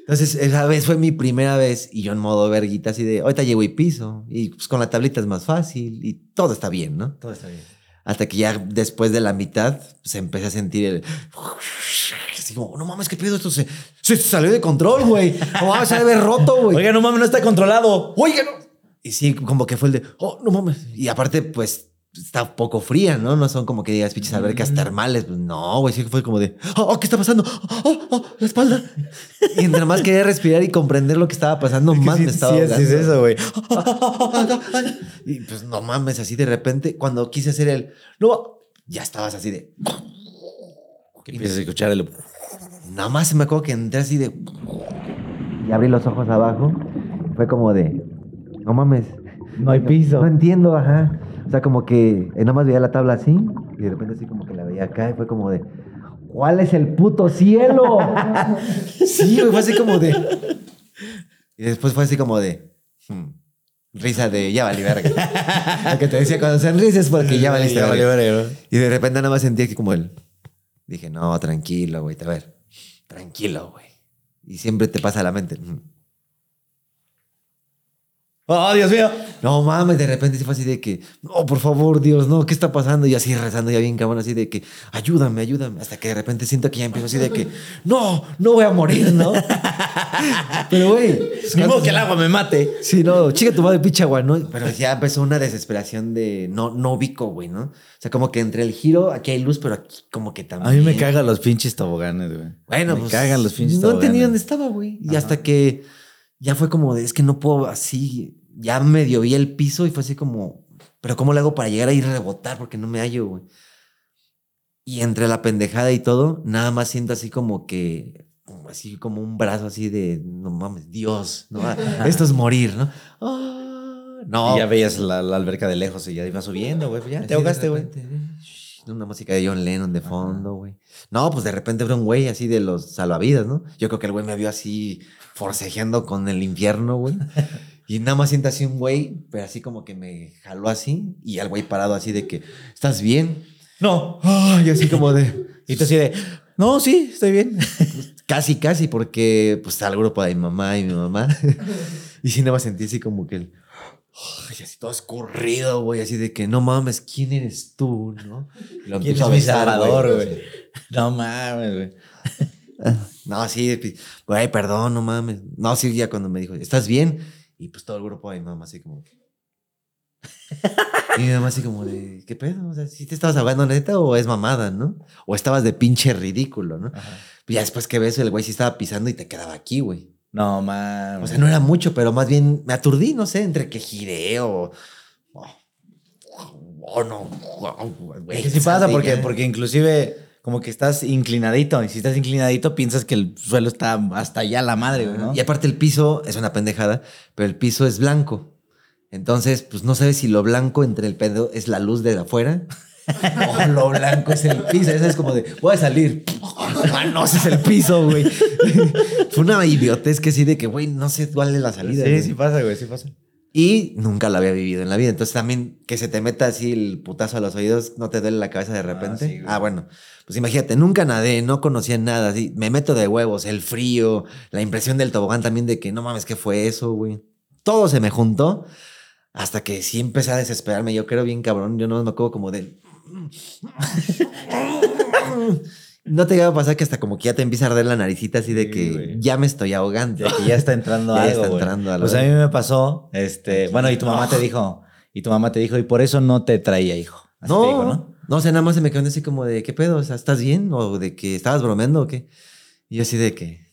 C: Entonces, esa vez fue mi primera vez y yo en modo verguita así de, ahorita llego y piso. Y pues con la tablita es más fácil y todo está bien, ¿no?
A: Todo está bien.
C: Hasta que ya después de la mitad se empecé a sentir el. Así como, no mames, qué pedo esto se, se salió de control, güey. No mames, se debe roto, güey.
A: Oiga, no mames, no está controlado.
C: Oiga, no. Y sí, como que fue el de, oh, no mames. Y aparte, pues está poco fría, ¿no? No son como que digas pinches albercas
A: Mm.
C: termales. Pues no, güey. Sí que fue como de, oh, oh, ¿qué está pasando? Oh, oh, oh, la espalda. Y entre más quería respirar y comprender lo que estaba pasando, más me estaba
A: sí, es- sí es
C: ahogando. Oh,
A: eso, güey.
C: Y pues no mames, así de repente, cuando quise hacer el, no, ya estabas así de,
A: Que empiezas a escuchar el...
C: Nada más me acuerdo que entré así de. Y abrí los ojos abajo. Fue como de. No mames.
A: No hay piso.
C: No entiendo, ajá. O sea, como que eh, nada más veía la tabla así. Y de repente así como que la veía acá. Y fue como de. ¿Cuál es el
A: [laughs]
C: puto cielo?
A: Mm.
C: sí, güey, fue así como de. Y después fue así como de. hmm, Risa de ya vale verga. [laughs] Lo que te decía cuando se risa es porque ya valiste verga. Y de repente nada más sentí aquí como él. Dije, no, tranquilo, güey. A ver, tranquilo, güey. Y siempre te pasa a la mente. mm.
A: Oh, Dios mío.
C: No mames, de repente se fue así de que, no, por favor, Dios, no, ¿qué está pasando? Y así rezando, ya bien cabrón, así de que, ayúdame, ayúdame. Hasta que de repente siento que ya empiezo así de que, no, no voy a
A: [laughs]
C: morir, ¿no? Pero, güey.
A: Ni modo que el agua me mate.
C: Sí, no, chica tu madre, pinche agua, ¿no? Pero ya empezó una desesperación de no, no ubico, güey, ¿no? O sea, como que entre el giro, aquí hay luz, pero aquí como que también.
A: A mí me cagan los pinches toboganes, güey.
C: Bueno,
A: me
C: pues,
A: cagan los pinches
C: No entendí
A: toboganes.
C: dónde estaba, güey. Y hasta que ya fue como de, es que no puedo así. Ya medio vi el piso y fue así como, pero ¿cómo le hago para llegar ahí y rebotar? Porque no me hallo, güey. Y entre la pendejada y todo, nada más siento así como que, como así como un brazo así de, no mames, Dios, ¿no? esto es morir, ¿no? Ah, no.
A: Y ya veías la, la alberca de lejos y ya iba subiendo, güey. Ya
C: Así
A: te
C: de
A: ahogaste, güey.
C: repente, shh, Una música de John Lennon de fondo, güey. No, pues de repente fue un güey así de los salvavidas, ¿no? Yo creo que el güey me vio así forcejeando con el infierno, [laughs] güey. Y nada más siento así un güey, pero así como que me jaló así. Y al güey parado así de que, ¿estás bien?
A: No.
C: Ay, y así como de,
A: Y tú así de, no, sí, estoy bien.
C: [laughs] casi, casi, porque pues está el grupo de mi mamá y mi mamá.
A: [laughs]
C: y sí, nada más sentí así como que el. Ay, así todo escurrido, güey, así de que no mames, ¿quién eres tú, no? Y lo
A: ¿Quién
C: empiezo
A: es
C: a
A: mi
C: besar,
A: salvador, güey? No mames, güey.
C: No, sí, pi- güey, perdón, no mames. No, sí, ya cuando me dijo, ¿estás bien? Y pues todo el grupo de mi mamá así como... [laughs] Y mi mamá así como de, ¿qué pedo? O sea, ¿sí te estabas hablando neta o es mamada, no? O estabas de pinche ridículo, ¿no? Y Ya después que ves, el güey sí estaba pisando y te quedaba aquí, güey.
A: No mames.
C: O sea, no era mucho, pero más bien me aturdí, no sé, entre que giré o... O o no, güey.
A: Es que sí pasa
C: ¿sabes?
A: porque,
C: Ya.
A: porque inclusive como que estás inclinadito. Y si estás inclinadito, piensas que el suelo está hasta allá la madre, güey, ¿no?
C: Y aparte el piso es una pendejada, pero el piso es blanco. Entonces, pues no sabes si lo blanco entre el pedo es la luz de afuera [laughs] o lo blanco es el piso. Eso es como de, voy a salir. [laughs] Ah, no, ese es el piso, güey. [laughs] Fue una idiotez que sí de que, güey, no sé cuál es la salida.
A: Sí,
C: güey.
A: sí pasa, güey, sí pasa.
C: Y nunca la había vivido en la vida. Entonces también que se te meta así el putazo a los oídos, no te duele la cabeza de repente. Ah,
A: sí, güey.
C: bueno, pues imagínate, nunca nadé, no conocía nada, así, me meto de huevos, el frío, la impresión del tobogán también de que no mames, ¿qué fue eso, güey? Todo se me juntó hasta que sí empecé a desesperarme, yo creo bien cabrón, yo no me acuerdo como de... [laughs] No te iba a pasar que hasta como que ya te empieza a arder la naricita así de
A: Sí,
C: que
A: güey.
C: ya me estoy ahogando.
A: De que [laughs] ya está entrando
C: [laughs] Ya
A: algo,
C: está
A: güey.
C: entrando algo.
A: Pues a mí me pasó, este, bueno, y tu mamá te dijo, y tu mamá te dijo, y por eso no te traía, hijo. Así
C: No,
A: te dijo, ¿no?
C: no, o sea, nada más se me quedó así como de, ¿qué pedo? O sea, ¿estás bien? ¿O de que estabas bromeando o qué? Y yo así de que,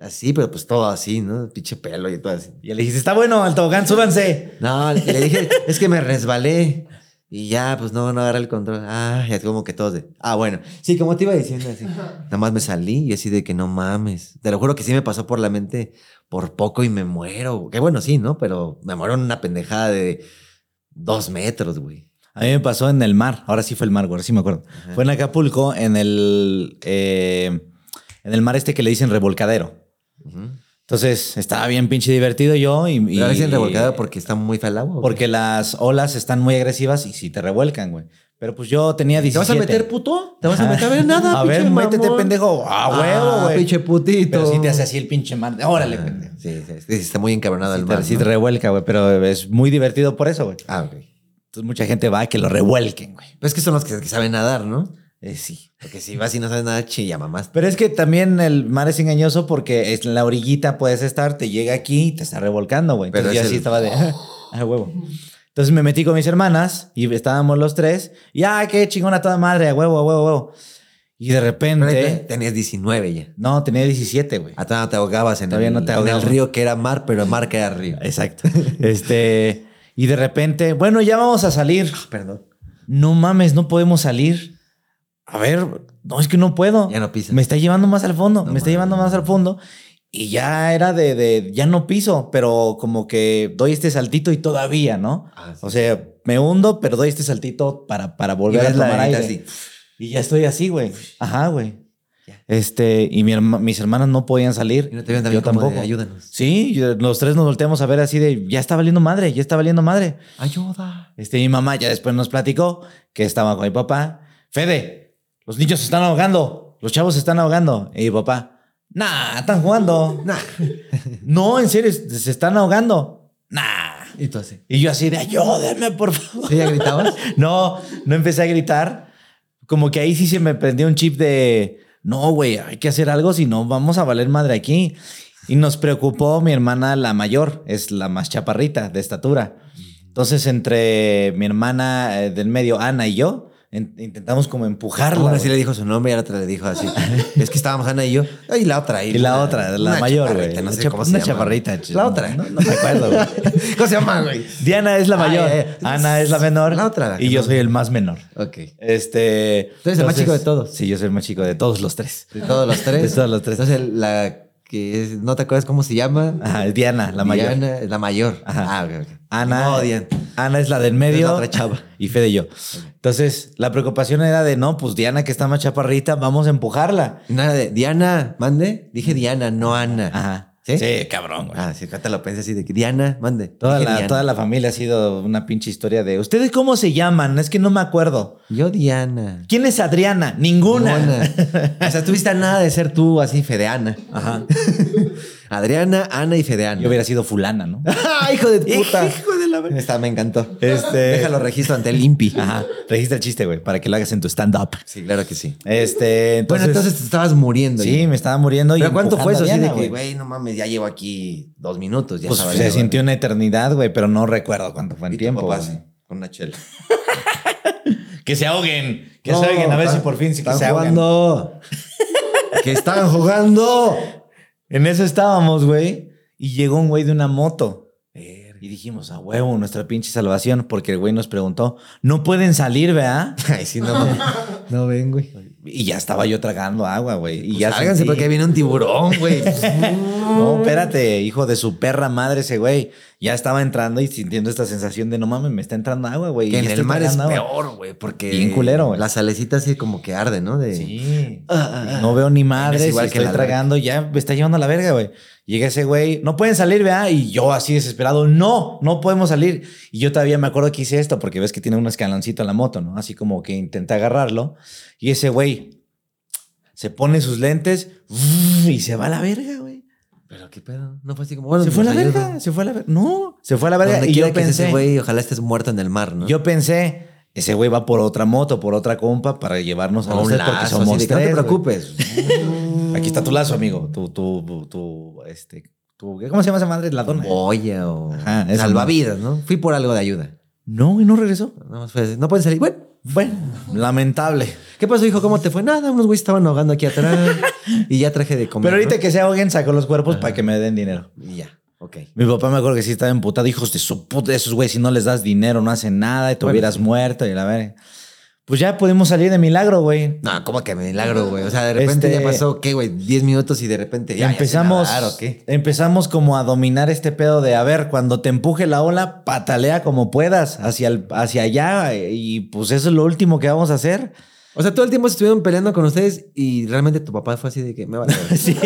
C: así, pero pues todo así, ¿no? Pinche pelo y todo así.
A: Y le dijiste, está bueno, al tobogán, súbanse.
C: No, le le dije, es que me resbalé. Y ya, pues no, no agarra el control. Ah, ya como que todos de, ah, bueno. Sí, como te iba diciendo así. Nada más me salí y así de que no mames. Te lo juro que sí me pasó por la mente por poco y me muero. Que bueno, sí, ¿no? Pero me muero en una pendejada de dos metros, güey.
A: A mí me pasó en el mar, ahora sí fue el mar, güey, ahora sí me acuerdo. Fue en Acapulco, en el, eh, en el mar este que le dicen revolcadero.
C: Ujú.
A: Entonces estaba bien pinche divertido yo y...
C: Pero a veces
A: y-
C: revolcada porque está muy feo el agua. ¿o qué?
A: Porque las olas están muy agresivas y si te revuelcan, güey. Pero pues yo tenía 17.
C: puto?
A: Ajá. A ver, métete,
C: mamón?
A: pendejo. A huevo,
C: Ah,
A: güey.
C: pinche putito.
A: Pero sí te hace así el pinche mar. Órale,
C: Ah,
A: pendejo.
C: Sí, sí, sí, está muy encabronado
A: Sí
C: el
A: te-
C: mar.
A: sí
C: ¿no?
A: te revuelca, güey, pero es muy divertido por eso, güey.
C: Ah, ok. Pero
A: Entonces mucha gente va a que lo revuelquen, güey.
C: es que son los que, que saben nadar, ¿no?
A: Eh, sí.
C: Porque si vas y no sabes nada, chilla mamás.
A: Pero es que también el mar es engañoso porque es en la orillita puedes estar, te llega aquí y te está revolcando, güey.
C: Pero
A: Entonces yo
C: es
A: así
C: el- ¡Oh!
A: estaba de... [laughs] ah, huevo. Entonces me metí con mis hermanas y estábamos los tres. Y, ah, qué chingona toda madre, a huevo, a huevo, a huevo. Y de
C: Pero ahí te-
A: repente...
C: Tenías 19 ya.
A: No, tenía 17, güey.
C: Ah, todavía no te ahogabas en,
A: Todavía
C: el,
A: no te Eh,
C: en
A: ahogaba.
C: el río que era mar, pero mar que era río.
A: Exacto. [laughs] este... Y de repente, bueno, ya vamos a salir.
C: Ah, Perdón.
A: No mames, no podemos salir. A ver, no, es que no puedo.
C: Ya no pisas.
A: Me está llevando más al fondo,
C: No
A: me está
C: mames.
A: llevando más al fondo. Y ya era de, de, ya no piso, pero como que doy este saltito y todavía, ¿no?
C: Ah, sí.
A: O sea, me hundo, pero doy este saltito para, para
C: Y
A: volver a
C: ves la
A: tomar
C: varita
A: aire.
C: así.
A: Y ya estoy así, güey. Ajá, güey. Este, y mi herma- mis hermanas no podían salir.
C: Y no te vieron
A: yo
C: también como de,
A: tampoco.
C: ayúdanos.
A: Sí, yo- los tres nos volteamos a ver así de, ya está valiendo madre, ya está valiendo madre.
C: Ayuda.
A: Este, mi mamá ya después nos platicó que estaba con mi papá. Fede, los niños se están ahogando, los chavos se están ahogando. Y mi papá, nah, están jugando.
C: Nah.
A: [laughs] No, en serio, se se están ahogando. Nah.
C: Y tú así.
A: Y yo así de, ayúdenme, por favor.
C: ¿Sí ya gritabas?
A: [laughs] No, no empecé a gritar. Como que ahí sí se me prendió un chip de, no, güey, hay que hacer algo, si no, vamos a valer madre aquí. Y nos preocupó mi hermana, la mayor, es la más chaparrita de estatura. Entonces, entre mi hermana eh, del medio, Ana, y yo, en- intentamos como empujarla.
C: Una
A: güey.
C: sí le dijo su nombre y la otra le
A: [laughs]
C: dijo así. es que estábamos Ana y yo. Y la otra.
A: Y la
C: una-
A: otra, la
C: una
A: mayor,
C: chaparrita,
A: güey.
C: No
A: Una
C: sé
A: chap-
C: cómo se
A: una
C: llama.
A: chaparrita.
C: La otra.
A: No, no me acuerdo, güey.
C: [laughs] ¿Cómo se llama, güey?
A: Diana es la
C: Ah,
A: mayor,
C: ya, ya.
A: Ana es la menor
C: pues, La otra, la que
A: y yo
C: no-
A: soy el más menor.
C: Ok.
A: Este,
C: Tú eres el más chico de todos.
A: Sí, yo soy el más chico de todos los tres.
C: De todos los tres.
A: De todos los tres.
C: Entonces, la que es- no te acuerdas cómo se llama.
A: Ajá, Diana, [laughs] la mayor.
C: Diana, es la mayor.
A: Ajá.
C: Ah, ok, ok.
A: Ana,
C: No, Diana.
A: Ana es la del medio.
C: Es la otra chava.
A: [laughs] Y Fede y yo. Entonces, la preocupación era de, no, pues Diana que está más chaparrita, vamos a empujarla.
C: Nada de Diana, mande. Dije Diana, no Ana.
A: Ajá.
C: ¿Sí?
A: cabrón, güey.
C: Ah, sí, acá te lo pensé así de que Diana, mande.
A: Toda
C: Dije
A: la,
C: Diana.
A: toda la familia ha sido una pinche historia de, ¿ustedes cómo se llaman? Es que no me acuerdo.
C: Yo Diana.
A: ¿Quién es Adriana? Ninguna.
C: Ninguna. o sea, tuviste a nada de ser tú así Fedeana.
A: Ajá.
C: [laughs] Adriana, Ana y Fedeana.
A: [laughs] Yo hubiera sido fulana, ¿no?
C: ¡Ah, [laughs] hijo de puta!
A: Hijo de la ver-
C: Esta me encantó.
A: Este-
C: Déjalo registro ante el INPI.
A: Ajá. Ah, Registra el chiste, güey, para que lo hagas en tu stand-up.
C: Sí, claro que sí.
A: Este, entonces.
C: bueno, entonces te estabas muriendo. ya.
A: sí, me estaba muriendo. y
C: ¿Pero cuánto fue eso?
A: empujando a Diana,
C: Así de que, güey, no mames, ya llevo aquí dos minutos. Ya
A: Pues
C: estaba
A: se
C: yo,
A: sintió una eternidad, güey, pero no recuerdo cuánto fue
C: güey.
A: el
C: Y tu
A: tiempo.
C: papá
A: güey.
C: así, Con una chela.
A: Que se ahoguen. Que
C: No,
A: se ahoguen. A ver
C: están-
A: si por fin sí que
C: están
A: se ahoguen.
C: jugando. que están jugando.
A: En eso estábamos, güey. Y llegó un güey de una moto. Y dijimos, a huevo, nuestra pinche salvación. Porque el güey nos preguntó, no pueden salir, ¿verdad?
C: [laughs] Ay, sí, no, mames. no ven, güey.
A: Y ya estaba yo tragando agua, güey. Y
C: Pues
A: ya
C: sálganse
A: sentí-
C: porque viene un tiburón, [laughs] güey.
A: [laughs] No, espérate, hijo de su perra madre ese güey. Ya estaba entrando y sintiendo esta sensación de no mames, me está entrando agua, güey.
C: que
A: y
C: en el
A: estoy
C: mar es
A: tragando agua".
C: peor, güey, porque...
A: Bien culero, güey.
C: La salecita así como que arde, ¿no? De...
A: Sí.
C: Ah, ah,
A: No veo ni madre,
C: igual
A: igual
C: que
A: que estoy
C: la
A: tragando, ya me está llevando a la verga, güey. Llega ese güey, no pueden salir, ¿verdad? Y yo así desesperado, no, no podemos salir. Y yo todavía me acuerdo que hice esto, porque ves que tiene un escaloncito en la moto, ¿no? Así como que intenté agarrarlo. Y ese güey se pone sus lentes y se va a la verga, güey.
C: Pero qué pedo. No fue así como... Bueno,
A: se fue a la
C: pues, ayuda.
A: verga, se fue a la verga. No, se fue a la verga.
C: Donde
A: Y
C: quiera
A: yo
C: que estés,
A: pensé,
C: güey, ojalá estés muerto en el mar, ¿no?
A: yo pensé, ese güey va por otra moto, por otra compa para llevarnos a
C: O
A: los
C: un
A: tres
C: lazo,
A: porque
C: así
A: somos
C: de que
A: tres,
C: no te
A: güey.
C: preocupes. [laughs]
A: Aquí está tu lazo,
C: Mm.
A: amigo. Tu, tu, tu, este, tu, ¿cómo se llama esa madre? La dona.
C: Boya o
A: Ajá, eso,
C: salvavidas, Ah, ¿no? Fui por algo de ayuda.
A: No, güey, no regresó.
C: Nada más fue así, No pueden salir. Bueno,
A: Bueno, lamentable.
C: ¿qué pasó, hijo? ¿Cómo te fue? Nada, unos güeyes estaban ahogando aquí [laughs] atrás y ya traje de comer.
A: Pero ahorita
C: ¿no?
A: que se ahoguen, saco los cuerpos para que me den dinero.
C: Y ya, ok.
A: Mi papá me acuerdo que sí estaba emputado. Hijos de su puta, esos güey, si no les das dinero, no hacen nada y te
C: Bueno,
A: hubieras
C: sí.
A: muerto y la verga. Pues ya pudimos salir de milagro, güey.
C: No, ¿cómo que milagro, güey? O sea, de repente
A: Este-
C: ya pasó, ¿qué, güey? 10 minutos y de repente ya, ya sé
A: empezamos,
C: nadar, ¿o qué?
A: empezamos como a dominar este pedo de, a ver, cuando te empuje la ola, patalea como puedas hacia, el, hacia allá y pues eso es lo último que vamos a hacer.
C: O sea, todo el tiempo se estuvieron peleando con ustedes y realmente tu papá fue así de que me vale. [laughs]
A: [laughs]
C: verga.
A: Sí.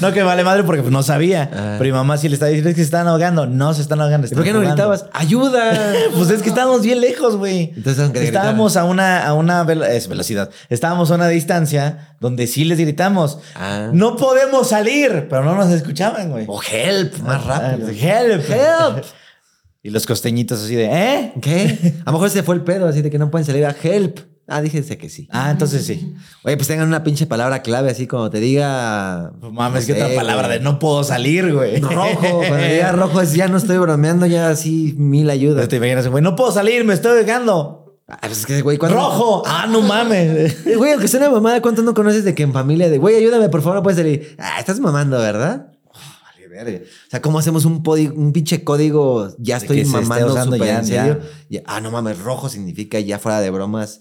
A: No, que vale madre porque pues, no sabía.
C: Ah.
A: Pero mi mamá sí le estaba diciendo es que se están ahogando. No, se están ahogando.
C: ¿Y ¿Por qué no
A: están ahogando".
C: gritabas? [laughs] ¡Ayuda!
A: Pues es que estábamos bien lejos, güey.
C: Entonces, aunque le
A: Estábamos a una, a una velo- es velocidad. Estábamos a una distancia donde sí les gritamos.
C: Ah.
A: No podemos salir, pero no nos escuchaban, güey.
C: O help, más rápido.
A: Ah, help,
C: [laughs] Help.
A: Y los costeñitos así de, ¿eh?
C: ¿Qué? A lo mejor ese fue el pedo, así de que no pueden salir a help. Ah, díjense que sí.
A: Ah, entonces
C: [laughs]
A: sí.
C: Oye, pues tengan una pinche palabra clave, así como te diga.
A: Pues mames, que
C: sé,
A: otra palabra
C: güey,
A: de no puedo salir, güey. [laughs]
C: Rojo, cuando diga rojo es ya no estoy bromeando, ya así mil ayudas.
A: Te imaginas, güey, no puedo salir, me estoy ahogando.
C: Ah, pues es que, güey, ¿cuánto-
A: Rojo. Ah, no mames.
C: Eh, Güey, aunque sea una mamada, ¿cuánto no conoces de que en familia de, güey, ayúdame, por favor, no puedes salir? Ah, estás mamando, ¿verdad? Oh, vale, verga. O sea, ¿cómo hacemos un, podi- un pinche código? Ya
A: De
C: estoy
A: que se esté
C: mamando
A: usando
C: súper
A: ya,
C: en serio. Ya, ah, no mames, rojo significa ya fuera de bromas,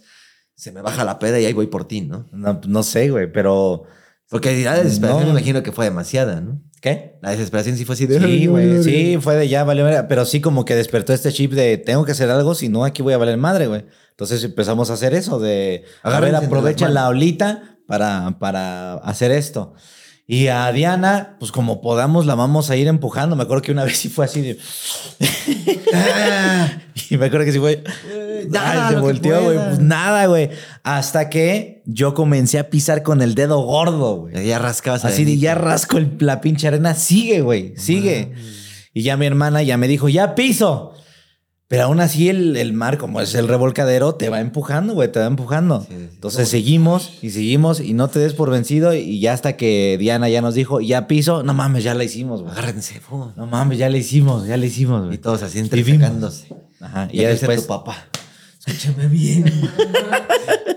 C: se me baja la peda y ahí voy por ti, ¿no?
A: [laughs] No, no sé, güey, pero.
C: Porque la desesperación
A: No.
C: me imagino que fue demasiada, ¿no?
A: ¿Qué?
C: La desesperación sí fue así de...
A: Sí, güey.
C: "Ay,
A: Sí, fue de ya, valió madre. Pero sí, como que despertó este chip de tengo que hacer algo, si no, aquí voy a valer madre, güey. Entonces empezamos a hacer eso de. A ver,
C: Agárrense entre
A: aprovecha
C: las manos.
A: la olita para, para hacer esto. Y a Diana, pues como podamos, la vamos a ir empujando. Me acuerdo que una [laughs] vez sí fue así de... y me acuerdo que sí fue...
C: nada,
A: Ay, se
C: lo que
A: volteó, güey.
C: pueda.
A: Pues nada, güey. Hasta que yo comencé a pisar con el dedo gordo, güey.
C: Ya rascabas
A: Así de ya rasco el- la pinche arena, sigue, güey, sigue. Y ya mi hermana ya me dijo, ya piso. Pero aún así el, el mar, como es el revolcadero, te va empujando, güey, te va empujando.
C: Sí, sí.
A: Entonces seguimos y seguimos y no te des por vencido y ya hasta que Diana ya nos dijo, ya piso, no mames, ya la hicimos, güey.
C: Agárrense, pum.
A: No mames, ya la hicimos, ya la hicimos,
C: Y
A: güey.
C: todos así
A: vimos.
C: entregándose.
A: Ajá, y ya después...
C: tu papá. Escúchame bien. [laughs]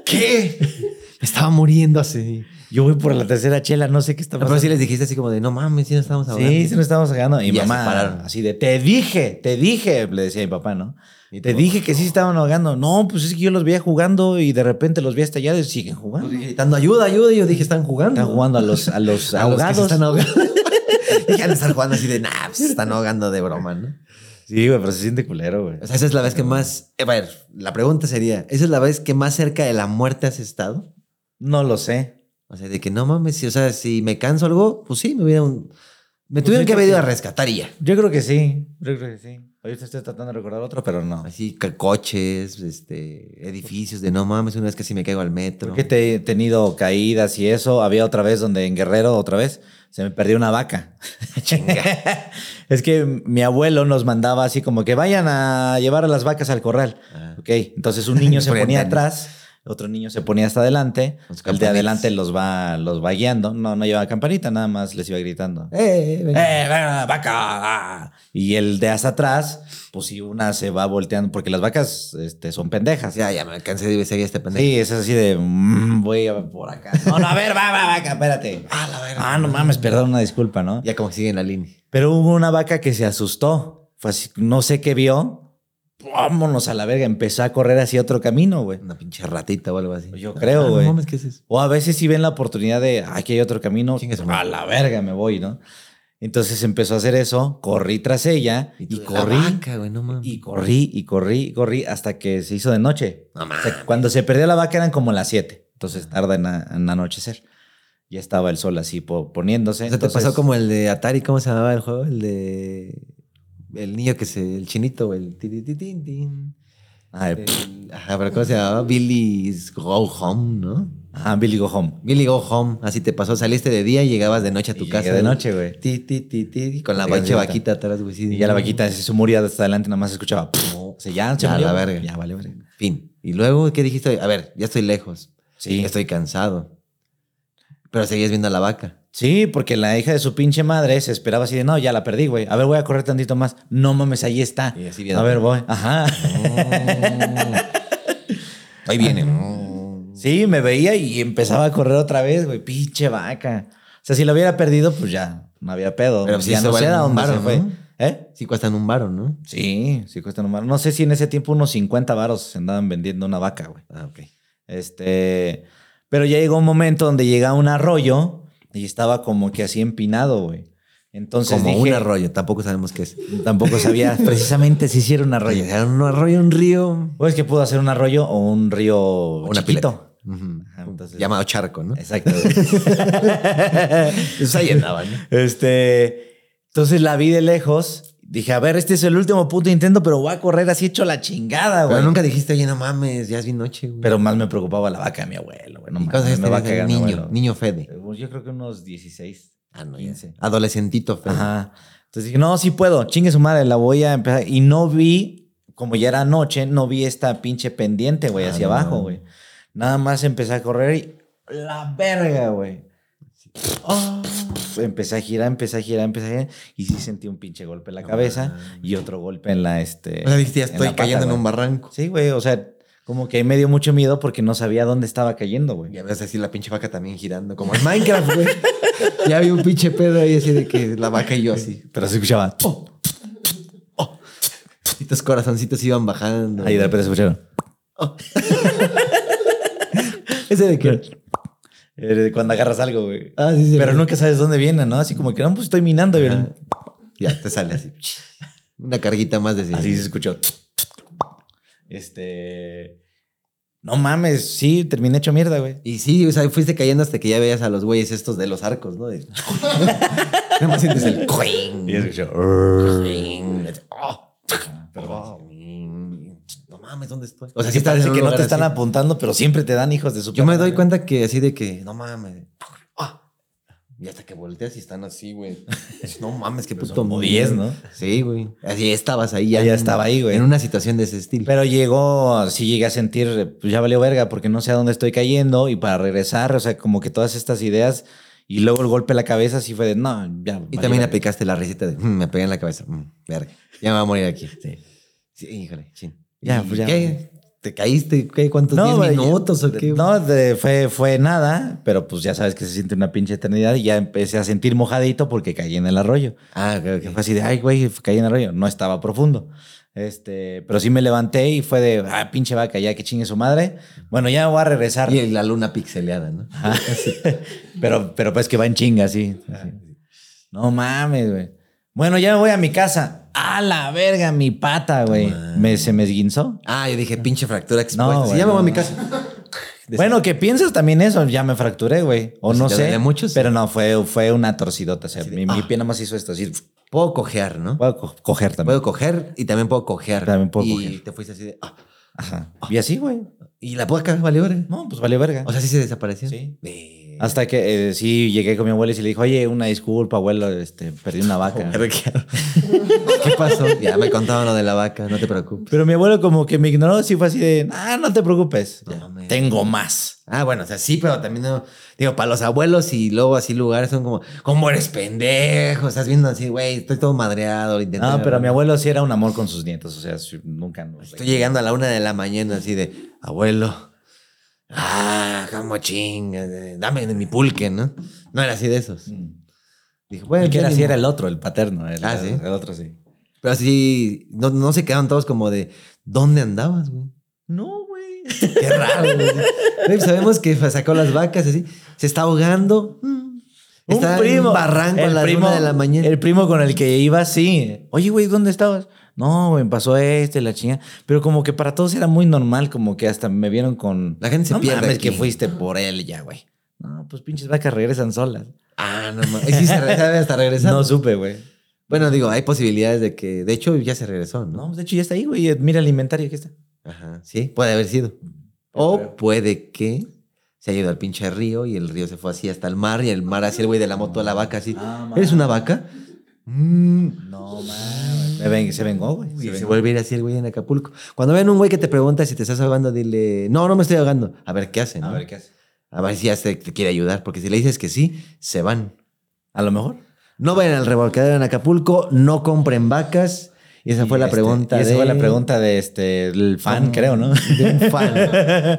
C: ¿Qué? Me estaba muriendo así.
A: Yo voy por la tercera chela, no sé qué está
C: Pero
A: pasando.
C: sí les dijiste así como de, no mames, sí nos estamos ahogando.
A: Sí, sí nos estábamos sacando. Y
C: Y ya
A: mamá,
C: se pararon.
A: así de, te dije, te dije, le decía mi papá, ¿no?
C: Y
A: te
C: tu
A: dije que sí se estaban ahogando. No, pues es que yo los veía jugando y de repente los vi hasta allá y siguen jugando.
C: [laughs] Pues, gritando ayuda, ayuda. Y yo dije, están jugando.
A: Están jugando a los, [laughs] a los
C: A los que se
A: ahogados.
C: están ahogando.
A: [laughs]
C: [laughs] Dije, han de estar jugando así de, nah, pues, se están ahogando de broma, ¿no?
A: Sí, güey, pero se siente culero, güey.
C: O sea, esa es la vez que más. eh, a ver, la pregunta sería: ¿esa es la vez que más cerca de la muerte has estado?
A: No lo sé.
C: O sea, de que no mames, si, o sea, si me canso algo, pues sí, me hubiera un. Me
A: Pues yo
C: tuvieron que
A: creo
C: haber ido
A: que-
C: a rescatar y ya.
A: Yo creo que sí. Yo creo que sí. Ahorita estoy tratando de recordar otro, pero no.
C: Así, ca- coches, este, edificios, de no mames, una vez que si me caigo al metro.
A: Porque te he tenido caídas y eso. Había otra vez donde en Guerrero, otra vez, se me perdió una [laughs] vaca. [laughs] es que mi abuelo nos mandaba así como que vayan a llevar a las vacas al corral.
C: Ah.
A: Ok, entonces un
C: [laughs]
A: niño se ponía
C: Enfrentan.
A: atrás, otro niño se ponía hasta adelante.
C: Con sus
A: El de
C: campanitas.
A: adelante los va, los va guiando. No, no llevaba campanita, nada más les iba gritando.
C: Eh, eh, venga.
A: ¡Eh, venga, vaca! ah. Y el de hasta atrás, pues si una se va volteando, porque las vacas este, son pendejas.
C: Ya, ya me cansé de seguir a este pendejo.
A: Sí, es así de "Mm, voy a por acá. No, no, a ver, va, va, vaca,
C: [laughs]
A: espérate. Ah, la verga. Ah, no mames, perdón, una disculpa, ¿no?
C: Ya como que sigue en la línea.
A: Pero hubo una vaca que se asustó. Fue así, no sé qué vio. Vámonos a la verga. Empezó a correr hacia otro camino, güey.
C: Una pinche ratita o algo así.
A: Pues Yo creo,
C: Ah,
A: güey.
C: No mames, ¿qué es eso?
A: O a veces sí ven la oportunidad de, "Ah, aquí hay otro camino,
C: Chingue su
A: a
C: madre.
A: la verga me voy, ¿no? Entonces empezó a hacer eso, corrí tras ella y,
C: tú,
A: corrí,
C: La vaca, güey, no mames.
A: y corrí, y corrí, y corrí, hasta que se hizo de noche.
C: No
A: O
C: mames.
A: sea, cuando se perdió la vaca eran como las 7, entonces tarda en, a- en anochecer. Ya estaba el sol así po- poniéndose.
C: O sea,
A: entonces-
C: te pasó como el de Atari, ¿cómo se llamaba el juego? El de. El niño que se. El chinito, güey. El. tirititín, tin.
A: Ah, el-
C: El- Eh, Ajá, pero ¿cómo se llamaba? Billy's Go Home, ¿no?
A: ah, Billy Go Home.
C: Billy Go Home. Así te pasó. Saliste de día y llegabas de noche a tu
A: Y
C: casa.
A: llegué de noche, güey.
C: Ti, ti, ti, ti, con la
A: Llegué
C: pinche
A: de vuelta.
C: vaquita atrás, güey. sí,
A: Y ya la
C: no.
A: vaquita se murió hasta adelante, nada más escuchaba. O sea, ya se
C: Ya,
A: murió.
C: la verga.
A: Ya, vale, verga.
C: Fin. Y luego, ¿qué dijiste? A ver, ya estoy lejos.
A: Sí.
C: Estoy cansado. Pero seguías viendo a la vaca.
A: Sí, porque la hija de su pinche madre se esperaba así de, no, ya la perdí, güey. A ver, voy a correr tantito más. No mames, ahí está.
C: Y así viendo.
A: A ver, voy. Ajá.
C: [laughs] Ahí viene.
A: [laughs] Sí, me veía y empezaba a correr otra vez, güey. Pinche vaca. O sea, si la hubiera perdido, pues ya, no había pedo.
C: Pero pues
A: ya
C: sí
A: no
C: se
A: sé
C: vale
A: a
C: un
A: dónde se
C: varo,
A: fue.
C: ¿no?
A: ¿Eh?
C: Sí, cuestan un varo, ¿no?
A: Sí, sí cuesta nomás. No sé si en ese tiempo unos 50 varos andaban vendiendo una vaca, güey.
C: Ah, ok.
A: Este, pero ya llegó un momento donde llegaba un arroyo y estaba como que así empinado, güey. Entonces
C: Como
A: dije,
C: un arroyo, tampoco sabemos qué es.
A: tampoco
C: [laughs]
A: sabía precisamente si hiciera un arroyo.
C: Era un arroyo, un río.
A: O es que pudo hacer un arroyo o un río
C: Una
A: chiquito.
C: pileta. Ujú.
A: Ajá, entonces-
C: Llamado charco, ¿no? [laughs]
A: Exacto. [laughs] güey.
C: Eso
A: [laughs]
C: ahí andaba,
A: Ah,
C: ¿no?
A: Este, entonces la vi de lejos. Dije, a ver, este es el último puto intento, pero voy a correr así hecho la chingada,
C: Pero
A: güey.
C: nunca dijiste, oye, no mames, ya es bien noche, güey.
A: Pero más me preocupaba la vaca de mi abuelo, güey. No
C: ¿Y cuántos
A: mames,
C: años
A: me va a
C: tenías
A: cagar
C: ahí?
A: mi
C: niño,
A: abuelo.
C: niño Fede.
A: Eh, pues, Yo creo que unos 16.
C: Ah, no,
A: 15.
C: Adolescentito Fede.
A: Ajá. Entonces dije, no, sí puedo, chingue su madre, la voy a empezar. Y no vi, como ya era noche, no vi esta pinche pendiente, güey,
C: Ah,
A: hacia
C: no.
A: abajo, güey. Nada más empecé a correr y la verga, güey. Oh. Empecé a girar, empecé a girar, empecé a girar. Y sí sentí un pinche golpe en la
C: No
A: cabeza
C: mames.
A: y otro golpe en la, este...
C: O sea, dijiste, ya
A: en la
C: estoy
A: pata,
C: cayendo en
A: güey".
C: un barranco.
A: Sí, güey, o sea, como que me dio mucho miedo porque no sabía dónde estaba cayendo, güey.
C: Ya ves así la pinche vaca también girando, como en Minecraft, güey. [laughs] ya vi un pinche pedo ahí así de que la vaca y yo así. Oh.
A: Pero se escuchaba.
C: Y tus corazoncitos iban bajando.
A: Ahí de repente se escucharon.
C: [laughs] Ese de que.
A: Eh, Cuando agarras algo, güey.
C: Ah, sí, sí.
A: Pero
C: sí.
A: nunca sabes dónde viene, ¿no? Así como que, no, pues estoy minando. y el-
C: Ya te
A: [laughs]
C: sale así. Una carguita más de
A: Así se escuchó. Este. No mames, sí, terminé hecho mierda, güey.
C: Y sí, o sea, fuiste cayendo hasta que ya veías a los güeyes estos de los arcos, ¿no?
A: [laughs]
C: De- Nada más sientes el coing.
A: Y
C: coing. Oh.
A: Ah,
C: [laughs] No mames, ¿dónde estoy? O sea, sí estás en
A: parece
C: un
A: que no
C: lugar
A: te están
C: así.
A: apuntando, pero siempre te dan hijos de su
C: Yo me doy
A: puta madre.
C: cuenta que así de que, no mames. Ah. Y hasta que volteas y están así,
A: [laughs]
C: güey. No mames, qué puto
A: como 10, ¿no?
C: pues, Sí, güey. Así estabas ahí.
A: Ya estaba ahí, güey.
C: En una situación de ese estilo.
A: Pero llegó, sí llegué a sentir, pues ya valió verga, porque no sé a dónde estoy cayendo y para regresar, o sea, como que todas estas ideas y luego el golpe a la cabeza, sí fue de, no, ya.
C: y
A: valió
C: también
A: verga".
C: aplicaste la receta de, "Mm, me pegué en la cabeza. mm, verga. Ya me voy a morir aquí. Sí. híjole, chin.
A: Ya,
C: ¿Y
A: pues ya.
C: ¿Qué? ¿Te caíste? ¿Qué? ¿Cuántos?
A: No,
C: ¿Diez
A: güey,
C: minutos o qué?
A: No, de- fue, fue nada, pero pues ya sabes que se siente una pinche eternidad y ya empecé a sentir mojadito porque caí en el arroyo.
C: Ah, ok,
A: Que
C: ok.
A: fue así de, ay, güey, caí en el arroyo. No estaba profundo. Este, pero sí me levanté y fue de, ah, pinche vaca, ya que chingue su madre. Bueno, ya me voy a regresar.
C: Y la luna pixeleada, ¿no?
A: Ah, pero, pero pues que va en chinga, sí. No mames, güey. Bueno, ya me voy a mi casa. A la verga, mi pata, güey. Me, se me esguinzó.
C: Ah, yo dije, pinche fractura expuesta.
A: No,
C: Sí,
A: güey,
C: ya me voy a
A: no,
C: mi
A: no.
C: casa.
A: [laughs] Bueno, que piensas también eso, ya me fracturé, güey. O
C: Pues
A: no
C: si te
A: sé.
C: duele mucho, sí.
A: Pero no, fue, fue una torcidota. O sea,
C: Así de,
A: mi, mi
C: ah.
A: pie nada más hizo esto. Así,
C: Puedo cojear, ¿no?
A: puedo co- coger también.
C: Puedo coger y también puedo cojear.
A: También puedo
C: y
A: cojear.
C: te fuiste así de, ah,
A: Ajá. Y así, güey.
C: y la puedo cagar, vale, ahora.
A: No, pues valió verga.
C: O sea, sí se desapareció.
A: Sí.
C: Eh,
A: Hasta que eh, sí llegué con mi abuelo y sí le dije, oye, una disculpa, abuelo, este, perdí una vaca.
C: [laughs] ¿Qué pasó? Ya me contaban lo de la vaca, no te preocupes.
A: Pero mi abuelo como que me ignoró, sí fue así de, ah, no te preocupes,
C: No
A: ya,
C: mames.
A: tengo más.
C: Ah, bueno, o sea, sí, pero también no- digo, para los abuelos y luego así lugares son como, ¿cómo eres pendejo? Estás viendo así, güey, estoy todo madreado. intenté-
A: No, pero mi abuelo sí era un amor con sus nietos, o sea, sí, nunca nos...
C: Estoy llegando a la una de la mañana así de, abuelo, ah, cómo chingas, eh, dame de mi pulque, ¿no? No era así de esos.
A: Mm.
C: Dije, bueno,
A: Y que
C: ya
A: era
C: ni
A: así,
C: modo".
A: era el otro, el paterno, el,
C: Ah, ¿sí?
A: el otro sí.
C: Pero así, no, no se quedaron todos como de, ¿dónde andabas, güey?
A: No, güey.
C: Qué raro. güey. Güey, pues Sabemos que sacó las vacas así. Se está ahogando. Mm. Está en un barranco a las una de la mañana.
A: El primo con el que iba, sí. Oye, güey, ¿dónde estabas? No, güey, pasó este, la chingada. Pero como que para todos era muy normal, como que hasta me vieron con...
C: La gente se
A: no
C: pierde
A: mames
C: aquí.
A: que fuiste por él ya, güey. No, pues pinches vacas regresan solas.
C: Ah, no mames. Y sí, se re- sabe hasta regresar.
A: No supe, güey.
C: Bueno, digo, hay posibilidades de que. De hecho, ya se regresó, ¿no?
A: No, pues, de hecho ya está ahí, güey. Mira el inventario, aquí está.
C: Ajá. Sí, puede haber sido. O puede que se haya ido al pinche río y el río se fue así hasta el mar y el mar así el güey de la moto a la vaca así.
A: Ah,
C: ¿Eres una vaca?
A: No, mames. Se ven- Se vengó, güey.
C: Y
A: Se
C: se
A: vengó.
C: vuelve a ir así el güey en Acapulco. Cuando vean un güey que te pregunta si te estás ahogando, dile, no, no me estoy ahogando. A ver qué hace, ¿no?
A: A ver qué hace.
C: A ver si ya se- te quiere ayudar, porque si le dices que sí, se van.
A: A lo mejor.
C: No vayan al revolcadero en Acapulco, no compren vacas. Y esa fue la
A: Este,
C: pregunta
A: y esa
C: de...
A: fue la pregunta de este, el fan,
C: ¿Cómo?
A: creo, ¿no?
C: de un fan.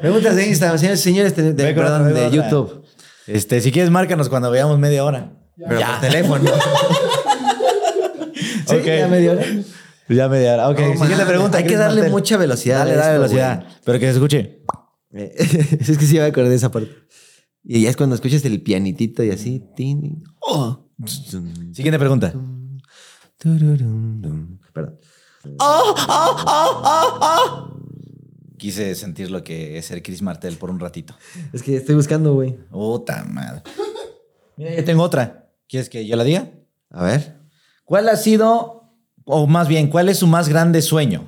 C: [laughs] Preguntas de Instagram, señores, señores de, de-
A: Ve con
C: perdón,
A: otra, ve
C: de
A: con otra.
C: YouTube.
A: [laughs] Este, si quieres, márcanos cuando veamos media hora.
C: Pero por teléfono. sí,
A: [laughs] Ok.
C: ya media hora.
A: Ya media hora. Ok,
C: No,
A: siguiente
C: man,
A: pregunta.
C: Hay que
A: Chris
C: darle
A: Martel.
C: mucha velocidad.
A: Dale,
C: a
A: dale
C: esto,
A: velocidad. Pero que se escuche.
C: güey. Eh, [laughs] es que sí, me acordé de esa parte. Y ya es cuando escuchas el pianitito y así. tin, oh.
A: Siguiente pregunta.
C: [laughs] Tururum, dum. Perdón.
A: Quise sentir lo que es ser Chris Martel por un ratito.
C: Es que estoy buscando, güey.
A: Puta madre. Mira, yo tengo otra. ¿Quieres que yo la diga?
C: A ver.
A: ¿Cuál ha sido, o más bien, cuál es su más grande sueño?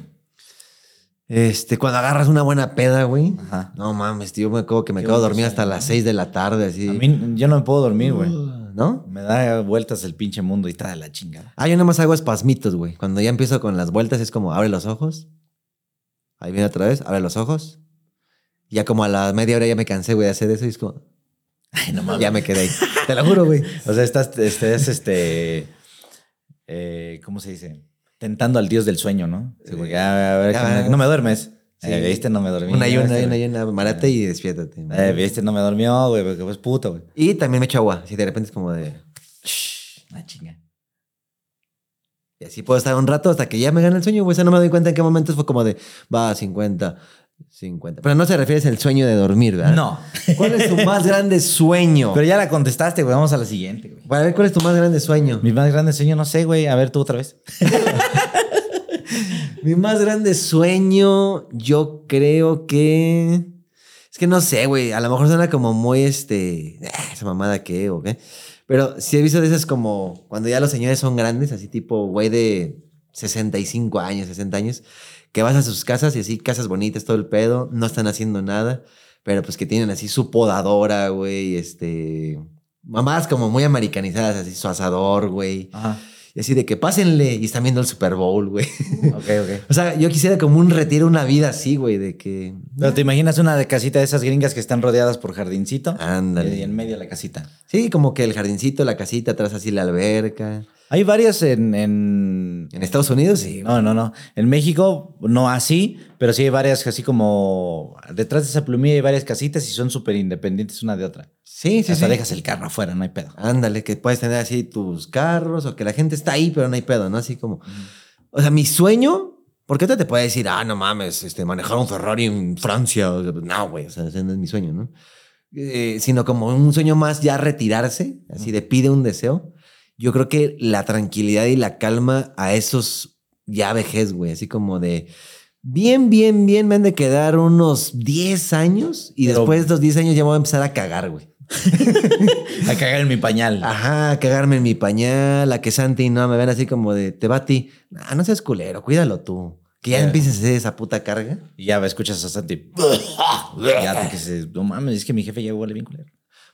C: Este, cuando agarras una buena peda, güey.
A: Ajá.
C: No mames, tío, yo me acuerdo que me quedo dormido hasta las 6 de la tarde, así.
A: A mí, yo no me puedo dormir, güey.
C: ¿No?
A: Me da vueltas el pinche mundo y está de la chingada.
C: Ah, yo nada más hago espasmitos, güey. Cuando ya empiezo con las vueltas es como, abre los ojos. Ahí viene otra vez, abre los ojos. Ya como a la media hora ya me cansé, güey, de hacer eso y es como,
A: Ay, no mames.
C: ya me quedé ahí. Te lo
A: [laughs]
C: juro, güey.
A: O sea, estás, este, es este, eh, ¿cómo se dice? Tentando al dios del sueño, ¿no? Sí, porque, ah, a ver,
C: Ya,
A: que no-
C: ya.
A: no me duermes.
C: Sí.
A: Eh, ¿Viste? No me Ah. dormí.
C: Una y una,
A: ¿Viste?
C: y una y una, marate y despiértate.
A: Eh, ¿Viste? No me durmió, güey, porque pues puto, güey.
C: Y también me echo agua, así de repente es como de...
A: Ah, chinga.
C: Y así puedo estar un rato hasta que ya me gana el sueño, güey. O sea, no me doy cuenta en qué momentos fue como de, va, 50, 50. Pero no se refiere al sueño de dormir, ¿verdad?
A: No.
C: ¿Cuál es tu más grande sueño?
A: [laughs] Pero ya la contestaste, güey. Vamos a la siguiente, güey.
C: Para ver cuál es tu más grande sueño.
A: Mi más grande sueño, no sé, güey. A ver, tú otra vez.
C: Mi más grande sueño, yo creo que Es que no sé, güey. A lo mejor suena como muy este. "Ah, Esa mamada que o qué. Pero sí he visto de esas como cuando ya los señores son grandes, así tipo güey de 65 años, 60 años, que vas a sus casas y así, casas bonitas, todo el pedo, no están haciendo nada, pero pues que tienen así su podadora, güey, este. Mamás como muy americanizadas, así su asador, güey.
A: [laughs] Ajá.
C: Y así de que pásenle y están viendo el Super Bowl, güey.
A: Ok, ok.
C: O sea, yo quisiera como un retiro, una vida así, güey, de que.
A: Pero te imaginas una de casita de esas gringas que están rodeadas por jardincito.
C: Ándale.
A: Y en medio la casita.
C: Sí, como que el jardincito, la casita, atrás así la alberca.
A: Hay varias en, en...
C: En Estados Unidos, sí. güey.
A: No, no, no. En México no así, pero sí hay varias así como... Detrás de esa plumilla hay varias casitas y son súper independientes una de otra.
C: Sí, sí,
A: Hasta
C: sí.
A: dejas el carro afuera, no hay pedo.
C: Ándale, que puedes tener así tus carros o que la gente está ahí, pero no hay pedo, ¿no? Así como. O sea, mi sueño. Porque ahorita te puede decir, ah, no mames, este, manejar un Ferrari en Francia. o sea, pues, No, güey, o sea, ese no es mi sueño, ¿no? Eh, sino como un sueño más ya retirarse, así de pide un deseo. Yo creo que la tranquilidad y la calma a esos ya vejez, güey, así como de bien, bien, bien, me han de quedar unos 10 años y
A: Pero-
C: después de estos 10 años ya me voy a empezar a cagar, güey.
A: A cagar en mi pañal.
C: Ajá, a cagarme en mi pañal, a que Santi no me ven así como de, te va a ti. Ah, no seas culero, cuídalo tú. Que ya
A: Ya.
C: empieces a hacer esa puta carga.
A: Y ya escuchas a Santi. ya te que se, no mames, es que mi jefe ya huele bien culero.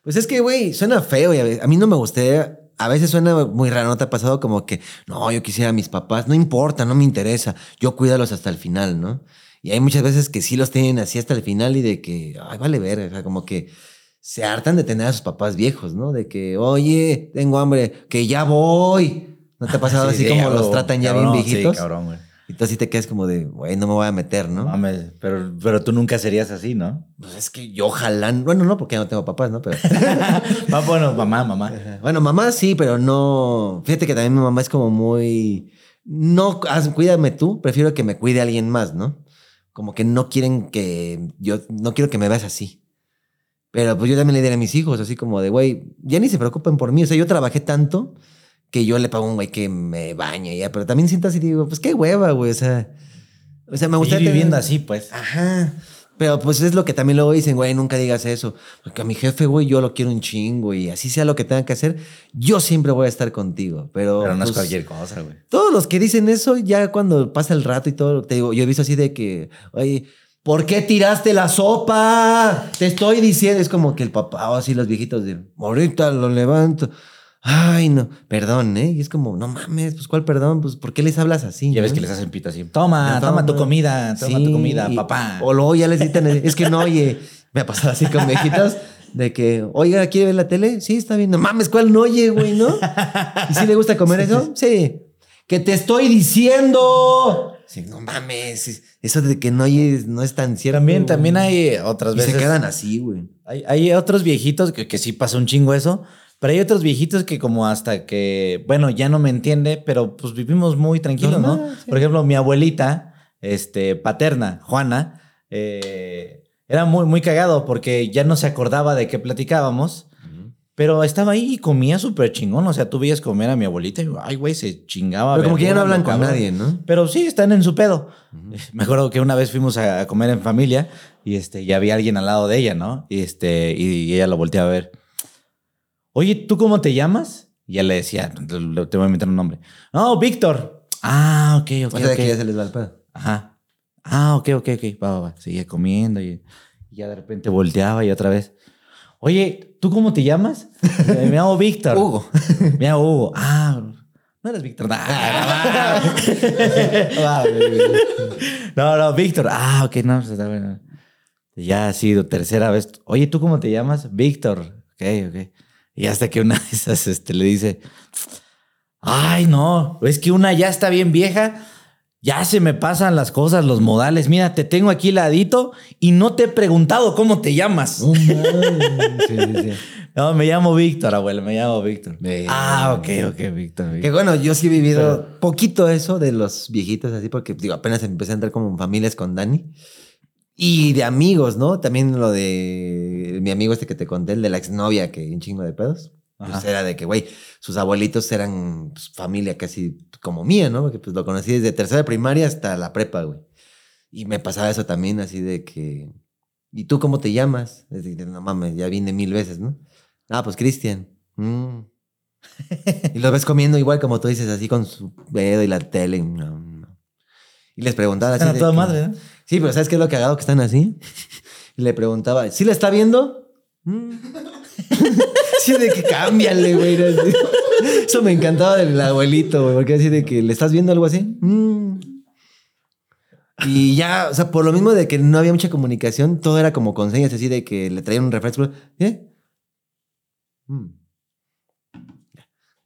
C: Pues es que, güey, suena feo y a, ve- a mí no me gustaría. A veces suena muy raro, ¿no te ha pasado como que, no, yo quisiera a mis papás, no importa, no me interesa, yo cuídalos hasta el final, ¿no? Y hay muchas veces que sí los tienen así hasta el final y de que, ay, vale ver, o sea, como que se hartan de tener a sus papás viejos, ¿no? De que, oye, tengo hambre, que ya voy. ¿No te ha pasado
A: Ah, Sí,
C: así
A: sí,
C: como
A: cabrón,
C: los tratan ya
A: cabrón,
C: bien viejitos?
A: Sí, cabrón, güey.
C: Y tú así te quedas como de, güey, no me voy a meter, ¿no?
A: Mames, pero, pero tú nunca serías así, ¿no? [laughs]
C: Pues es que yo ojalá, bueno, no, porque ya no tengo papás, ¿no? Pero...
A: Va, bueno, mamá, mamá.
C: Bueno, mamá sí, pero no. Fíjate que también mi mamá es como muy. No, haz- cuídame tú, prefiero que me cuide alguien más, ¿no? Como que no quieren que. Yo no quiero que me veas así. Pero pues yo también le diré a mis hijos, así como de, güey, ya ni se preocupen por mí. O sea, yo trabajé tanto que yo le pago a un güey que me bañe y ya. Pero también siento así, digo, pues qué hueva, güey. O sea, o sea me
A: Me gusta
C: gustaría.
A: viviendo
C: tener- Ah,
A: así, pues.
C: Ajá. Pero pues es lo que también luego dicen, güey, nunca digas eso. Porque a mi jefe, güey, yo lo quiero un chingo y así sea lo que tenga que hacer, yo siempre voy a estar contigo. Pero,
A: Pero no es
C: pues,
A: cualquier cosa, güey.
C: Todos los que dicen eso, ya cuando pasa el rato y todo, te digo, yo he visto así de que, oye, ¿por qué tiraste la sopa? Te estoy diciendo, es como que el papá o así los viejitos de, ahorita lo levanto. Ay, no, perdón, ¿eh? Y es como, no mames, pues ¿cuál perdón? Pues ¿por qué les hablas así?
A: Ya ves
C: no?
A: que les hacen pito así. Toma,
C: Ya,
A: toma tu
C: toma.
A: comida, toma
C: Sí,
A: tu comida,
C: y-
A: papá.
C: O luego ya les dicen, es que no, oye, me ha pasado así con viejitos, de que, oiga, ¿quiere ver la tele? Sí, está bien. No mames, ¿cuál no oye, güey, no? ¿Y si le gusta comer eso? Sí. Que te estoy diciendo. Sí, no mames, es- eso de que no oyes no es tan cierto.
A: También,
C: güey.
A: también hay otras
C: Y
A: veces.
C: se quedan así, güey.
A: Hay, hay otros viejitos que, que sí pasa un chingo eso, pero hay otros viejitos que como hasta que, bueno, ya no me entiende, pero pues vivimos muy tranquilos, ¿no?
C: Normal, sí.
A: Por ejemplo, mi abuelita, este, paterna, Juana, eh, era muy, muy cagado porque ya no se acordaba de qué platicábamos. Pero estaba ahí y comía súper chingón. O sea, tú veías comer a mi abuelita y, ay, güey, se chingaba.
C: Pero como que ya no
A: verdura,
C: hablan con
A: cabrón.
C: nadie, ¿no?
A: Pero sí, están en su pedo. [laughs] Me acuerdo que una vez fuimos a a comer en familia y este, y había alguien al lado de ella, ¿no? Y este, y, y ella la volteaba a ver. Oye, ¿tú cómo te llamas? Y ella le decía, te le- te voy a inventar un nombre. No, Víctor. Ah, ok, ok.
C: O sea, de
A: ok.
C: que ya se les va el pedo.
A: Ajá. Ah, ok, ok, ok. Va, va, va. Seguía comiendo y, y ya de repente volteaba y otra vez. Oye, ¿tú cómo te llamas? Eh, Me llamo Víctor.
C: Hugo.
A: Me llamo Hugo. Ah, no eres Víctor. Ah, [laughs]
C: Ah, güey, güey.
A: No, no, Víctor. Ah, ok, no, pues, está bueno. Ya ha sido tercera vez. Oye, ¿tú cómo te llamas? Víctor. Ok, ok. Y hasta que una [laughs] de esas este, le dice, ay, no, es que una ya está bien vieja, ya se me pasan las cosas, los modales. Mira, te tengo aquí ladito y no te he preguntado cómo te llamas.
C: No mames. Mm, Sí, sí, sí.
A: [laughs] No, me llamo Víctor, abuelo, me llamo Víctor.
C: Ve.
A: Ah, ok, ok, Víctor.
C: Que
A: Víctor.
C: bueno, yo sí he vivido poquito eso de los viejitos así, porque digo, apenas empecé a entrar como en familias con Dani. Y de amigos, ¿no? También lo de mi amigo este que te conté, el de la exnovia, que un chingo de pedos. Pues
A: Ajá.
C: era de que, güey, sus abuelitos eran pues, familia casi como mía, ¿no? Porque pues lo conocí desde tercera primaria hasta la prepa, güey. Y me pasaba eso también, así de que ¿Y tú cómo te llamas? Es decir, no mames, ya vine mil veces, ¿no? Ah, pues Cristian. Mm. [laughs] y los ves comiendo igual como tú dices, así con su dedo y la tele. No, no. Y les preguntaba así.
A: Están a
C: de
A: toda
C: que-
A: madre, ¿no?
C: Sí, pero ¿sabes qué es lo cagado que están así? [laughs] Y le preguntaba, ¿sí la está viendo? Mm. [laughs] sí, de que cámbiale, güey. era así. Eso me encantaba del abuelito, güey, porque así de que le estás viendo algo así. Mm. Y ya, o sea, por lo mismo de que no había mucha comunicación, todo era como con señas, así de que le traían un refresco. ¿Eh? Mm.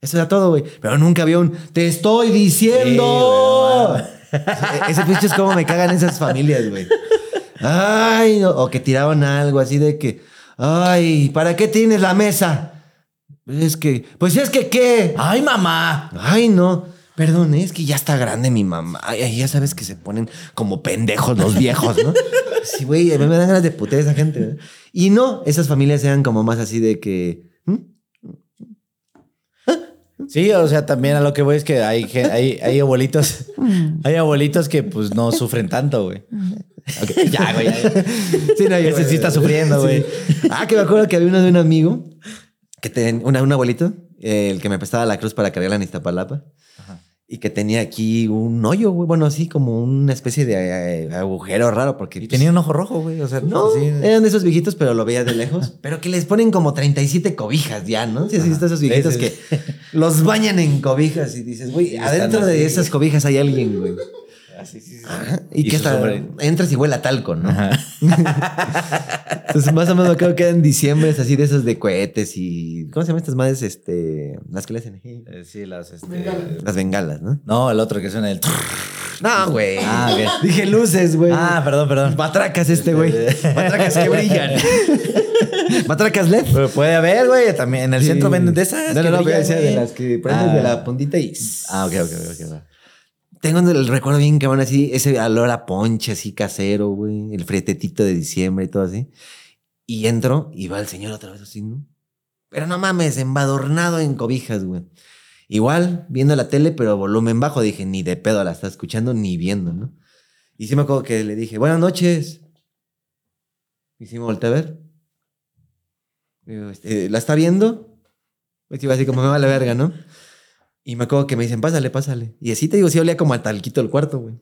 C: Eso era todo, güey. Pero nunca había un te estoy diciendo. Ese- Ese pinche es como me cagan esas familias, güey. Ay, no, o que tiraban algo así de que, ay, ¿para qué tienes la mesa? Es que, pues es que qué.
A: ¡Ay, mamá!
C: Ay, no. Perdón, ¿eh? es que ya está grande mi mamá. Ay, ay, ya sabes que se ponen como pendejos los viejos,
A: [laughs]
C: ¿no? Sí, güey, a mí me dan ganas de putear a esa gente. ¿no? Y no, esas familias eran como más así de que. ¿hmm?
A: Sí, o sea, también a lo que voy es que hay, gen- hay, hay abuelitos, hay abuelitos que pues no sufren tanto, güey. Ok, [laughs] ya, güey. ya.
C: Sí, no, yo-
A: Ese sí está sufriendo, güey.
C: Ah, que me acuerdo que había uno de un amigo, que ten, una- un abuelito, eh, el que me prestaba la cruz para cargarla en Iztapalapa. Y que tenía aquí un hoyo, güey. Bueno, así como una especie de eh, agujero raro,
A: Y
C: porque. pues,
A: tenía un ojo rojo, güey. O sea,
C: no, eh.
A: así-
C: eran de esos viejitos, pero lo veía de lejos. [laughs] pero que les ponen como 37 cobijas ya, ¿no? Sí, sí, están esos viejitos
A: Sí, sí.
C: que [laughs] los bañan en cobijas y dices, güey,
A: están
C: adentro
A: así.
C: de esas cobijas hay alguien, [laughs] güey.
A: Ah,
C: Ajá. Y,
A: Y
C: que
A: su
C: hasta
A: sombrero.
C: entras y huele a talco, ¿no? [laughs]
A: Ajá.
C: Entonces, más o menos creo que eran diciembre, así de esos de cohetes y. ¿Cómo se llaman estas madres? Este. Las que le hacen. ahí?
A: Eh, Sí, las este,
C: Las bengalas, ¿no?
A: No, el otro que suena el.
C: No, güey.
A: Ah, bien.
C: Dije luces, güey.
A: Ah, perdón, perdón.
C: Batracas
A: [laughs]
C: este, güey. [laughs] Batracas que brillan. Batracas LED.
A: Pero puede haber, güey. También en el
C: Sí.
A: centro venden de esas.
C: No,
A: que
C: no, no,
A: brillan,
C: pero decía de
A: güey.
C: las que prendes
A: Ah.
C: de la puntita y.
A: Ah, ok, ok, ok. ok.
C: Tengo el recuerdo bien cabrón así, ese olor a ponche así casero, güey, el fretetito de diciembre y todo así. Y entro y va el señor otra vez así, ¿no? Pero no mames, embadornado en cobijas, güey. Igual, viendo la tele, pero volumen bajo, dije, ni de pedo la está escuchando ni viendo, ¿no? Y sí me acuerdo que le dije, buenas noches. Y sí me volteé a ver. Digo, este, ¿la está viendo? Pues iba así como me va la verga, ¿no? Y me acuerdo que me dicen, pásale, pásale. Y así te digo, sí olía como a talquito el cuarto, güey.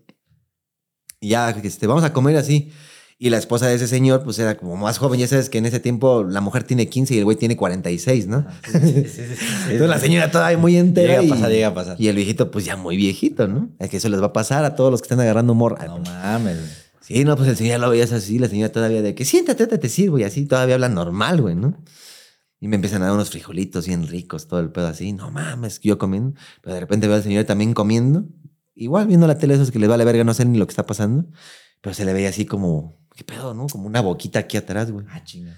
C: Y ya, este, vamos a comer así. Y la esposa de ese señor, pues era como más joven. Ya sabes que en ese tiempo la mujer tiene 15 y el güey tiene 46, ¿no? Entonces la señora todavía muy
A: Llega
C: entera.
A: a
C: y-
A: pasar, llega a pasar.
C: Y el viejito, pues ya muy viejito, ¿no? Es que eso les va a pasar a todos los que están agarrando morra.
A: Ah, No mames. güey.
C: Sí, no, pues el señor lo veías así, la señora todavía de que siéntate, ahorita te sirvo, y así todavía habla normal, güey, ¿no? Y me empiezan a dar unos frijolitos bien ricos, todo el pedo así, no mames, yo comiendo, pero de repente veo al señor también comiendo, igual viendo la tele, esos que les vale verga, no sé ni lo que está pasando, pero se le veía así como, ¿qué pedo, no? Como una boquita aquí atrás, güey.
A: Ah, chinga.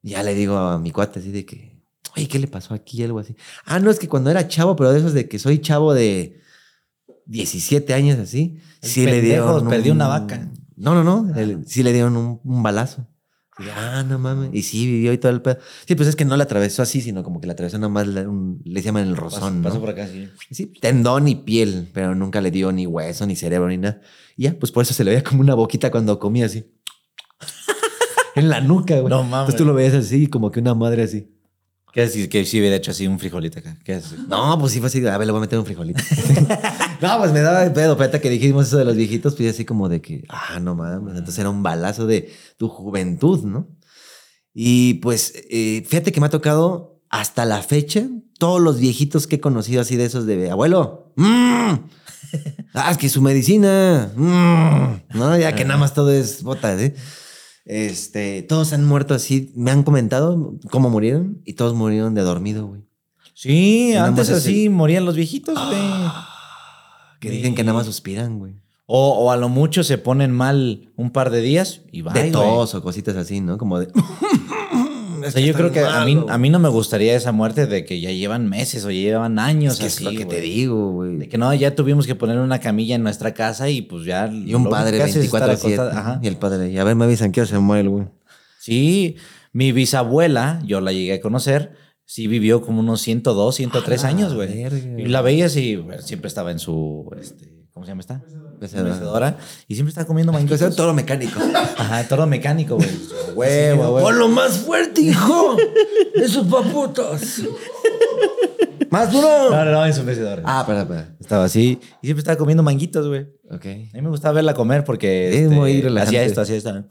C: Y Ya le digo a mi cuate así de que, oye, ¿qué le pasó aquí? Algo así. Ah, no, es que cuando era chavo, pero de esos de que soy chavo de 17 años así,
A: El
C: sí le
A: pendejo
C: dieron.
A: perdió una vaca. Ah.
C: No, no, no. el- sí le dieron un, un balazo. Y, ah, no mames. Y sí vivió y todo el pedo. Sí, pues es que no la atravesó así, sino como que la atravesó nomás, la- un- le llaman el
A: Pasó,
C: rozón.
A: pasó
C: ¿no?
A: por acá, sí.
C: Sí, tendón y piel, pero nunca le dio ni hueso, ni cerebro, ni nada. Y ya, pues por eso se le veía como una boquita cuando
A: [laughs]
C: comía así. en la nuca, güey.
A: No mames.
C: Entonces pues tú lo veías así, como que una madre así.
A: ¿Qué si, que si hubiera hecho así un frijolito acá? ¿Qué es?
C: [laughs] No, pues sí fue así, a ver, le voy a meter un frijolito. [laughs] no, pues me daba de pedo, pero ahorita que dijimos eso de los viejitos, pues así como de que, ah, no mames, entonces era un balazo de tu juventud, ¿no? Y pues eh, fíjate que me ha tocado hasta la fecha todos los viejitos que he conocido así de esos de abuelo. ¡mmm! Ah, es que su medicina. ¡mmm! No, ya que nada más todo es botas, ¿eh? Este, todos han muerto así, me han comentado cómo murieron y todos murieron de dormido, güey.
A: Sí,
C: Nada
A: antes
C: más es Ah.
A: así morían los viejitos, güey.
C: Que dicen que nada más suspiran, güey.
A: O, o a lo mucho se ponen mal un par de días y va.
C: De tos o cositas así,
A: [laughs]
C: ¿no? Como de.
A: O sea, yo creo que a mí, a mí no me gustaría esa muerte de que ya llevan meses o ya llevan años.
C: Es que es
A: así,
C: lo que te
A: güey.
C: digo,
A: De
C: güey.
A: que no, ya tuvimos que poner una camilla en nuestra casa y pues ya.
C: Y un padre 24 7
A: Ajá.
C: Y el padre, y a ver, me avisan que se muere el güey.
A: Sí, mi bisabuela, yo la llegué a conocer, sí vivió como unos 102, 103
C: A la
A: años, güey.
C: verga.
A: pues, Y la veías y bueno, siempre estaba en su. Este, ¿Cómo se llama esta?
C: Mecedora.
A: Mecedora. Y siempre está comiendo manguitos.
C: Entonces, todo [laughs] mecánico.
A: Ajá, toro mecánico, güey. Huevo, a huevo.
C: Ponlo más fuerte, [laughs] hijo. Esos [laughs] paputos. Más duro.
A: No, no, no, en su mecedora.
C: Ah, espera, espera.
A: Estaba así. Y siempre estaba comiendo manguitos, güey.
C: Ok.
A: A mí me gustaba verla comer porque. este,
C: Es muy relajante.
A: Hacía esto, hacía esto.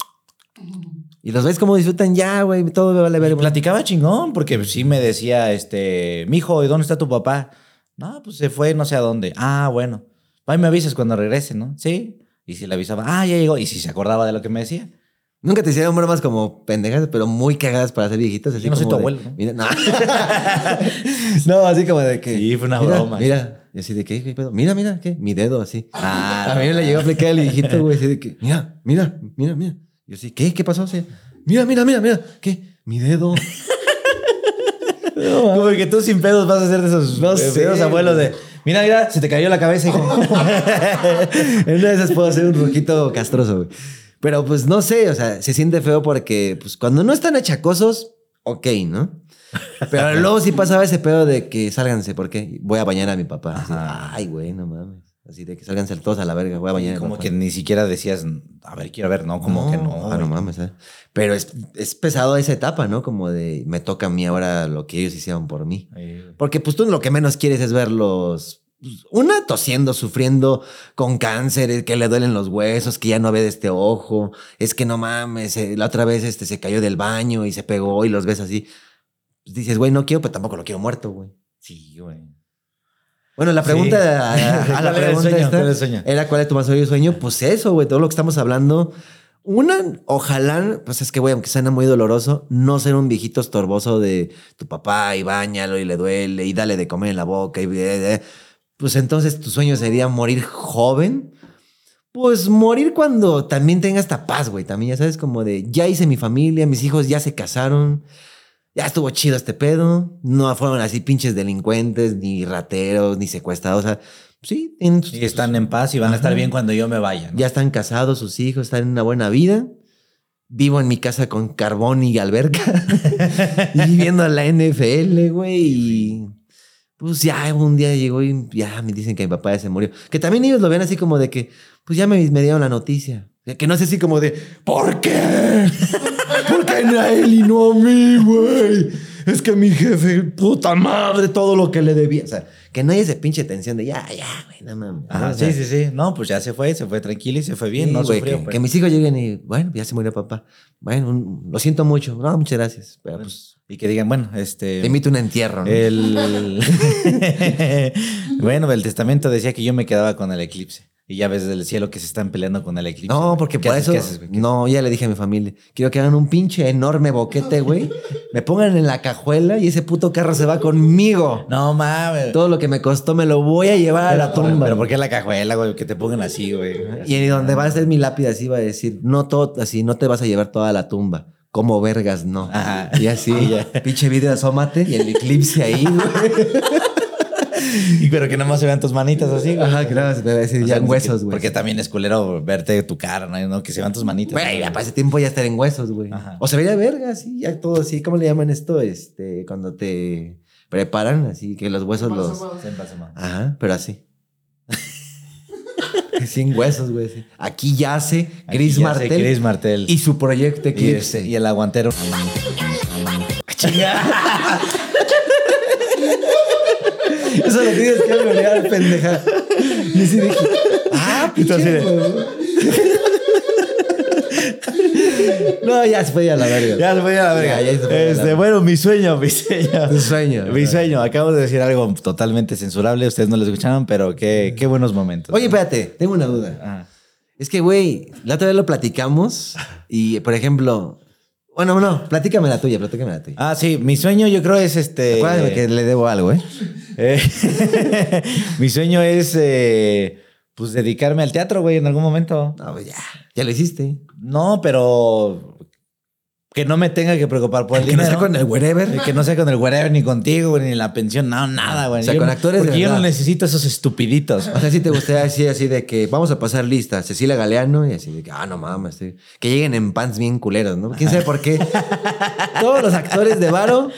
C: Y los ves cómo disfrutan ya, güey. Todo me vale
A: Pero
C: ver.
A: platicaba chingón porque sí me decía, este, mijo, ¿y dónde está tu papá? No, pues se fue no sé a dónde. Ah, bueno. Ahí me avisas cuando regrese, ¿no? Sí. Y si le avisaba, ah, ya llegó. Y si se acordaba de lo que me [laughs] decía.
C: Nunca te hicieron bromas como pendejas, pero muy cagadas para ser viejitas. Así
A: Yo no soy tu
C: como de,
A: abuelo, ¿no?
C: Mira, no. [laughs] No, así como de que.
A: Sí, fue una
C: mira,
A: broma.
C: Mira, y así de que, ¿qué pedo? Mira, mira, ¿qué? Mi dedo [laughs] así.
A: Ah,
C: A mí me le llegó a aplicar el viejito, güey, así de que, mira, mira, mira, mira. Yo así, ¿qué? ¿Qué pasó? Así, mira, mira, mira, mira. ¿Qué? Mi dedo.
A: Como que tú sin pedos vas a hacer de esos
C: No
A: eh,
C: sé,
A: feos abuelos de. Mira, mira, se te cayó la cabeza, [laughs] hijo.
C: [laughs] en una de esas puedo hacer un ruquito castroso, güey. Pero pues no sé, o sea, se siente feo porque pues cuando no están achacosos, ok, ¿no? Pero [laughs] luego sí pasaba ese pedo de que sálganse, porque voy a bañar a mi papá. Así, Ay, güey, no mames. Así de que sálganse todos a la verga, voy a bañar a mi
A: Como
C: papá.
A: que ni siquiera decías, a ver, quiero ver, pues. no, como que no.
C: Ah, no
A: güey.
C: mames. ¿eh? Pero es, es pesado esa etapa, ¿no? Como de me toca a mí ahora lo que ellos hicieron por mí.
A: Ahí, güey.
C: Porque pues tú lo que menos quieres es verlos. pues, Una tosiendo, sufriendo con cáncer, eh, que le duelen los huesos, que ya no ve de este ojo, es que no mames, eh, la otra vez este, se cayó del baño y se pegó y los ves así. Pues, dices, güey, no quiero, pero tampoco lo quiero muerto, güey.
A: Sí, güey.
C: Bueno, la
A: Sí. [laughs]
C: pregunta a, a la
A: ¿Cuál era el
C: pregunta
A: sueño?
C: esta
A: ¿Cuál era el sueño?
C: era cuál es tu más bello sueño. Pues eso, güey, todo lo que estamos hablando. Una, ojalá, pues es que, güey, aunque suena muy doloroso, no ser un viejito estorboso de tu papá y bañalo y le duele y dale de comer en la boca. Y, eh, pues entonces tu sueño sería morir joven. Pues morir cuando también tengas esta paz, güey. También ya sabes, como de ya hice mi familia, mis hijos ya se casaron, ya estuvo chido este pedo. No fueron así pinches delincuentes, ni rateros, ni secuestrados. O sea, sí, tienen sus-
A: Y están en paz y van a estar bien cuando yo me vaya. ¿no?
C: ya están casados, sus hijos están en una buena vida. Vivo en mi casa con carbón y alberca. [laughs] y viendo la NFL, güey. Y pues ya un día llegó y ya me dicen que mi papá ya se murió. Que también ellos lo ven así como de que, pues ya me, me dieron la noticia. Que no es así como de, ¿por qué? ¿Por qué a él y no a mí, güey? Es que mi jefe, puta madre, todo lo que le debía. O sea, que no hay ese pinche tensión de ya, ya, güey, no mames.
A: Ajá,
C: O sea,
A: sí, sí, sí. No, pues ya se fue, se fue tranquilo y se fue bien,
C: Sí,
A: no
C: güey,
A: sufrió.
C: que,
A: pues.
C: que mis hijos lleguen y, bueno, ya se murió papá. Bueno, un- lo siento mucho. No, muchas gracias. Pero, pues,
A: Y que digan, bueno, este.
C: te invito a un entierro. ¿no?
A: Eh,
C: [laughs]
A: El... [laughs] bueno, el testamento decía que yo me quedaba con el eclipse. Y ya ves del cielo que se están peleando con el eclipse.
C: no,
A: güey.
C: porque
A: ¿Qué
C: por
A: haces,
C: eso.
A: qué haces, güey? ¿Qué-
C: no, ya le dije a mi familia. Quiero que hagan un pinche enorme boquete, güey. me pongan en la cajuela y ese puto carro se va conmigo.
A: No mames.
C: Todo lo que me costó me lo voy a llevar a la tumba.
A: Pero ¿por qué la cajuela, güey? Que te pongan así, güey.
C: [laughs] Y en donde va a ser mi lápida, así va a decir, no todo, así, no te vas a llevar toda la tumba. Como vergas, no.
A: Ajá.
C: Y así,
A: [laughs]
C: pinche video, asómate y el eclipse ahí, güey.
A: Y pero que nomás se vean tus manitas así, güey.
C: Ajá, claro, se me va a decir,
A: O
C: ya
A: sea,
C: en huesos,
A: que-
C: güey.
A: Porque también es culero verte tu cara, ¿no? ¿no? Que se vean tus manitas.
C: Güey, ya para ese tiempo ya estar en huesos, güey.
A: Ajá.
C: O se vería verga, sí, ya todo así. ¿Cómo le llaman esto? Este, cuando te preparan, así que los huesos los.
A: Se pasa mal.
C: Ajá, pero así. [laughs] Sin huesos, güey. sí. Aquí yace
A: Aquí
C: Gris
A: ya sé,
C: Martel
A: Gris Martel.
C: y su proyecto
A: Y, este,
C: Eclipse.
A: y el aguantero.
C: Eso lo tienes que agregar, pendeja. Y así dije, ah,
A: Y tú así de-
C: pinche. huevo. No, ya se fue a la verga.
A: Ya se fue a la verga.
C: Ya, ya se fue a la
A: Este,
C: verga.
A: bueno, mi sueño, mi sueño.
C: Tu sueño.
A: Mi sueño. Acabo de decir algo totalmente censurable. Ustedes no lo escucharon, pero qué, qué buenos momentos. Ah.
C: Oye, espérate, tengo una duda.
A: Ajá.
C: Es que, güey, la otra vez lo platicamos y, por ejemplo, bueno, no, platícame la tuya, platícame la tuya.
A: Ah, sí, mi sueño yo creo es este.
C: Acuérdame que le debo algo, ¿eh?
A: eh, [laughs] mi sueño es eh, pues dedicarme al teatro, güey, en algún momento.
C: No, pues ya, ya lo hiciste.
A: No, pero que no me tenga que preocupar por el,
C: Que no
A: dinero.
C: está con el wherever.
A: Y Que no sea con el wherever, ni contigo, güey, ni la pensión, no, nada, güey.
C: O sea,
A: Yo
C: con
A: no-
C: actores de
A: Porque yo no
C: verdad.
A: necesito esos estupiditos.
C: O sea, si te gustaría así, así de que vamos a pasar lista, Cecilia Galeano, y así de que, ah, no mames, sí.
A: [laughs]
C: que lleguen en pants bien culeros, ¿no? ¿Quién sabe por qué? Todos los actores de Varo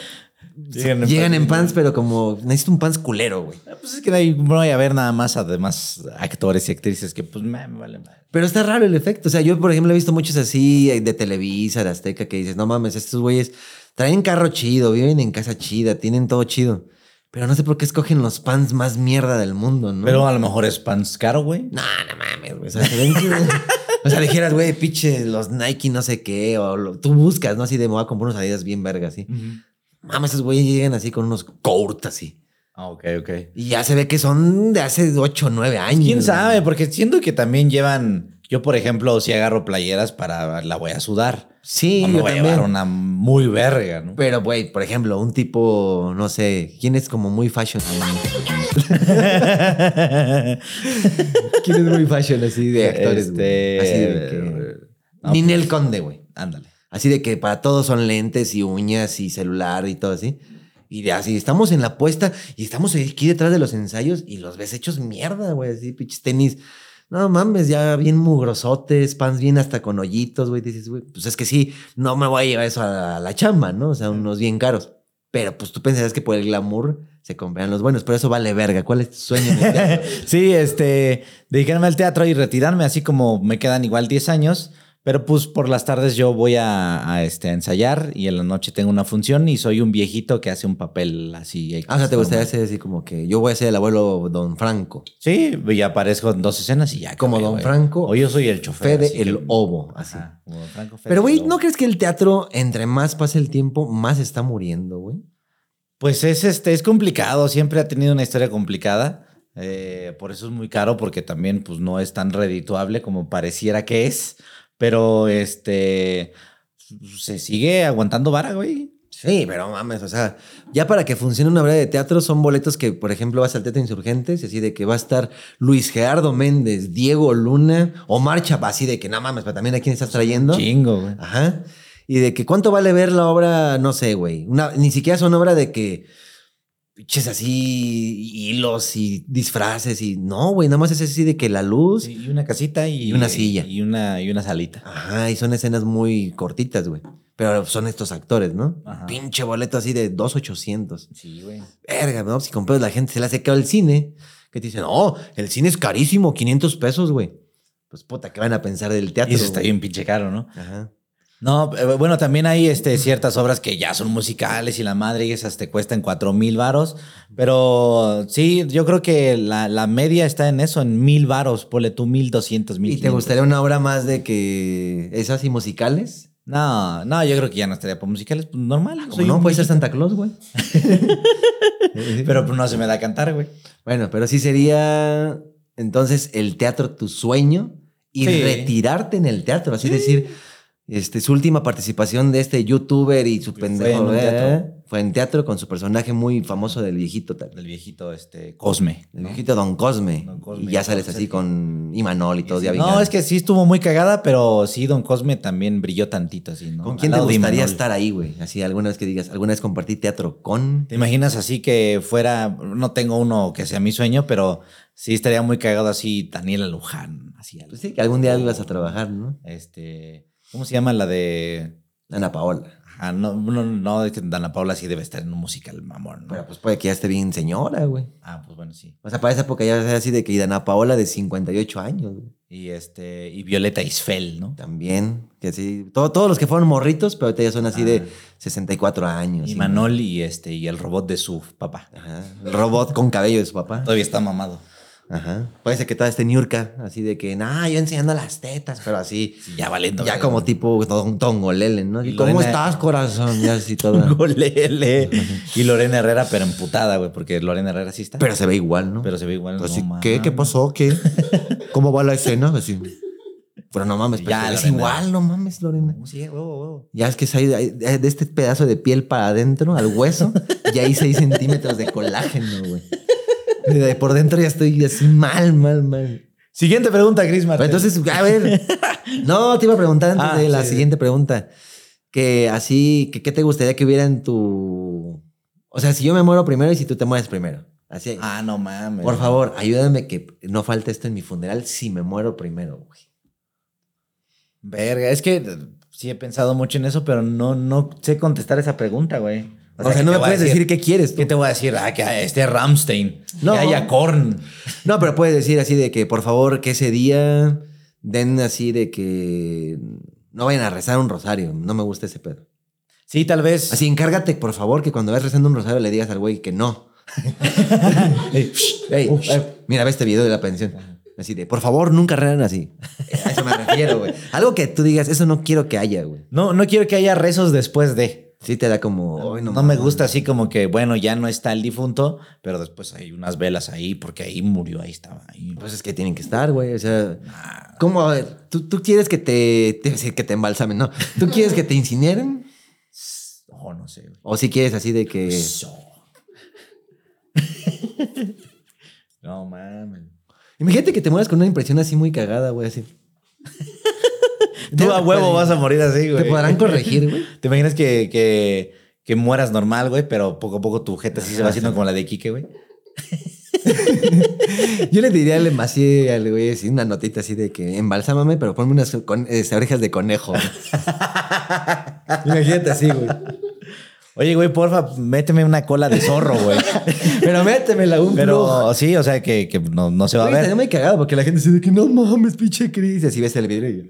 A: Llegan en
C: Llegan en
A: pants.
C: pants, pero como necesito un pants culero, güey.
A: Pues es que no hay, no hay a ver nada más, además, actores y actrices que, pues, me, me vale madre.
C: Pero está raro el efecto. O sea, yo, por ejemplo, he visto muchos así eh, de Televisa, de Azteca, que dices, no mames, estos güeyes traen carro chido, viven en casa chida, tienen todo chido. Pero no sé por qué escogen los pants más mierda del mundo, ¿no?
A: Pero a lo mejor es pants caro, güey.
C: No, no mames, güey. O sea, se ven que- o sea, dijeras, güey, pinche, los Nike no sé qué, o lo- tú buscas, ¿no? Así de, me voy a comprar unos adidas bien vergas, ¿sí? Mames, esos güeyes llegan así con unos court así.
A: Ah, ok, ok.
C: Y ya se ve que son de hace 8 o 9 años.
A: ¿Quién
C: güey.
A: sabe? Porque siento que también llevan... Yo, por ejemplo, si agarro playeras para... La voy a sudar.
C: Sí,
A: No me
C: yo
A: voy a
C: también.
A: llevar una muy verga,
C: [laughs]
A: ¿no?
C: Pero, güey, por ejemplo, un tipo, no sé, ¿quién es como
A: [laughs]
C: muy fashion? ¿Quién es muy fashion así de actores, güey?
A: Este,
C: Así de que...
A: no, pues,
C: Ninel Conde, güey.
A: Ándale.
C: Así de que para todos son lentes y uñas y celular y todo así. Y de así, estamos en la puesta y estamos aquí detrás de los ensayos y los ves hechos mierda, güey, así, pinches tenis. No mames, ya bien mugrosotes, pants bien hasta con hoyitos, güey. Dices, güey, pues es que sí, no me voy a llevar eso a la chamba, ¿no? O sea, unos bien caros. Pero pues tú pensarás que por el glamour se compran los buenos, pero eso vale verga. ¿Cuál es tu sueño? en el teatro?
A: [laughs] Sí, este, dedicarme al teatro y retirarme, así como me quedan igual 10 años, pero pues por las tardes yo voy a, a, este, a ensayar y en la noche tengo una función y soy un viejito que hace un papel así.
C: Ah, o sea, te gustaría ser así como que yo voy a ser el abuelo Don Franco.
A: Sí, y aparezco en dos escenas y ya.
C: Como
A: acabé,
C: Don
A: güey.
C: Franco,
A: O yo soy el chofer.
C: Fede
A: así
C: el
A: que-
C: Obo, así.
A: Ajá, como Don Franco, Fede
C: Pero, güey,
A: el
C: ¿no
A: Obo.
C: crees que el teatro, entre más pasa el tiempo, más está muriendo, güey?
A: Pues es este, es complicado, siempre ha tenido una historia complicada. eh, por eso es muy caro, porque también pues, no es tan redituable como pareciera que es. Pero este se sigue aguantando vara, güey.
C: Sí, pero mames, o sea, ya para que funcione una obra de teatro son boletos que, por ejemplo, vas al Teatro Insurgentes, y así de que va a estar Luis Gerardo Méndez, Diego Luna, Omar Chapa, así de que no mames, pero también a quién estás trayendo.
A: Chingo, güey.
C: Ajá. Y de que cuánto vale ver la obra, no sé, güey. Una, ni siquiera son obra de que pinches así hilos y disfraces y no, güey, nada más es así de que la luz.
A: Sí, Y una casita y,
C: Y una silla.
A: Y una, y una salita.
C: Ajá, y son escenas muy cortitas, güey. Pero son estos actores, ¿no?
A: Ajá.
C: Pinche boleto así de 2,800.
A: Sí, güey.
C: Verga, ¿no? Si compras la gente, se la hace caro el cine. Que te dicen, no, el cine es carísimo, 500 pesos, güey. Pues puta, ¿qué van a pensar del teatro?
A: Y eso está
C: güey?
A: bien pinche caro, ¿no?
C: Ajá.
A: No, eh, bueno, también hay este, ciertas obras que ya son musicales y la madre y esas te cuestan cuatro mil varos. Pero sí, yo creo que la, la media está en eso, en mil varos. Ponle tú mil doscientos, mil
C: ¿Y te gustaría una obra más de que esas y musicales?
A: No, no, yo creo que ya no estaría por musicales. pues, Normal.
C: ¿Cómo
A: soy
C: no,
A: un [laughs]
C: puede ser
A: viejito.
C: Santa Claus, güey.
A: Pero pues, no se me da cantar, güey.
C: Bueno, pero sí sería entonces el teatro tu sueño y
A: Sí.
C: retirarte en el teatro, así decir, este, su última participación de este youtuber y su
A: Fue
C: pendejo
A: en un
C: ¿eh?
A: teatro.
C: fue en teatro con su personaje muy famoso del viejito, tal-
A: Del viejito este, Cosme.
C: el viejito Don Cosme.
A: Don Cosme,
C: y ya
A: Don
C: sales así
A: Sergio.
C: con Imanol y todo. ya bien
A: No,
C: grande.
A: es que sí estuvo muy cagada, pero sí, Don Cosme también brilló tantito. Así, ¿no?
C: ¿Con
A: Al
C: quién te
A: lado de
C: gustaría
A: Imanol.
C: estar ahí, güey? Así alguna vez que digas, alguna vez compartí teatro con...
A: ¿Te imaginas así que fuera, no tengo uno que sea mi sueño, pero sí estaría muy cagado así Daniela Luján, así algo.
C: Pues sí, que algún día ibas a trabajar, ¿no?
A: Este, ¿cómo se llama la de?
C: Ana Paola.
A: Ah, no, no, no, es que Dana Paula sí debe estar en un musical mamón, ¿no?
C: Pero pues puede que ya esté bien señora, güey.
A: Ah, pues bueno, sí.
C: O sea, para esa época ya era así de que Ana Paola de 58 años, güey.
A: Y este, y Violeta Isfel, ¿no?
C: También, que sí. Todo- todos los que fueron morritos, pero ahorita ya son así
A: Ah.
C: de 64 años.
A: Y
C: sí,
A: Manol y este, y el robot de su papá.
C: ¿no? Ajá. El robot con cabello de su papá.
A: Todavía está mamado.
C: Ajá. Parece que toda este Niurka, así de que, nah, yo enseñando las tetas, pero así.
A: Sí, ya valiendo.
C: Ya
A: verga.
C: como tipo don, Tongolele, ¿no?
A: Y
C: Y, ¿Cómo
A: Lorena-
C: estás, corazón? Ya
A: [laughs]
C: así toda.
A: Golele. [laughs] Y Lorena Herrera, pero emputada, güey, porque Lorena Herrera sí está.
C: Pero se ve igual, ¿no? Pues
A: Pero se ve igual.
C: así,
A: no
C: ¿qué? ¿Qué
A: mames.
C: pasó?
A: [laughs]
C: ¿Qué? ¿Cómo va la escena? Así. Pero no mames, pero
A: Ya,
C: se ve- es
A: Lorena.
C: igual, no mames, Lorena.
A: Sí, huevo, huevo.
C: Ya es que es ahí- ahí- de este pedazo de piel para adentro, al hueso, y ahí 6 centímetros de colágeno, güey. De por dentro ya estoy así mal, mal, mal.
A: Siguiente pregunta, Chris
C: Pero
A: Martel.
C: entonces, a ver. No, te iba a preguntar antes
A: Ah,
C: de la
A: sí.
C: siguiente pregunta. Que así, que, ¿qué te gustaría que hubiera en tu. O sea, si yo me muero primero y si tú te mueres primero. Así.
A: ah, no mames.
C: por favor, ayúdame que no falte esto en mi funeral si me muero primero, güey.
A: Verga, es que sí he pensado mucho en eso, pero no, no sé contestar esa pregunta, güey.
C: O sea, no me puedes decir qué quieres. tú.
A: ¿Qué te voy a decir? Ah, que esté Ramstein.
C: No.
A: Que haya Korn.
C: No, pero puedes decir así de que, por favor, que ese día den así de que no vayan a rezar un rosario. No me gusta ese pedo.
A: Sí, tal vez.
C: Así, encárgate, por favor, que cuando vayas rezando un rosario le digas al güey
A: [laughs]
C: que no. Ey, ey, ey, mira, ve este video de la pensión. Así de, por favor, nunca rean así. A eso me refiero, güey. Algo que tú digas, eso no quiero que haya, güey.
A: No, no quiero que haya rezos después de.
C: Sí te da como... "Ay,
A: no, me
C: mames".
A: gusta así como que, bueno, ya no está el difunto, pero después hay unas velas ahí porque ahí murió, ahí estaba. Ahí.
C: Pues es que tienen que estar, güey. O sea, ¿cómo? A ver, ¿tú, tú quieres que te, te- sí, que te embalsamen, ¿no? ¿Tú quieres que te incineren?
A: Oh, no sé. güey.
C: ¿O si quieres así de que...
A: No mames.
C: Imagínate que te mueras con una impresión así muy cagada, güey, así.
A: [laughs] Tú a huevo vas a morir así,
C: Te
A: güey.
C: podrán corregir, güey.
A: ¿Te imaginas que, que, que mueras normal, güey? Pero poco a poco tu jeta sí se va haciendo como la de Quique, güey.
C: Yo le diría al así al güey así, una notita así de que embalsámame, pero ponme unas con- eh, orejas de
A: [laughs]
C: conejo. güey. Imagínate así, güey.
A: Oye, güey, porfa, méteme una cola de zorro, güey.
C: [laughs] Pero métemela un brujo.
A: Pero sí, o sea, que, que no, no se va a
C: Oye, estaría
A: ver.
C: muy cagado porque la gente dice de que no mames, pinche Cris. Y así ves el video y yo,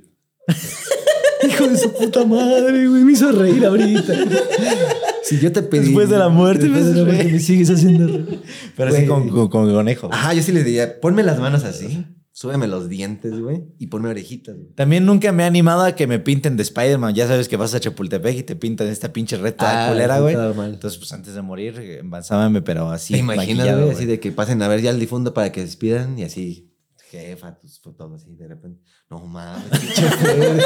A: [laughs]
C: Hijo de su puta madre, güey. Me hizo reír ahorita. Si yo te pedí.
A: Después de la muerte me
C: después de
A: haces
C: la muerte
A: reír.
C: me sigues haciendo reír.
A: Pero sí
C: Güey.
A: con, con, con conejo. güey.
C: Ajá, yo sí les diría, ponme las manos así, súbeme los dientes, güey, y ponme orejitas, güey.
A: También nunca me he animado a que me pinten de Spider-Man. Ya sabes que vas a Chapultepec y te pintan esta pinche recta
C: Ah,
A: culera,
C: sí,
A: güey.
C: todo mal.
A: Entonces, pues antes de morir, embalsámame, pero así.
C: ¿Te imaginas,
A: maquillado,
C: güey? Así de que pasen a ver ya al difunto para que despidan y así, jefa, tus todo así de repente. No mames, pinche [laughs] feo, güey.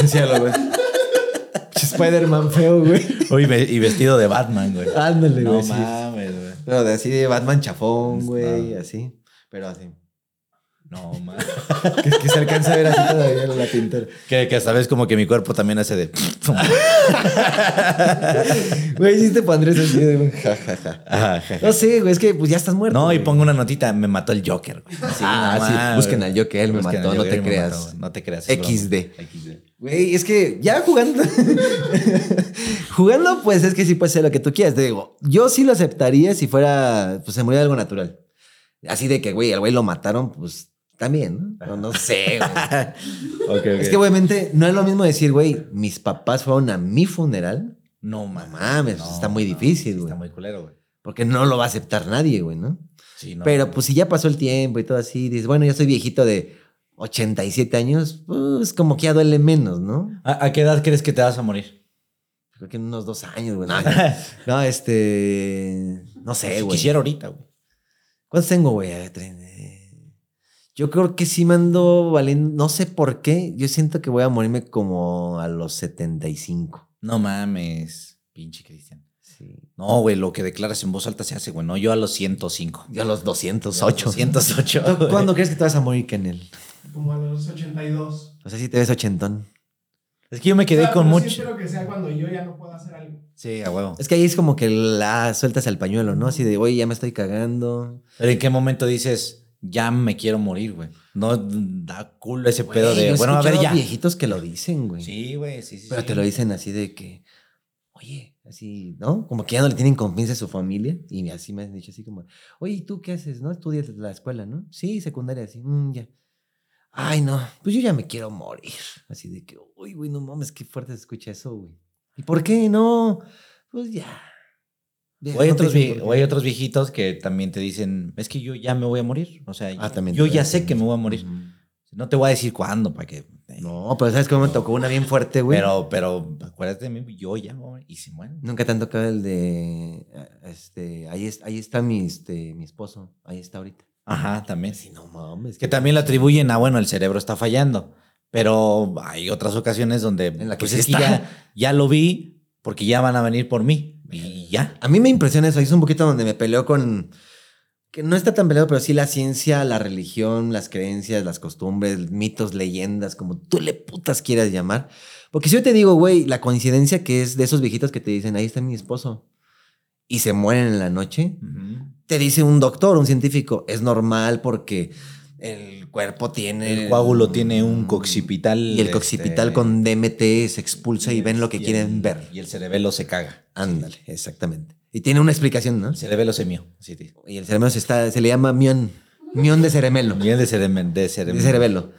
C: Decía lo, güey. Pinche Spider-Man feo, güey.
A: Uy, ve- y vestido de Batman, güey.
C: Ándale,
A: no
C: Ah, güey. sí.
A: mames, güey.
C: Pero de así de Batman chafón, güey,
A: Ah.
C: así. Pero así.
A: No mames.
C: Que, que se alcanza a ver así todavía la pintura.
A: que, que sabes como que mi cuerpo también hace de.
C: Güey, hiciste para Andrés así de güey, ja, ja, ja.
A: Ajá, ja, ja.
C: No sé, güey, es que pues ya estás muerto.
A: no, y
C: güey.
A: pongo una notita. Me mató el Joker, güey. Sí,
C: Ah,
A: no
C: sí,
A: mames,
C: busquen
A: güey.
C: al Joker, él me
A: Busquen al
C: mató, no
A: Joker,
C: te
A: él me
C: creas.
A: mató, güey. no te creas. es broma.
C: XD.
A: XD.
C: Güey, es que ya jugando. [laughs] jugando, pues es que sí puede ser lo que tú quieras. Te digo, yo sí lo aceptaría si fuera, pues se murió de algo natural. Así de que, güey, al güey lo mataron, pues también, ¿no? No, no sé,
A: [laughs]
C: güey. Es que obviamente no es lo mismo decir, güey, mis papás fueron a mi funeral,
A: No mames.
C: mames,
A: No,
C: está muy
A: no,
C: difícil,
A: sí Está
C: güey.
A: muy culero, güey.
C: porque no lo va a aceptar nadie, güey, ¿no?
A: Sí, no.
C: Pero pues si ya pasó el tiempo y todo así, dices, bueno, yo soy viejito de 87 años, pues como que ya duele menos, ¿no?
A: ¿A, a qué edad crees que te vas a morir?
C: Creo que en unos dos años, güey. No,
A: [laughs]
C: no, este. No sé, güey.
A: Quisiera ahorita, güey.
C: ¿Cuántos tengo, güey? A ver, tre- eh, Yo creo que sí me ando valiendo. No sé por qué. Yo siento que voy a morirme como a los 75.
A: No mames, pinche Cristian.
C: Sí.
A: No, güey, lo que declaras en voz alta se hace, güey. No, yo a los 105.
C: Yo a los 208.
A: 108.
C: [laughs] ¿Tú
A: güey.
C: ¿Cuándo crees que te vas a morir, Canel?
B: Como a los 82.
C: O sea, si te ves ochentón.
A: Es que yo me
B: O
A: quedé
B: sea,
A: con
B: pero sí
A: mucho.
B: espero que sea cuando yo ya no pueda
A: [laughs]
B: hacer algo.
A: Sí, a huevo.
C: Es que ahí es como que la sueltas al pañuelo, ¿no? Así de, oye, ya me estoy cagando.
A: Pero en qué momento dices, ya me quiero morir, güey. No da culo ese pedo
C: Güey, yo
A: de,
C: he
A: bueno, a ver ya.
C: escuchado viejitos que lo dicen, güey.
A: Sí, güey, sí, sí.
C: Pero
A: sí.
C: te lo dicen así de que, oye, así, ¿no? Como que ya no le tienen confianza a su familia. Y así me han dicho así como, oye, ¿y tú qué haces? ¿No? Estudias la escuela, ¿no? Sí, secundaria, así, "Mm, ya. Ay, no, pues yo ya me quiero morir. Así de que, uy, güey, no mames, qué fuerte se escucha eso, güey. ¿Y por qué no? Pues ya. Ya,
A: O hay,
C: no te
A: otros,
C: dicen
A: vie-
C: por
A: o hay
C: qué.
A: otros viejitos que también te dicen, es que yo ya me voy a morir. O sea,
C: Ah, también
A: yo
C: te
A: ya
C: dicen
A: sé que me voy a morir.
C: Ujú.
A: No te voy a decir cuándo, para que...
C: No, pero ¿sabes cómo me tocó una bien fuerte, güey?
A: Pero, pero, acuérdate de mí, yo ya, güey, y se mueren.
C: Nunca te han tocado el de, eh, este, ahí, es- ahí está mi, este, mi esposo, ahí está ahorita.
A: Ajá, también.
C: Sí, no mames.
A: Que también lo atribuyen a, bueno, el cerebro está fallando. Pero hay otras ocasiones donde...
C: En la que
A: pues
C: sí
A: es que
C: está.
A: ya, ya lo vi porque ya van a venir por mí. Y ya.
C: A mí me impresiona eso. ahí Es un poquito donde me peleó con. Que no está tan peleado, pero sí la ciencia, la religión, las creencias, las costumbres, mitos, leyendas, como tú le putas quieras llamar. Porque si yo te digo, güey, la coincidencia que es de esos viejitos que te dicen, ahí está mi esposo, y se mueren en la noche, te dice un doctor, un científico, es normal porque el cuerpo tiene.
A: El coágulo tiene un coxipital.
C: Eh, Y el
A: este,
C: coxipital con DMT se expulsa y ven lo que
A: y el-
C: quieren ver.
A: Y el cerebelo se caga.
C: Ándale, exactamente. Y tiene una explicación, ¿no?
A: El cerebelo se mío. Así te-
C: Y el cerebelo se, está, se le llama mión. Mión de cerebelo.
A: Bien de cerebelo. De cerebelo.
C: De cerebelo.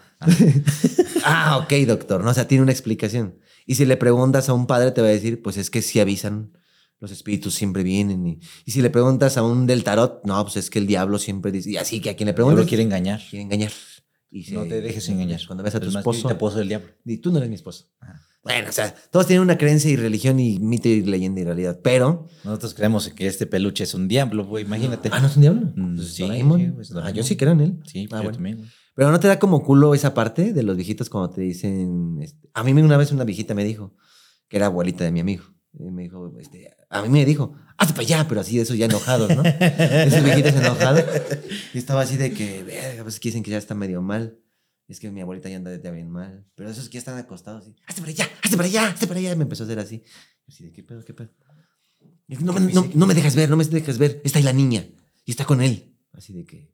C: [laughs] Ah. ok, doctor. No, o sea, tiene una explicación. Y si le preguntas a un padre, te va a decir, pues es que si avisan, los espíritus siempre vienen. Y, y si le preguntas a un del tarot, no, pues es que el diablo siempre dice. Y así que a quien le
A: No
C: preguntas,
A: lo quiere engañar.
C: quiere engañar. Y
A: No
C: se-
A: te dejes engañar.
C: Cuando ves a tu
A: Es más,
C: esposo,
A: Te puedo ser el diablo.
C: y tú no eres mi esposo. Bueno, o sea, todos tienen una creencia y religión y mito y leyenda y realidad, pero...
A: Nosotros creemos que este peluche es un diablo, güey. Imagínate.
C: Ah, ¿no es un diablo?
A: Mm,
C: Pues,
A: sí,
C: Doraemon.
A: sí, pues,
C: Ah,
A: Doraemon.
C: yo sí creo en él.
A: Sí,
C: Ah,
A: yo
C: bueno. [laughs]
A: también, güey.
C: Pero no te da como culo esa parte de los viejitos cuando te dicen. este, a mí una vez una viejita me dijo, que era abuelita de mi amigo. y me dijo, este, a mí me dijo, hazte para allá, pero así de esos ya enojados,
A: [laughs]
C: ¿no? esos viejitos enojados. Y estaba así de que, verga, pues que dicen que ya está medio mal. Es que mi abuelita ya anda de bien mal. Pero esos que ya están acostados, así, hazte para allá, hazte para allá, hazte para allá. Y me empezó a hacer así. Así de, ¿qué pedo, qué pedo? Y No, me- no, no me dejas ver, no me dejas ver. Está ahí la niña y está con él. Así de que.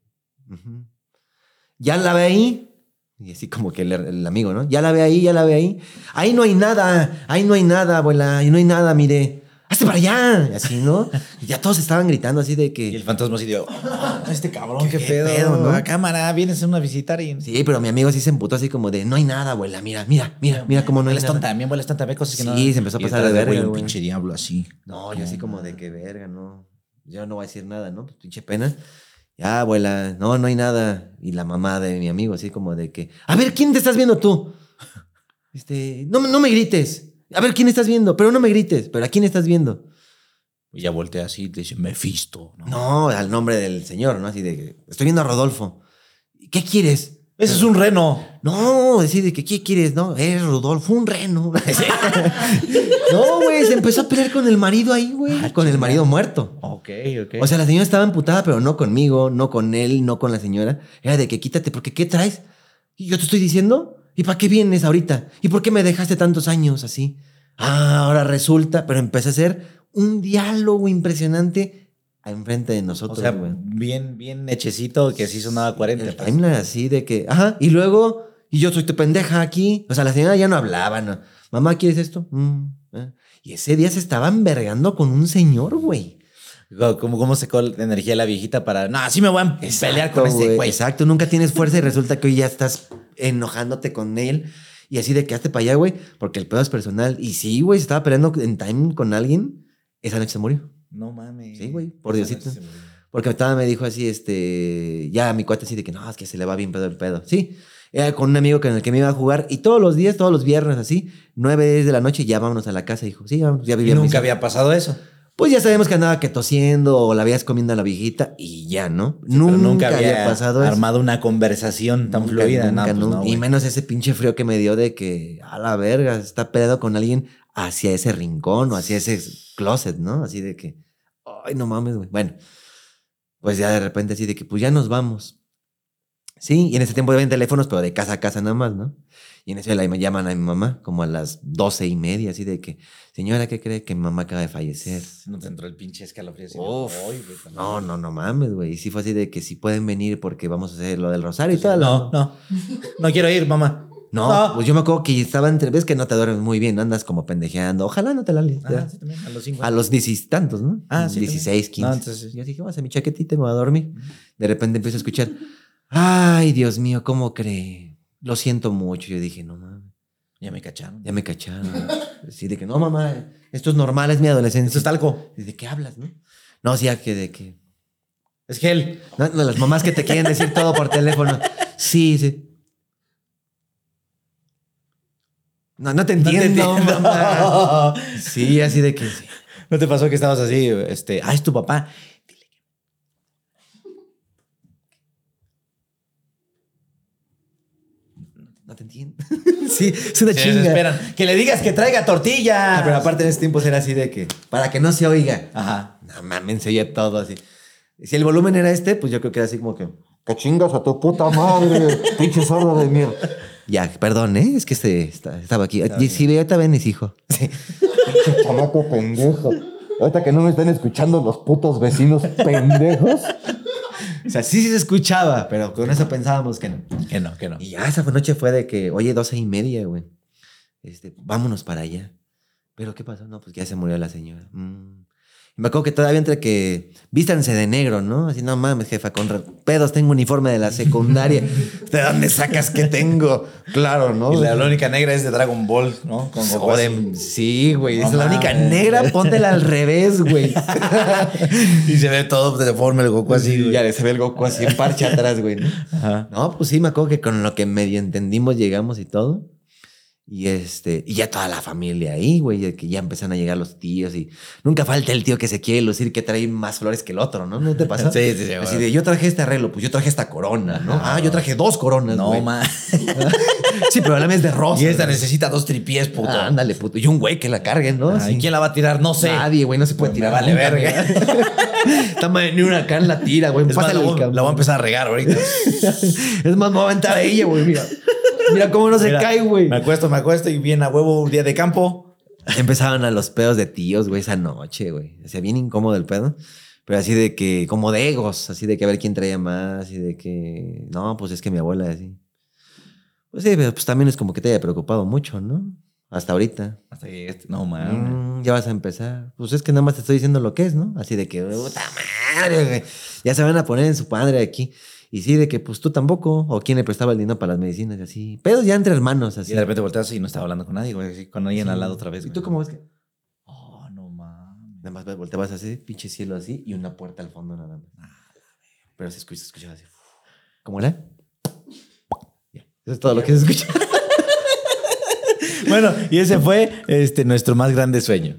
C: ujú. Ya la ve ahí. Y así como que el, el amigo, ¿no? Ya la ve ahí, ya la ve ahí. Ahí no hay nada, ahí no hay nada, abuela, ahí no hay nada, mire. ¡Hazte para allá! Y así, ¿no? Y ya todos estaban gritando así de
A: Y el
C: que.
A: fantasma así de, "Ah, este cabrón, qué,
C: ¿Qué
A: pedo.
C: pedo, no?
A: A cámara, vienes a una visitar y.
C: Sí, pero mi amigo sí se emputó así como de: No hay nada, abuela, mira, mira, mira, mira cómo no hay
A: Hueles
C: nada.
A: tonta, también hueles tonta, ve cosas que no.
C: Sí, se empezó a
A: Y
C: pasar
A: detrás
C: de verga,
A: güey, un
C: güey.
A: pinche diablo así.
C: No, yo así como de que verga, no. Yo no voy a decir nada, ¿no? Pues pinche pena. Ya, abuela, no, no hay nada. Y la mamá de mi amigo, así como de que, a ver, ¿quién te estás viendo tú? [laughs] Este, no, no me grites. A ver, ¿quién estás viendo? Pero no me grites. ¿Pero a quién estás viendo?
A: Y ya voltea así y te dice, Mefisto.
C: No, al nombre del señor, ¿no? Así de que, estoy viendo a Rodolfo. ¿Qué quieres?
A: Ese es un reno.
C: No, decir de que, ¿qué quieres? No, es Rodolfo, un reno. [laughs] no, güey, se empezó a pelear con el marido ahí, güey.
A: Ah,
C: con el marido muerto.
A: Ok, ok.
C: O sea, la señora estaba emputada, pero no conmigo, no con él, no con la señora. Era de que quítate, porque ¿qué traes? Y yo te estoy diciendo, ¿y para qué vienes ahorita? ¿Y por qué me dejaste tantos años así? Ah, ahora resulta, pero empecé a hacer un diálogo impresionante enfrente de
A: O
C: nosotros.
A: sea,
C: güey.
A: bien, bien hechecito que sí sonaba 40.
C: El
A: pues.
C: timeline así de que, ajá, y luego, y yo soy tu pendeja aquí. O sea, la señora ya no hablaba, no. Mamá, ¿quieres esto? Mm, eh. Y ese día se estaban vergando con un señor, güey.
A: ¿Cómo, cómo sacó la energía la viejita para. No, así me voy a pelear con
C: Exacto,
A: este güey.
C: Exacto, nunca tienes fuerza y resulta que hoy ya estás enojándote con él y así de que hazte para allá, güey, porque el pedo es personal. Y sí, güey, se estaba peleando en time con alguien, esa noche se murió.
A: No mames.
C: Sí, güey, por Diosito. Porque estaba, me dijo así, este, ya mi cuate así de que no, es que se le va bien pedo el pedo. Sí, era con un amigo con el que me iba a jugar y todos los días, todos los viernes así, nueve, diez de la noche, ya vámonos a la casa, hijo. Sí, vámonos, ya
A: Y
C: vivíamos.
A: nunca había pasado eso.
C: Pues ya sabemos que andaba que tosiendo o la habías comiendo a la viejita y ya, ¿no?
A: Pero
C: nunca, había, pasado eso.
A: armado una conversación tan
C: Nunca,
A: fluida.
C: nunca,
A: no, pues
C: nunca.
A: no,
C: y
A: güey.
C: menos ese pinche frío que me dio de que a la verga está peleado con alguien hacia ese rincón o hacia ese closet, ¿no? Así de que, ay, no mames, güey. Bueno, pues ya de repente así de que, pues ya nos vamos. Sí, y en ese tiempo habían teléfonos, pero de casa a casa nada más, ¿no? Y en eso la llaman a mi mamá como a las doce y media, así de que, señora, ¿qué cree que mi mamá acaba de fallecer?
A: No te entró el pinche escalofrío. así de,
C: Uf,
A: "Ay, güey, tan-
C: No, no, no mames, güey. Y sí fue así de que sí pueden venir porque vamos a hacer lo del rosario y todo.
A: Pues No, no. No quiero ir, mamá.
C: No,
A: No.
C: pues yo me acuerdo que estaba entre. Ves que no te duermes muy bien, andas como pendejeando. Ojalá no te la lees.
A: Ah, sí, también, a los cinco.
C: a los 16 tantos, ¿no?
A: Ah, sí,
C: 16, 15.
A: No, entonces-
C: Pues Yo dije, voy a hacer mi chaquetita y me voy a dormir. De repente empiezo a escuchar. Ay, Dios mío, ¿cómo cree? Lo siento mucho. Yo dije, no mames,
A: Ya me cacharon.
C: ya me cacharon. Así de que, no, mamá, esto es normal, es mi adolescencia.
A: Esto es talco.
C: ¿De qué hablas, no? No, sí, a que de que.
A: Es gel.
C: No, no, las mamás que te quieren decir todo por teléfono. Sí, sí. No, no te entiendo, mamá.
A: No.
C: Sí, así de que sí.
A: ¿No te pasó que estabas así? Este, ah, es tu papá.
C: No te entiendo. [laughs] Sí, es una
A: Se
C: chinga.
A: desesperan. Que le digas que traiga
C: Ah,
A: tortilla.
C: pero aparte en ese tiempo era así de que, para que no se oiga. Ah,
A: Ajá.
C: No mames, se oía todo así. Si el volumen era este, pues yo creo que era así como que, que chingas a tu puta madre, pinche sordo de mierda. Ya, perdón, ¿eh? Es que este, está- estaba aquí. Si sí, ve, ahorita ven, es hijo. Sí.
G: Pinche chamaco pendejo. Ahorita que no me están escuchando los putos vecinos pendejos.
C: O sea, sí, sí se escuchaba, pero con eso pensábamos que no.
A: Que no, que no.
C: Y ya esa fue- noche fue de que, oye, doce y media, güey. Este, vámonos para allá. Pero, ¿qué pasó? No, pues que ya se murió la señora. Mm. Y me acuerdo que todavía entre que vístanse de negro, ¿no? Así, no mames, jefa, con re- pedos tengo uniforme de
A: [laughs]
C: la secundaria. ¿De dónde sacas que tengo? Claro, ¿no?
A: Y la, la única negra es de Dragon Ball, ¿no? Con Goku
C: Pues, Joder,
A: así.
C: sí, güey.
A: No
C: es la única
A: mames.
C: negra, póntela al revés, güey.
A: [laughs] Y se ve todo deforme el Goku así, güey.
C: ya le se ve el Goku así en parche atrás, güey. ¿no?
A: Ajá.
C: No, pues sí, me acuerdo que con lo que medio entendimos llegamos y todo. Y este, y ya toda la familia ahí, güey, de que ya empezaron a llegar los tíos y nunca falta el tío que se quiere lucir que trae más flores que el otro, ¿no?
A: [laughs]
C: ¿No te pasa?
A: Sí, sí, sí,
C: Así
A: güey.
C: de, yo traje este arreglo, pues yo traje esta corona, ¿no? Ah, yo traje dos coronas,
A: No,
C: güey.
A: más.
C: [laughs] Sí, pero la mía es de rosa.
A: Y esta
C: güey.
A: necesita dos tripies, puto.
C: Ah, ándale, puto. Y un güey que la cargue, ¿no?
A: Ah,
C: Así.
A: ¿Y quién la va a tirar? No sé.
C: Nadie, güey, no se puede
A: Pues me
C: tirar.
A: vale
C: nunca,
A: verga.
C: güey. [laughs] Esta madre ni una can la tira, güey.
A: Es más, la,
C: Pásale,
A: voy,
C: cabrón.
A: la voy a empezar a regar ahorita.
C: Es más, me voy a aventar a ella, güey. Mira. Mira cómo no se
A: Mira,
C: cae, güey.
A: Me acuesto, me acuesto y bien a huevo un día de campo.
C: Empezaban a los pedos de tíos, güey, esa noche, güey. O sea, bien incómodo el pedo. Pero así de que, como de egos, así de que a ver quién traía más, y de que, no, pues es que mi abuela, así. Pues sí, pero pues también es como que te haya preocupado mucho, ¿no? Hasta ahorita.
A: Hasta que este- no, man.
C: Mm, ya vas a empezar. Pues es que nada más te estoy diciendo lo que es, ¿no? Así de que, puta madre, güey. Ya se van a poner en su padre aquí. Y sí, de que, pues tú tampoco. O quién le prestaba el dinero para las medicinas, así. Pedos ya entre hermanos,
A: Y
C: así.
A: de repente volteas y no estaba hablando con nadie, güey. así, Con alguien al lado otra vez.
C: ¿Y
A: güey.
C: tú cómo ves que?
A: Oh, no, mames.
C: Nada más ve- volteabas así, pinche cielo así, y una puerta al fondo nada más.
A: Ah,
C: Pero se escucha, se escuchaba así. ¿Cómo era? Ya. Eso es todo lo que se escucha.
A: Bueno, y ese fue este, nuestro más grande sueño.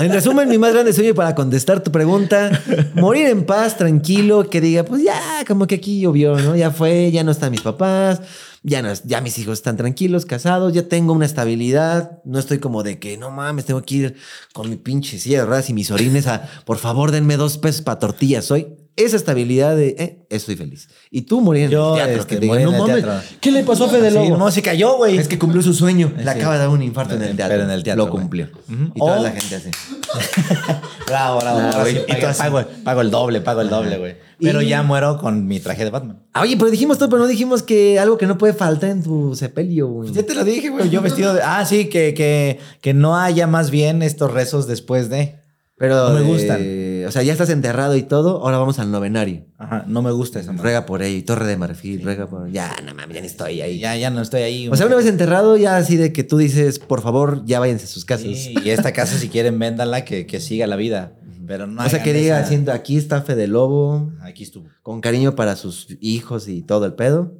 C: En resumen, mi más grande sueño para contestar tu pregunta, morir en paz, tranquilo, que diga, pues ya, como que aquí llovió, ¿no? Ya fue, ya no están mis papás, ya, no, es- ya mis hijos están tranquilos, casados, ya tengo una estabilidad, no estoy como de que, no mames, tengo que ir con mi pinche silla de ruedas y mis orines a, por favor, denme dos pesos para tortillas hoy. Esa estabilidad de, eh, estoy feliz. Y tú morir en
A: Yo,
C: el teatro,
A: este,
C: que diga,
A: morir en
C: no
A: el
C: mames,
A: teatro.
C: ¿qué le pasó a Fede
A: Sí,
C: Lobo?
A: no, se cayó, güey.
C: Es que cumplió su sueño. Le
A: Sí.
C: acaba de dar un infarto en el teatro.
A: Pero en el teatro,
C: Lo
A: güey.
C: cumplió.
A: Ujú.
C: Y toda
A: O-
C: la gente así.
A: [laughs] Bravo, bravo.
C: Ah,
A: bravo.
C: güey,
A: Y tú así, pago, pago el doble, pago el doble, güey. Pero
C: Y-
A: ya muero con mi traje de Batman.
C: Ah, Oye, pero dijimos todo, pero no dijimos que algo que no puede faltar en tu sepelio, güey.
A: Pues Ya te lo dije, güey. Yo vestido de. Ah, sí, que, que, que no haya más bien estos rezos después de.
C: Pero
A: No me
C: de-
A: gustan.
C: O sea, ya estás enterrado y todo, ahora vamos al novenario.
A: Ajá, no me gusta esa madre.
C: Ruega por ello, y Torre de Marfil, ruega por Ya, no mames, ya ni estoy ahí.
A: Ya, ya no estoy ahí.
C: O sea, una vez enterrado, ya así de que tú dices, por favor, ya váyanse a sus casas.
A: Sí, y esta casa, si quieren, véndanla, que, que siga la vida. Pero no
C: o sea,
A: hagan
C: que diga,
A: esa-
C: siento, aquí está Fede Lobo,
A: Aquí estuvo.
C: con cariño para sus hijos y todo el pedo.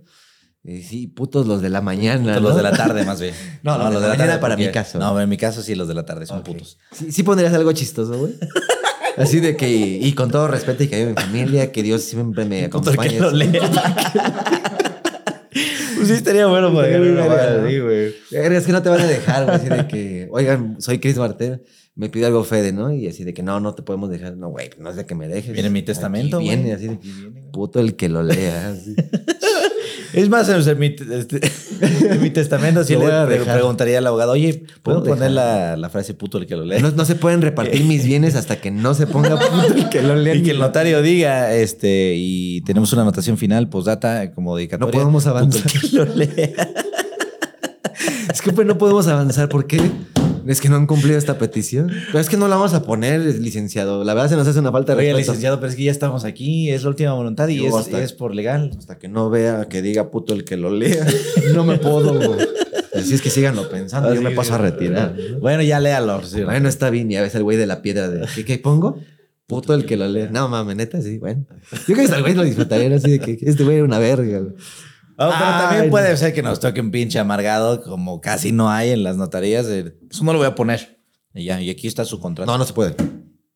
C: Y sí, putos los de la mañana.
A: Los
C: ¿no?
A: de la tarde, más bien.
C: [laughs] No, los de la mañana para mi
A: porque-
C: caso.
A: No, en mi caso sí, los de la tarde son
C: Ok.
A: putos.
C: Sí, sí pondrías algo chistoso, güey. Así de que, y con todo respeto y cariño a mi familia, que Dios siempre me [laughs]
A: Puto el que
C: acompañe.
A: lo lea. Pues sí, estaría bueno, güey.
C: Estaría muy
A: No,
C: [laughs] verga,
A: vale,
C: ¿no?
A: sí, güey.
C: Verga, Es que no te van a dejar, güey. Así de que, oigan, soy Chris Martel, me pidió algo Fede, ¿no? Y así de que, no, no te podemos dejar. No, güey, no es de que me dejes.
A: Viene mi testamento,
C: Aquí
A: güey.
C: viene, así de,
A: Aquí viene, güey.
C: puto el que lo lea.
A: [laughs]
C: así.
A: Es más, en, en mi, este, [laughs] en mi testamento sí
C: Lo
A: le
C: voy a
A: pre-
C: dejar.
A: preguntaría al abogado, oye, ¿puedo
C: Lo voy a
A: poner
C: dejar.
A: la, la frase puto el que lo lee?
C: [laughs] No, no se pueden repartir mis bienes hasta que no se ponga puto el que lo
A: [laughs] [laughs]
C: lea.
A: Y que el notario diga, este, y tenemos una anotación final, postdata, como dedicatoria.
C: No podemos avanzar.
A: Puto
C: [laughs]
A: el que lo lea.
C: Es que pues no podemos avanzar porque es que no han cumplido esta petición. Pero es que no la vamos a poner, licenciado. La verdad se nos hace una falta de
A: Oye,
C: respeto.
A: licenciado, pero es que ya estamos aquí, es la última voluntad y
C: Yo
A: es,
C: hasta-
A: es por legal.
C: Hasta que no vea que diga puto el que lo lea. [laughs] No me puedo. güey. Así es que síganlo pensando. yo
A: Así
C: me
A: es.
C: paso a retirar.
A: Bueno, ya léalo. sí.
C: Bueno, está bien. Y a veces el güey de la piedra de ¿qué, qué pongo? Puto el que lo lea. No mames, neta, sí, bueno. Yo creo que hasta el güey lo disfrutaría ¿no? así de que este güey era una verga. güey.
A: Ah, pero
C: Ay,
A: también
C: no.
A: puede ser que nos toque un pinche amargado, como casi no hay en las notarías. de, Eso no lo voy a poner. Y ya, y aquí está su contrato.
C: No, no se puede.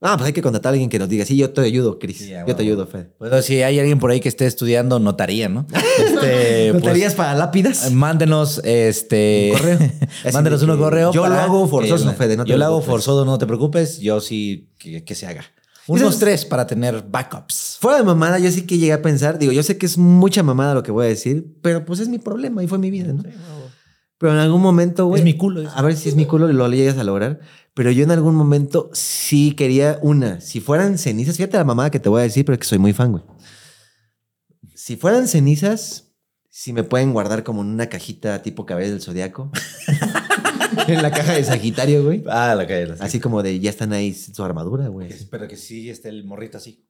C: Ah, pues hay que contratar a alguien que nos diga, sí, yo te ayudo, Cris.
A: Sí, ya,
C: yo
A: huevo.
C: te ayudo, Fede.
A: Bueno, Pues, si hay alguien por ahí que esté estudiando notaría,
C: [laughs]
A: ¿no? Este, pues,
C: ¿Notarías para lápidas?
A: Mándenos este
C: Un [laughs] correo.
A: [laughs] mándenos
C: Así de
A: un
C: que
A: correo.
C: eh, yo
A: para
C: lo hago forzoso,
A: que la-
C: Fede, no te
A: yo lo hago
C: preocupes.
A: forzoso, no te preocupes. Yo sí que, que se haga. Unos
C: Entonces-
A: tres para tener backups.
C: Fuera de mamada, yo sí que llegué a pensar, digo, yo sé que es mucha mamada lo que voy a decir, pero pues es mi problema y fue mi vida, ¿no? Pero en algún momento, güey.
A: Es mi culo, es.
C: A ver si es mi culo y lo llegas a lograr. Pero yo en algún momento sí quería una. Si fueran cenizas, fíjate la mamada que te voy a decir, pero que soy muy fan, güey. Si fueran cenizas, si me pueden guardar como en una cajita tipo cabello del zodiaco. [laughs] en la caja de Sagitario, güey.
F: Ah, la calle.
C: Así como de ya están ahí su armadura, güey.
A: Pero que sí esté el morrito así.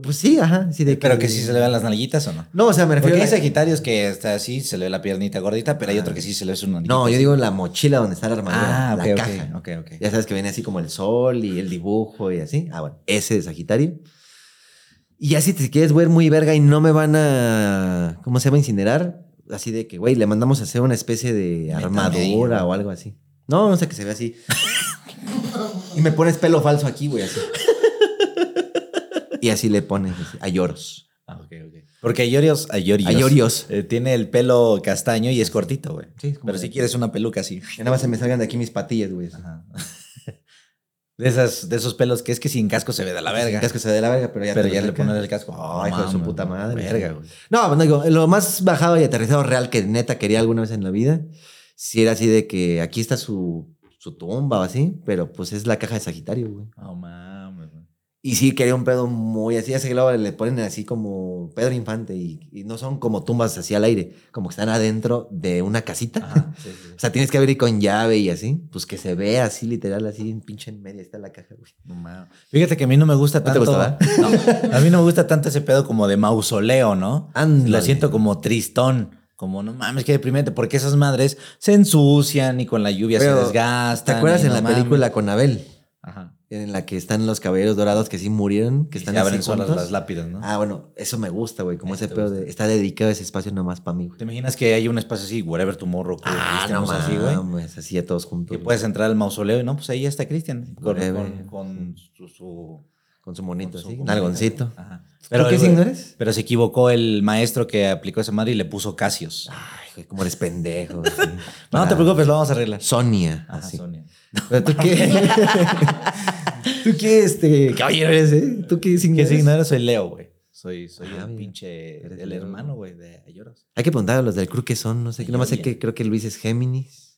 C: Pues sí, ajá. sí de
A: Pero que sí se le vean las nalguitas o no.
C: No, o sea, me refiero
A: Porque
C: a.
A: hay
C: la-
A: sagitarios que está así, se le ve la piernita gordita, pero hay otro que sí se le ve su nalguita.
C: No, yo digo la mochila donde está la armadura.
A: Ah,
C: la
A: ok,
C: caja.
A: ok, ok, ok.
C: Ya sabes que viene así como el sol y el dibujo y así. Ah, bueno, ese de Sagitario. Y ya si te quieres ver muy verga y no me van a. ¿Cómo se llama? Incinerar. Así de que, güey, le mandamos a hacer una especie de
A: Métame
C: armadura o algo así. No, no sé que se vea así. y me pones pelo falso aquí, güey, así. y así le pones así, a lloros.
A: Ah, ok, ok. Porque Ayorios, Ayorios,
C: A llorios.
A: eh, tiene el pelo castaño y es cortito, güey.
C: Sí, es como
A: pero
C: de-
A: si quieres una peluca así.
C: Que nada más se me salgan de aquí mis patillas, güey. así.
A: Ajá. [laughs] De, esas, de esos pelos que es que sin casco se ve de la verga.
C: Es que se ve de la verga, pero ya
A: pero
C: te
A: ya
C: lo
A: le
C: sacan.
A: ponen el casco.
C: Ay, hijo de su
A: Mamá,
C: puta madre.
A: Verga, güey.
C: No, no digo, lo más bajado y aterrizado real que neta quería alguna vez en la vida, si era así de que aquí está su, su tumba o así, pero pues es la caja de Sagitario, güey.
A: No mames, güey.
C: Y sí quería un pedo muy así, así que luego le ponen así como Pedro Infante y, y no son como tumbas así al aire, como que están adentro de una casita.
A: Ajá, sí, sí, sí.
C: [laughs] O sea, tienes que abrir con llave y así, pues que se vea así literal, así en pinche en media está la caja, güey.
A: No mames. Fíjate que a mí no me gusta
C: ¿No te
A: tanto.
C: gustaba?
A: No, a mí no me gusta tanto ese pedo como de mausoleo, ¿no?
C: Ándale.
A: Lo siento como tristón. Como no mames, qué deprimente, porque esas madres se ensucian y con la lluvia
C: Pero,
A: se desgastan.
C: ¿Te acuerdas
A: y
C: en
A: Ah, no
C: la
A: mames.
C: película con Abel?
A: Ajá.
C: En la que están los caballeros dorados que sí murieron, que
A: Que
C: están
A: se abren
C: así
A: solas
C: juntos.
A: las lápidas, ¿no?
C: Ah, bueno, eso me gusta, güey. Como
A: Eso
C: ese
A: te
C: pedo
A: gusta.
C: de. Está dedicado ese espacio nomás para mí, güey.
A: ¿Te imaginas que hay un espacio así, whatever tomorrow, que estemos así, güey?
C: Ah, mames, Pues así ya todos juntos.
A: Que
C: güey.
A: puedes entrar al mausoleo y no, pues ahí ya está Cristian. Con,
C: Whatever.
A: con- con su, su-
C: Con su monito,
A: con su
C: así.
A: comadre.
C: Nalgoncito.
A: Ajá.
C: ¿Pero qué
A: el-
C: signo eres?
A: Pero se equivocó el maestro que aplicó esa madre y le puso Casios.
C: Ay, güey, como eres pendejo. [laughs] güey.
A: No te
C: Para-
A: preocupes, lo vamos a arreglar.
C: Sonia.
A: Ajá,
C: así.
A: Sonia.
C: Pero tú qué. [laughs] tú qué, este. Caballero eres, ¿eh? Tú qué signo
A: ¿Qué
C: eres?
A: signo eres? Soy Leo, güey. Soy, soy
C: Ah,
A: el
C: mira.
A: pinche,
C: Eres
A: el
C: Leo.
A: hermano, güey, de Ayoros.
C: Hay que preguntar a los del crew que son, no sé. Nomás sé
A: Oye.
C: que creo que Luis es Géminis.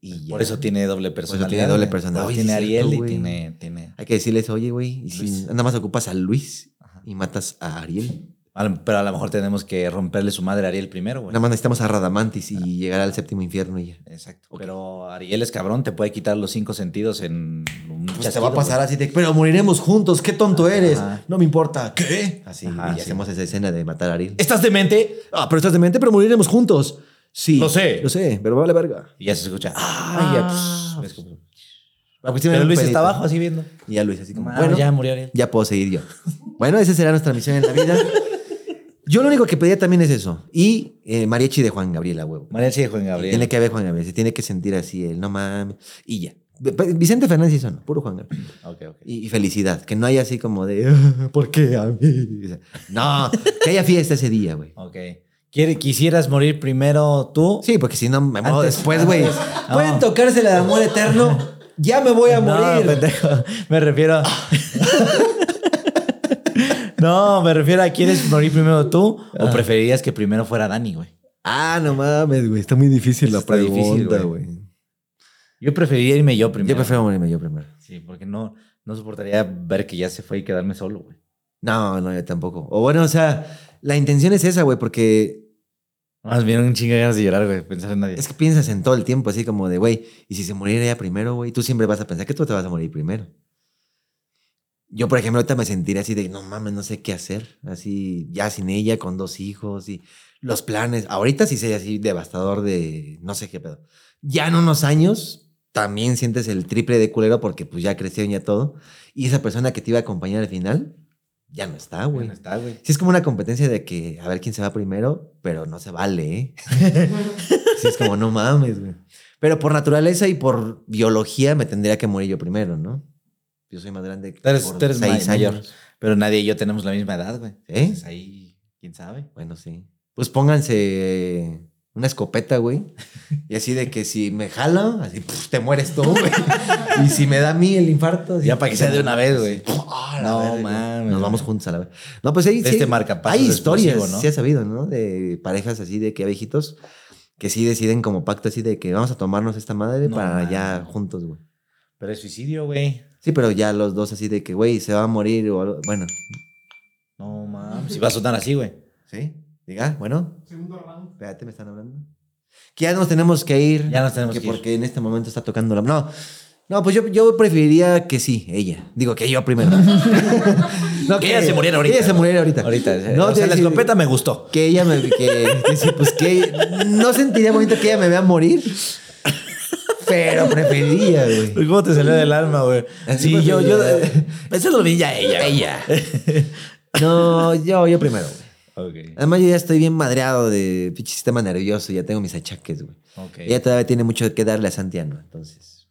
C: Y ya.
A: Por eso tiene doble personalidad.
C: tiene doble
A: güey.
C: personalidad.
A: Tiene
C: Oye, sí es
A: Ariel
C: cierto,
A: y
C: güey.
A: tiene, tiene...
C: Hay que decirles, oye, güey, y si
A: Luis.
C: nada más ocupas a Luis
A: Ajá.
C: y matas a Ariel.
A: Al- Pero a lo mejor tenemos que romperle su madre a Ariel primero, güey.
C: Nada más necesitamos a Radamantis y llegar al séptimo infierno y ya.
A: Exacto. Pero Ariel es cabrón, te puede quitar los cinco sentidos en un
C: Pues te
A: chasquido,
C: va a pasar
A: güey.
C: así de, pero moriremos juntos, qué tonto eres. No me importa. ¿Qué? Así,
A: Ajá,
C: y
A: sí.
C: hacemos esa escena de matar a Ariel.
A: ¿Estás demente?
C: Ah, pero estás demente, pero moriremos juntos. Sí.
A: Lo sé.
C: Lo sé, pero vale verga.
A: Y ya se escucha. Ah,
C: Ah.
A: ya. pss, me escupo.
C: Ah, pues sí me
A: Pero
C: dio un
A: Luis
C: pelito.
A: está abajo así viendo.
C: Y ya Luis, así como,
A: Ah,
C: bueno,
A: ya
C: ya.
A: murió Ariel.
C: puedo seguir yo. Bueno, esa será nuestra misión en la vida. Yo lo único que pedía también es eso. Y eh, mariachi de Juan Gabriel, a huevo.
A: María sí, Juan Gabriel.
C: Tiene que haber Juan Gabriel, se tiene que sentir así, el no mames. Y ya. Vicente Fernández hizo, no, puro Juan Gabriel.
A: Ok, ok.
C: y, y felicidad. Que no haya así como de, "Ah, ¿por qué a mí? O sea, No, que haya fiesta ese día, güey.
A: Ok. ¿Quiere- ¿Quisieras morir primero tú?
C: Sí, porque si no me muero
A: Antes-
C: después, güey.
A: No.
C: Pueden tocarse la de amor eterno. Ya me voy a
A: No,
C: morir. Ah.
A: pendejo. Me refiero. [laughs] no, me refiero a ¿quieres morir primero tú? ¿O preferirías que primero fuera Dani, güey?
C: ah, no mames, güey. Está muy difícil la
A: Está difícil,
C: pregunta,
A: güey.
C: güey.
A: Yo preferiría irme yo primero.
C: Yo prefiero morirme yo primero.
A: Sí, porque no, no soportaría ver que ya se fue y quedarme solo, güey.
C: No, no, yo tampoco. O bueno, o sea, la intención es esa, güey, porque
A: Más bien un chingo de ganas de llorar, güey. Pensar en nadie.
C: es que piensas en todo el tiempo, así como de, güey, y si se muriera ella primero, güey, tú siempre vas a pensar que tú te vas a morir primero. Yo, por ejemplo, ahorita me sentiría así de, no mames, no sé qué hacer. Así, ya sin ella, con dos hijos y los planes. Ahorita sí sería así devastador de no sé qué pedo. Ya en unos años también sientes el triple de culero porque pues ya crecieron ya todo. Y esa persona que te iba a acompañar al final, ya no está, güey.
A: Bueno, está, güey.
C: Sí, es como una competencia de que a ver quién se va primero, pero no se vale, ¿eh? sí, es como no mames, güey. Pero por naturaleza y por biología me tendría que morir yo primero, ¿no? Yo soy más grande
A: Tú eres-
C: por
A: tú eres
C: seis
A: ma- mayor.
C: años.
A: Pero nadie y yo tenemos la misma edad, güey.
C: ¿Eh?
A: Entonces ahí, quién sabe.
C: Bueno, sí. Pues pónganse una escopeta, güey. Y así de que si me jala, así pf, te mueres tú,
A: [laughs]
C: güey. Y si me da a mí el infarto. así,
A: Ya para que sea de una vez, güey.
C: Ah, la
A: No
C: verga.
A: mames.
C: Nos vamos juntos a la vez. No, pues ahí
A: Este marcapasos
C: Hay historias,
A: explosivo, ¿no?
C: sí ha sabido, ¿no? De parejas así de que viejitos que sí deciden como pacto así de que vamos a tomarnos esta madre
A: No
C: para
A: mames.
C: ya juntos, güey.
A: Pero es suicidio, güey.
C: Sí, pero ya los dos así de que, güey, se va a morir o algo. Bueno,
A: No mames. Si va a sonar así, güey.
C: ¿sí? Diga, bueno,
B: Segundo round.
C: espérate, me están hablando. Que ya nos tenemos que ir.
A: Ya nos tenemos que ir.
C: Porque en este momento está tocando la... No, no, pues yo, yo preferiría que sí, ella. Digo, que
A: [laughs]
C: yo primero. no,
A: Que ella se muriera ahorita.
C: Que ella se muriera ahorita.
A: [laughs] Ahorita.
C: No,
A: No, o sea,
C: te-
A: la escopeta me gustó.
C: Que ella me... Que, que sí, pues que... No sentiría bonito que ella me vea morir. Pero preferiría, güey.
A: Uy, ¿Cómo te salió del alma, güey?
C: Así
A: Sí,
C: pues,
A: yo,
C: ya.
A: yo. Eso lo vi ya ella. Ella.
C: No, yo, yo primero, güey.
A: ok.
C: Además, yo ya estoy bien madreado de pinche sistema nervioso. Ya tengo mis achaques, güey.
A: Ok.
C: Ella todavía tiene mucho que darle a Santiano, entonces.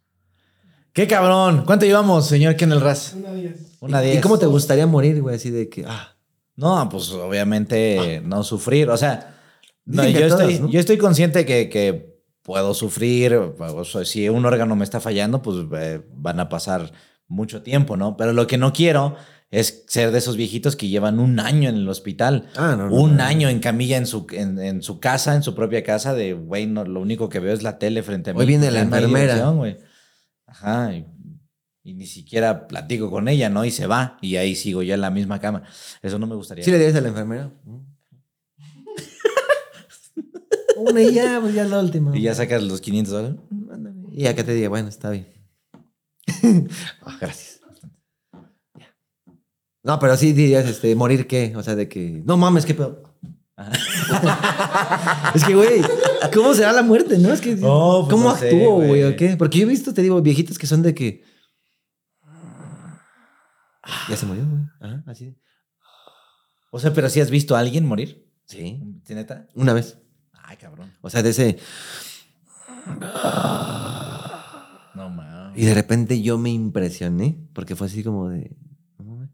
A: Qué cabrón. ¿Cuánto llevamos, señor Ken el Raz?
B: Una diez.
A: Una
C: ¿Y-
A: diez.
C: ¿Y cómo te gustaría morir, güey? Así de que, ah,
A: No, pues obviamente no sufrir. O sea, no,
C: Dicen que
A: yo,
C: todos,
A: estoy,
C: ¿no?
A: yo estoy consciente que, que puedo sufrir. o sea, si un órgano me está fallando, pues eh, van a pasar mucho tiempo, ¿no? Pero lo que no quiero es ser de esos viejitos que llevan un año en el hospital.
C: ah, no, no,
A: un
C: no.
A: año en camilla en su, en, en su casa, en su propia casa, de, güey, no, lo único que veo es la tele frente a mí.
C: Hoy viene la
A: Ya no hay
C: enfermera.
A: diversión, güey. Ajá, y, y ni siquiera platico con ella, ¿no? Y se va, y ahí sigo yo en la misma cama. Eso no me gustaría.
C: ¿Sí le dirías a la enfermera? [laughs] Una y ya, pues ya es la última.
A: y ya sacas los 500 dólares.
C: Ándale. Y acá te diga, bueno, está bien. Ah, gracias. Ya. No, pero sí dirías, este, morir qué? O sea, de que, no mames, qué pedo. [laughs] es que, güey, ¿cómo será la muerte? ¿No? Es que,
A: No, pues,
C: ¿cómo
A: no sé,
C: actúo, güey?
A: güey.
C: ¿O qué? Porque yo he visto, te digo, viejitos que son de que. Ya se murió, güey. Ajá, Ah, así.
A: O sea, pero si has visto a alguien morir.
C: Sí.
A: ¿Sí, ¿Neta?
C: Una vez.
A: Ay, cabrón.
C: O sea, de ese.
A: No mames.
C: Y de repente yo me impresioné, porque fue así como de... "No mames".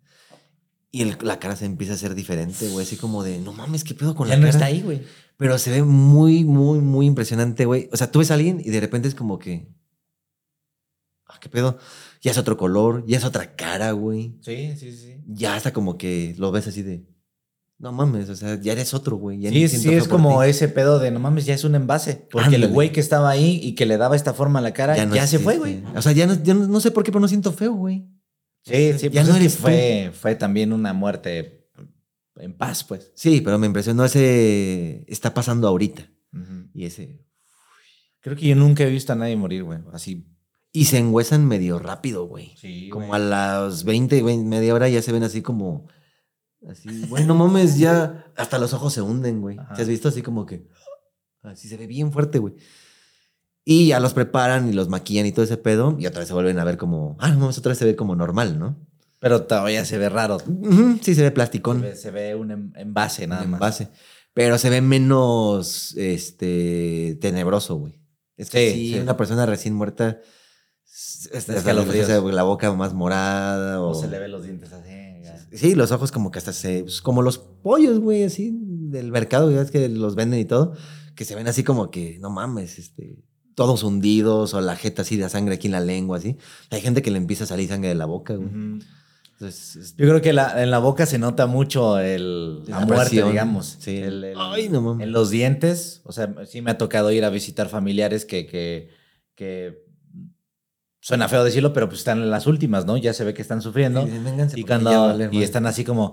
C: Y el- la cara se empieza a hacer diferente, güey, así como de, no mames, ¿qué pedo con
A: Ya
C: la
A: no
C: cara?
A: está ahí, güey.
C: Pero se ve muy, muy, muy impresionante, güey. O sea, tú ves a alguien y de repente es como que... Ah, ¿qué pedo? Ya es otro color, ya es otra cara, güey.
A: Sí, sí, sí.
C: Ya hasta como que lo ves así de... No mames, o sea, ya eres otro, güey. ya
A: Sí,
C: ni
A: sí,
C: siento
A: es
C: feo por
A: como
C: ti.
A: ese pedo de no mames, ya es un envase. Porque el
C: Ándale.
A: güey que estaba ahí y que le daba esta forma a la cara, ya,
C: no
A: se fue,
C: existe.
A: güey.
C: O sea, ya no, ya no- no sé por qué, pero no siento feo, güey.
A: Sí, sí,
C: Ya
A: pues es
C: no
A: que
C: eres tú.
A: fue, fue también una muerte en paz, pues.
C: Sí, pero me impresionó ese... Está pasando ahorita. Y ese.
A: Creo que yo nunca he visto a nadie morir, güey. Así.
C: Y se enhuesan medio rápido, güey.
A: Sí,
C: como a las 20, güey, media hora ya se ven así como. Así, güey, no mames, ya. Hasta los ojos se hunden, güey.
A: Ajá.
C: ¿Te has visto así como que. Así se ve bien fuerte, güey. Y ya los preparan y los maquillan y todo ese pedo. Y otra vez se vuelven a ver como. Ah, no mames, otra vez se ve como normal, ¿no?
A: Pero todavía se ve raro.
C: Ujú, sí, se ve plasticón.
A: Se ve, se ve un en- envase nada
C: en
A: más.
C: base. Pero se ve menos este tenebroso, güey. Es que
A: Sí,
C: sí,
A: sí.
C: una persona recién muerta s- hasta- hasta le
A: Escalofríos.
C: empieza la boca más morada o,
A: O se le ven los dientes así. ya.
C: Oh. Sí, los ojos como que hasta se pues, como los pollos, güey, así del mercado, ya ves que los venden y todo, que se ven así como que no mames, este todos hundidos o la jeta así de sangre aquí en la lengua, así. Hay gente que le empieza a salir sangre de la boca, güey.
A: Ujú.
C: Entonces, es-
A: Yo creo que la- en la boca se nota mucho el, la,
C: La
A: muerte,
C: presión.
A: digamos.
C: Sí.
A: El- el-
C: Ay, no mames.
A: En los dientes. O sea, sí me ha tocado ir a visitar familiares que, que, que suena feo decirlo, pero pues están en las últimas, ¿no? Ya se ve que están sufriendo.
C: dicen, "Vénganse
A: y
C: porque ya va a
A: cuando
C: valer
A: y
C: madre".
A: están así como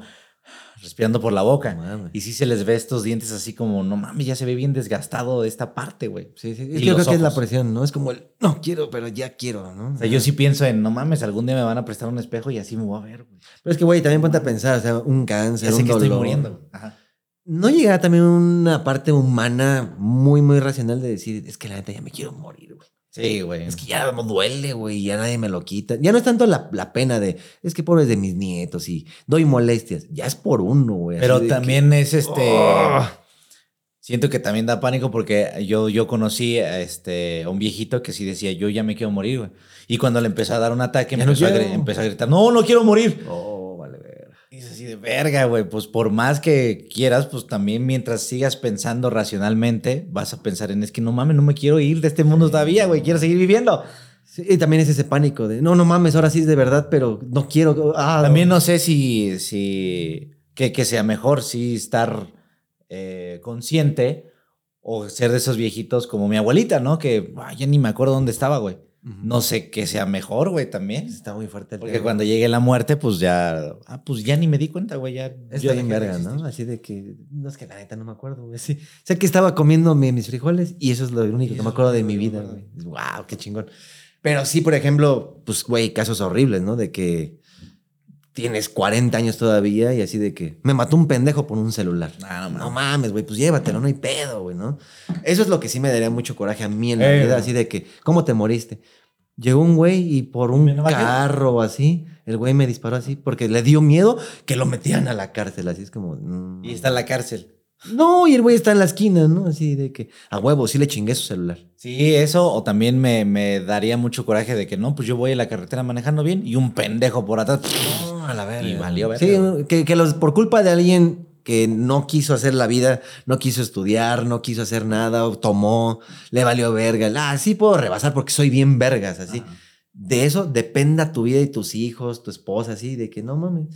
A: respirando por la boca.
C: No mames.
A: Y sí se les ve estos dientes así como, no mames, ya se ve bien desgastado esta parte, güey.
C: Sí, sí.
A: Y
C: Es que yo
A: los
C: creo que es la
A: ojos.
C: presión, ¿no? Es como el no quiero, pero ya quiero, ¿no?
A: O sea, yo sí pienso en, no mames, algún día me van a prestar un espejo y así me voy a ver, güey.
C: Pero es que, güey, también ponte a pensar, o sea, un cáncer,
A: Ya sé
C: un
A: que estoy
C: dolor.
A: muriendo. güey. Ajá.
C: ¿No llegará también una parte humana muy, muy racional de decir, es que la neta ya me quiero morir, güey?
A: Sí, güey.
C: Es que ya me duele, güey, ya nadie me lo quita. Ya no es tanto la, la pena de, es que pobres de mis nietos y doy molestias. Ya es por uno, güey. así
A: Pero
C: de que-
A: también es este.
C: ¡Oh!
A: Siento que también da pánico porque yo, yo conocí a este, a un viejito que sí decía, yo ya me quiero morir, güey. Y cuando le empezó a dar un ataque,
C: Ya no
A: empezó, a, gri-
C: quiero.
A: empezó a gritar, no, no quiero morir.
C: Oh, vale, ver.
A: Y es así de verga, güey. Pues por más que quieras, pues también mientras sigas pensando racionalmente, vas a pensar en, es que no mames, no me quiero ir de este mundo todavía, güey. Quiero seguir viviendo.
C: Sí, y también es ese pánico de, no, no mames, ahora sí es de verdad, pero no quiero. Ah,
A: También no sé si, si que, que sea mejor, sí estar eh, consciente O ser de esos viejitos como mi abuelita, ¿no? Que ah, ya ni me acuerdo dónde estaba, güey. No sé qué sea mejor, güey, también.
C: Está muy fuerte el
A: Porque
C: tema.
A: cuando llegue la muerte, pues ya. Ah, pues ya ni me di cuenta, güey. Ya.
C: Está
A: yo
C: bien
A: dejé de
C: verga,
A: existir.
C: ¿no? Así de que, no es que la neta no me acuerdo, güey. Sí. Sé que estaba comiéndome mis frijoles y eso es lo único que me acuerdo de mi vida, güey. Wow, qué chingón. Pero sí, por ejemplo, pues, güey, casos horribles, ¿no? De que tienes 40 años todavía y así de que me mató un pendejo por un celular.
A: Ah, no mames.
C: No mames, güey, pues llévatelo, no hay pedo, güey, ¿no? Eso es lo que sí me daría mucho coraje a mí en la
A: Eh,
C: vida,
A: güey.
C: así de que, ¿cómo te moriste? Llegó un güey y por un
A: Me lo bajé.
C: carro o así, el güey me disparó así porque le dio miedo que lo metían a la cárcel, así es como... mm.
A: Y está en la cárcel.
C: No, y el güey está en la esquina, ¿no? Así de que, a huevo, sí le chingué su celular.
A: Sí, eso, o también me, me daría mucho coraje de que no, pues yo voy a la carretera manejando bien y un pendejo por atrás.
C: a la verga.
A: Y valió verga.
C: Sí, que, que los, por culpa de alguien que no quiso hacer la vida, no quiso estudiar, no quiso hacer nada, o tomó, le valió verga. Ah, sí puedo rebasar porque soy bien vergas, así. De eso dependa tu vida y tus hijos, tu esposa, así, de que no mames.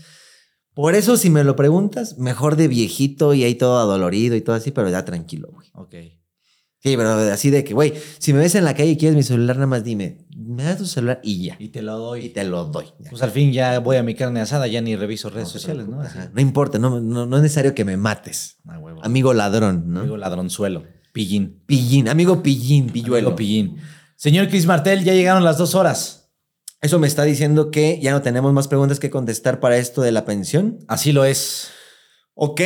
C: Por eso, si me lo preguntas, mejor de viejito y ahí todo adolorido y todo así, pero ya tranquilo, güey.
A: Ok.
C: Sí, pero así de que, güey, si me ves en la calle y quieres mi celular, nada más dime, me das tu celular y ya.
A: Y te lo doy.
C: Y te lo doy. Ya.
A: Pues al fin ya voy a mi carne asada, ya ni reviso redes
C: te
A: sociales, ¿no?
C: preocupes,
A: Así.
C: ajá. No importa, no, no, no es necesario que me mates.
A: Ah, huevo.
C: Amigo ladrón, ¿no?
A: Amigo ladronzuelo. Pillín.
C: pillín, amigo pillín, pilluelo.
A: Amigo pillín. Señor Cris Martel, ya llegaron las dos horas.
C: Eso me está diciendo que ya no tenemos más preguntas que contestar para esto de la pensión.
A: Así lo es.
C: Ok.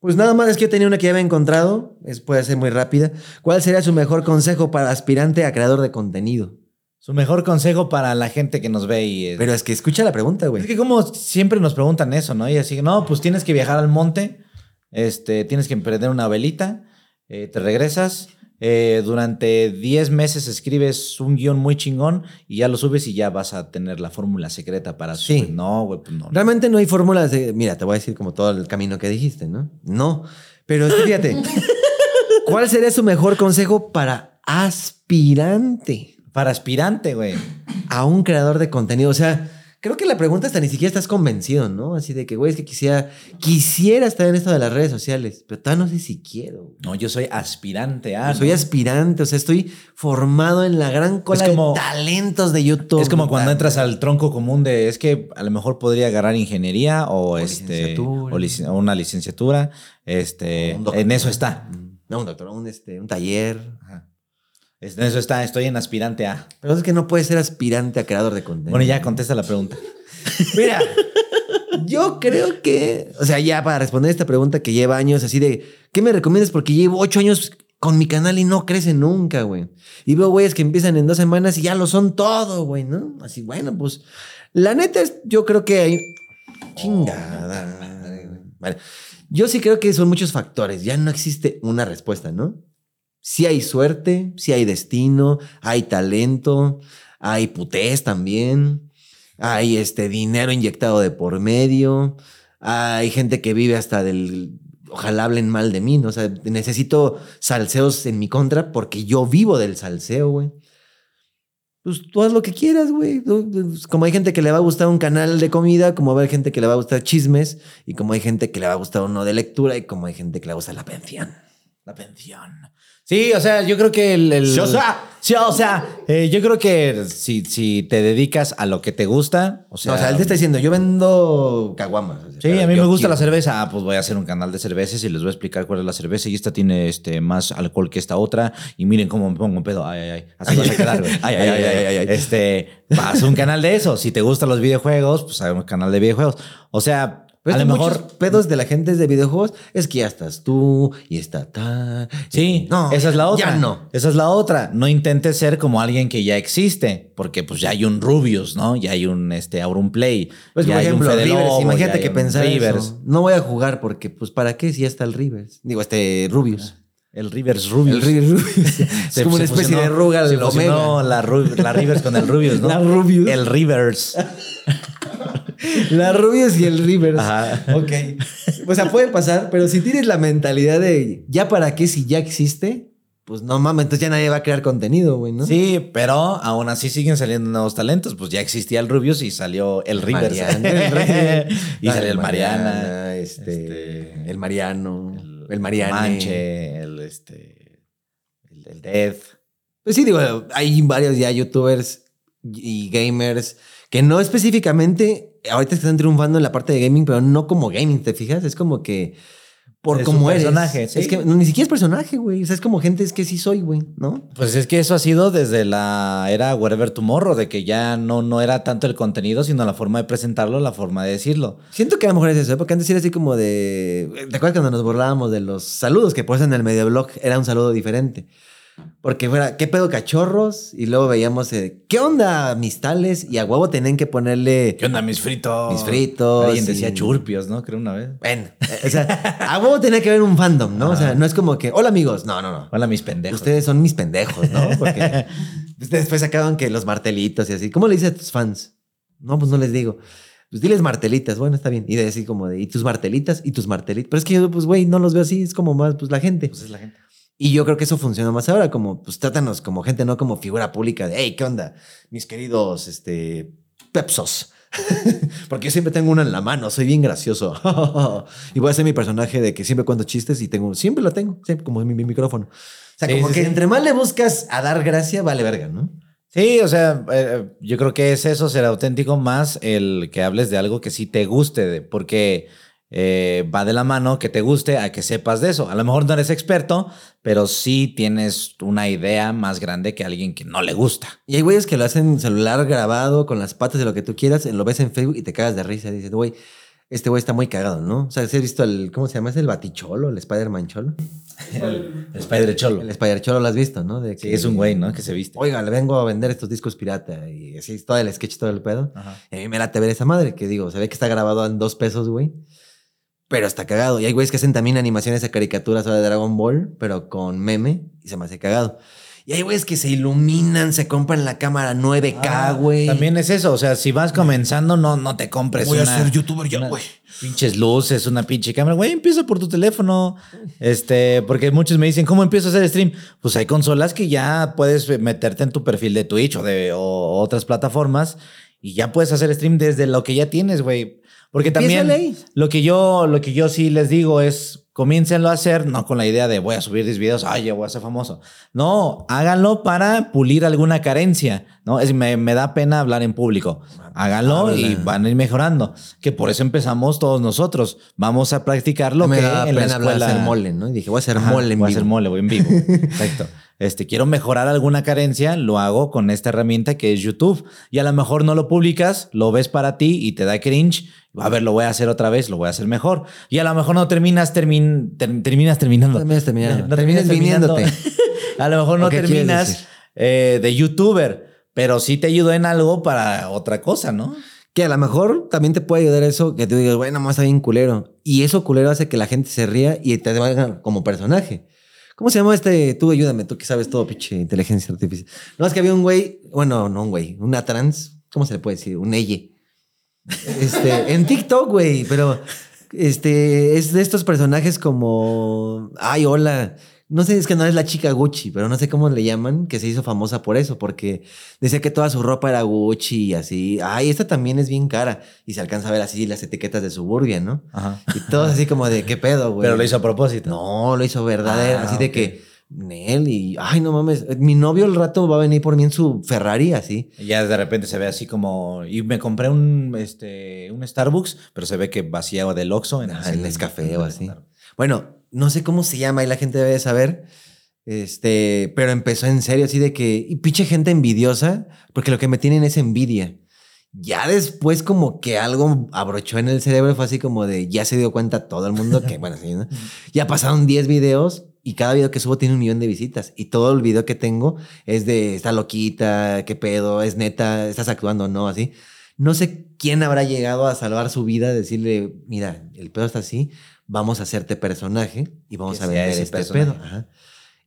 C: Pues nada más es que yo tenía una que ya había encontrado, es, puede ser muy rápida. ¿Cuál sería su mejor consejo para aspirante a creador de contenido?
A: Su mejor consejo para la gente que nos ve y... eh,
C: Pero es que escucha la pregunta,
A: es
C: güey.
A: que como siempre nos preguntan eso, ¿no? Y así, no, pues tienes que viajar al monte, este, tienes que emprender una velita, eh, te regresas, eh, durante 10 meses escribes un guión muy chingón y ya lo subes y ya vas a tener la fórmula secreta para...
C: Sí.
A: subir. No, güey, pues no.
C: Realmente no hay fórmulas de. Mira, te voy a decir como todo el camino que dijiste, ¿no? No. Pero sí,
A: [laughs]
C: fíjate, ¿cuál sería su mejor consejo para aspirante
A: Para aspirante, güey.
C: a un creador de contenido? O sea, creo que la pregunta hasta ni siquiera estás convencido, ¿no? Así de que, güey, es que quisiera, quisiera estar en esto de las redes sociales, pero todavía no sé si quiero. güey.
A: No, yo soy aspirante a...
C: Soy aspirante, o sea, estoy formado en la gran cola
A: como-
C: de talentos de YouTube.
A: Es como cuando
C: Ah,
A: entras al tronco común de es que a lo mejor podría agarrar ingeniería o, este
C: licenciatura.
A: o lic- o una licenciatura, este
C: Un doctor. Mm.
A: en eso está.
C: No, un doctor, un, este, un taller.
A: Es- En eso está, estoy en aspirante a.
C: Pero es que no puedes ser aspirante a creador de contenido.
A: Bueno, ya contesta la pregunta.
C: Mira, yo creo que, o sea, ya para responder esta pregunta que lleva años así de, ¿qué me recomiendas? Porque llevo ocho años con mi canal y no crece nunca, güey. Y veo güeyes que empiezan en dos semanas y ya lo son todo, güey, ¿no? Así, bueno, pues, la neta es, yo creo que hay... Chingada. madre, güey. Vale. Yo sí creo que son muchos factores, ya no existe una respuesta, ¿no? Sí hay suerte, sí hay destino, hay talento, hay putés también. Hay este dinero inyectado de por medio. Hay gente que vive hasta del. Ojalá hablen mal de mí, ¿no? O sea, necesito salseos en mi contra porque yo vivo del salseo, güey. Pues tú haz lo que quieras, güey. Tú- tú- Como hay gente que le va a gustar un canal de comida, como va a haber gente que le va a gustar chismes, y como hay gente que le va a gustar uno de lectura, y como hay gente que le gusta la pensión.
A: La pensión. Sí, o sea, yo creo que el. el-
C: [laughs] Sí, o sea.
A: Sí, o sea, eh, yo creo que si, si te dedicas a lo que te gusta, o sea,
C: No, o sea, él te está diciendo, yo vendo caguamas.
A: Sí, a mí me gusta la cerveza. Ah, pues voy a hacer un canal de cervezas y les voy a explicar cuál es la cerveza. Y esta tiene este, más alcohol que esta otra. Y miren cómo me pongo un pedo. Ay, ay, ay. Así vas a quedar, güey.
C: Ay, ay, ay, ay, ay, ay.
A: Este, vas a un canal de eso. Si te gustan los videojuegos, pues hay un canal de videojuegos. O sea,
C: Pero
A: a lo mejor.
C: pedos de la gente de videojuegos es que ya estás tú y está tal.
A: Sí,
C: No,
A: esa es la otra.
C: Ya no.
A: Esa es la otra. No intentes ser como alguien que ya existe, porque pues ya hay un Rubius, ¿no? Ya hay un este Aurum Play,
C: Pues,
A: ya
C: por
A: hay
C: ejemplo,
A: un Fede
C: Rivers,
A: Lobo, ya
C: imagínate
A: hay
C: que
A: un
C: pensar
A: Rivers.
C: eso. No voy a jugar porque, pues, ¿para qué si ya está el Rivers? Digo, este Rubius.
A: El Rivers Rubius.
C: El
A: [laughs]
C: Rivers Rubius. es
A: Se-
C: como una
A: se
C: especie
A: fusionó-
C: de ruga
A: se
C: del
A: fusionó
C: Omega.
A: pues, la, Ru- la Rivers con el Rubius, ¿no?
C: La Rubius.
A: El Rivers.
C: La Rubius y el Rivers.
A: Ajá.
C: Ok. O sea, puede pasar, pero si tienes la mentalidad de ya para qué si ya existe, pues no mames, entonces ya nadie va a crear contenido, güey, ¿no?
A: Sí, pero aún así siguen saliendo nuevos talentos. Pues ya existía el Rubius y salió el Rivers.
C: Mariana,
A: [laughs]
C: el Rey.
A: y salió el
C: Mariana,
A: Mariana.
C: este,
A: este,
C: el Mariano, el, Mariano,
A: Manche, el, este, el, el Dead.
C: Pues sí, digo, hay varios ya youtubers y gamers que no específicamente, ahorita es que están triunfando en la parte de gaming, pero no como gaming, ¿te fijas? Es como que por
A: Es
C: cómo
A: un
C: eres.
A: personaje, sí.
C: Es que no, ni siquiera es personaje, güey. O sea, es como gente, es que sí soy, güey, ¿no?
A: Pues es que eso ha sido desde la era Wherever Tomorrow, de que ya no, no era tanto el contenido, sino la forma de presentarlo, la forma de decirlo.
C: Siento que a lo mejor es eso, ¿eh? porque antes era así como de. ¿Te acuerdas cuando nos burlábamos de los saludos? Que por eso en el medio blog era un saludo diferente. Porque fuera, ¿qué pedo cachorros? Y luego veíamos, eh, ¿qué onda mis tales? Y a huevo tenían que ponerle.
A: ¿Qué onda, mis fritos?
C: Mis fritos,
A: Alguien
C: y-
A: decía churpios, ¿no? Creo una vez.
C: Bueno, eh, o sea, a huevo tenía que haber un fandom, ¿no? O sea, no es como que, hola amigos, no, no, no.
A: Hola, mis pendejos.
C: Ustedes son mis pendejos, ¿no? Porque pues, después sacaban que los martelitos y así. ¿Cómo le dices a tus fans? No, pues no les digo. Pues diles martelitas, bueno, está bien. Y de así como de, y tus martelitas, y tus martelitas. Pero es que yo, pues, güey, no los veo así, es como más, pues, la gente.
A: Pues es la gente.
C: Y yo creo que eso funciona más ahora, como, pues, trátanos como gente, no como figura pública de, hey, ¿qué onda? Mis queridos, este, pepsos. [laughs] Porque yo siempre tengo una en la mano, soy bien gracioso. [laughs] y voy a ser mi personaje de que siempre cuento chistes y tengo, siempre lo tengo, siempre, como mi, mi micrófono. O sea,
A: Sí,
C: como
A: sí,
C: que
A: sí.
C: entre más le buscas a dar gracia, vale verga, ¿no?
A: Sí, o sea, eh, yo creo que es eso, ser auténtico, más el que hables de algo que sí te guste, de- porque eh, va de la mano que te guste a que sepas de eso. A lo mejor no eres experto, pero sí tienes una idea más grande que alguien que no le gusta.
C: Y hay güeyes que lo hacen celular grabado con las patas de lo que tú quieras, lo ves en Facebook y te cagas de risa. Dices, güey, este güey está muy cagado, ¿no? O sea, ¿sí ¿has visto el, ¿cómo se llama? ¿Es el Baticholo? ¿El Spider-Man Cholo?
A: El Spider Cholo.
C: El Spider-Cholo lo has visto, ¿no? De
A: Sí,
C: que-
A: es un güey, ¿no? Que se viste.
C: Oiga, le vengo a vender estos discos pirata y así todo el sketch, todo el pedo.
A: Ajá.
C: Y a mí me late ver esa madre que digo, se ve que está grabado en dos pesos, güey. Pero está cagado. Y hay güeyes que hacen también animaciones a caricaturas ahora de Dragon Ball, pero con meme y se me hace cagado. Y hay güeyes que se iluminan, se compran la cámara 9K,
A: Ah,
C: güey.
A: También es eso, o sea, si vas comenzando, no, no te compres
C: Voy a
A: una-
C: ser youtuber ya,
A: unas
C: güey.
A: Pinches luces, una pinche cámara. Güey, empieza por tu teléfono. Este, porque muchos me dicen, ¿cómo empiezo a hacer stream? Pues hay consolas que ya puedes meterte en tu perfil de Twitch o de o otras plataformas y ya puedes hacer stream desde lo que ya tienes, güey. Porque también
C: Empiézale ahí.
A: lo que yo lo que yo sí les digo es comiéncenlo a hacer no con la idea de voy a subir 10 videos, ay, ya voy a ser famoso. No, háganlo para pulir alguna carencia, ¿no? Es, me, me da pena hablar en público. Háganlo y
C: Habla.
A: van a ir mejorando, que por eso empezamos todos nosotros. Vamos a practicar lo
C: me
A: que
C: daba
A: en la
C: pena hablar de
A: escuela
C: hacer mole, ¿no? Y dije, voy a hacer
A: Ajá,
C: mole en
A: voy a
C: vivo.
A: hacer mole, voy en
C: [laughs]
A: vivo. Exacto. Este, quiero mejorar alguna carencia, lo hago con esta herramienta que es YouTube. Y a lo mejor no lo publicas, lo ves para ti y te da cringe. A ver, lo voy a hacer otra vez, lo voy a hacer mejor. Y a lo mejor no terminas, termin- ter- terminas terminando.
C: Terminas terminando.
A: No terminas
C: Terminas
A: terminando. [laughs]
C: viniéndote.
A: a lo mejor no
C: ¿O qué quieres
A: terminas
C: decir?
A: eh, de youtuber, pero sí te ayudó en algo para otra cosa, ¿no?
C: Que a lo mejor también te puede ayudar eso, que tú digas, bueno, más está bien culero. Y eso culero hace que la gente se ría y te valga como personaje. ¿Cómo se llama este? Tú ayúdame, tú que sabes todo, pinche inteligencia artificial. No, es que había un güey, bueno, no un güey, una trans, ¿cómo se le puede decir? Un ella. Este, en TikTok, güey, pero este, es de estos personajes como, ay, hola. No sé, es que no es la chica Gucci, pero no sé cómo le llaman, que se hizo famosa por eso, porque Decía que toda su ropa era Gucci y así. Ay, esta también es bien cara. Y se alcanza a ver así las etiquetas de Suburbia, ¿no?
A: Ajá.
C: Y todos así como de, ¿qué pedo, güey?
A: Pero lo hizo a propósito.
C: No, lo hizo verdadero.
A: Ah,
C: así de
A: ok.
C: que, Nel, y, ay, no mames, mi novio el rato va a venir por mí en su Ferrari, así.
A: Y Ya de repente se ve así como. Y me compré un, este, un Starbucks, pero se ve que vacía del Oxxo en
C: Ah,
A: así-
C: el Nescafé o así. Bueno, no sé cómo se llama y la gente debe de saber. Este, pero empezó en serio, así de que, y pinche gente envidiosa, porque lo que me tienen es envidia. Ya después, como que algo abrochó en el cerebro, fue así como de ya se dio cuenta todo el mundo que, bueno, sí, ¿no? ya pasaron 10 videos y cada video que subo tiene un millón de visitas. Y todo el video que tengo es de está loquita, qué pedo, es neta, estás actuando o no, así. No sé quién habrá llegado a salvar su vida, decirle, mira, el pedo está así, vamos a hacerte personaje y vamos
A: Que
C: a
A: sea
C: vender
A: ese
C: este
A: personaje.
C: pedo. Ajá.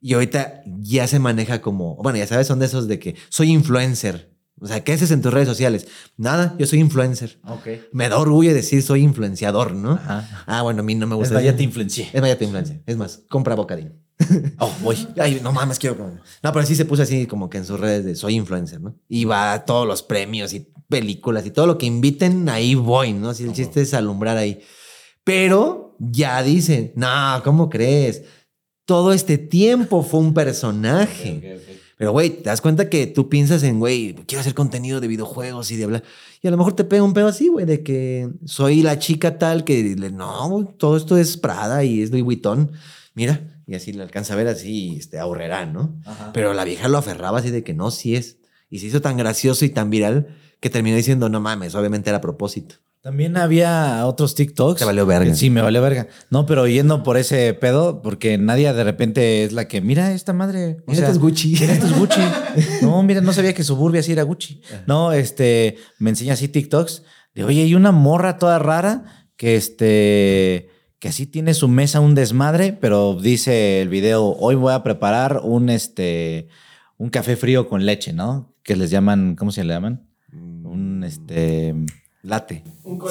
C: Y ahorita ya se maneja como, bueno, ya sabes, son de esos de que soy influencer. O sea, ¿qué haces en tus redes sociales? Nada, yo soy influencer.
A: Ok.
C: Me da orgullo decir soy influenciador, ¿no?
A: Ajá.
C: Ah, bueno, a mí no me
A: Es
C: gusta.
A: más, ya
C: eso.
A: te influencié.
C: Es más, ya te influencia. Es más, compra bocadín. [laughs]
A: Oh, voy.
C: Ay, no mames, quiero. comer. No, pero sí se puso así como que en sus redes de soy influencer, ¿no? Y va a todos los premios y películas y todo lo que inviten, ahí voy, ¿no? Si el chiste es alumbrar ahí. Pero ya dicen, no, ¿cómo crees? todo este tiempo fue un personaje. Pero, güey, te das cuenta que tú piensas en, güey, quiero hacer contenido de videojuegos y de hablar. Y a lo mejor te pega un pedo así, güey, de que soy la chica tal que, le- no, güey, todo esto es Prada y es Louis Vuitton. Mira, y así le alcanza a ver así, este, ahorrerá, ¿no? Pero la vieja lo aferraba así de que no, sí es. Y se hizo tan gracioso y tan viral que terminó diciendo, no mames, obviamente era a propósito.
A: También había otros TikToks.
C: Te valió verga.
A: Sí, me valió verga. No, pero yendo por ese pedo, porque nadie de repente es la que, mira esta madre. O
C: Mira
A: sea,
C: estos [laughs] Gucci.
A: Mira, esto es Gucci. No, mira, no sabía que Suburbia sí era Gucci.
C: Ah.
A: No, este, me enseña así TikToks de, oye, hay una morra toda rara que este, que así tiene su mesa un desmadre, pero dice el video, hoy voy a preparar un, este, un café frío con leche, ¿no? Que les llaman, ¿cómo se le llaman? Un, este, latte.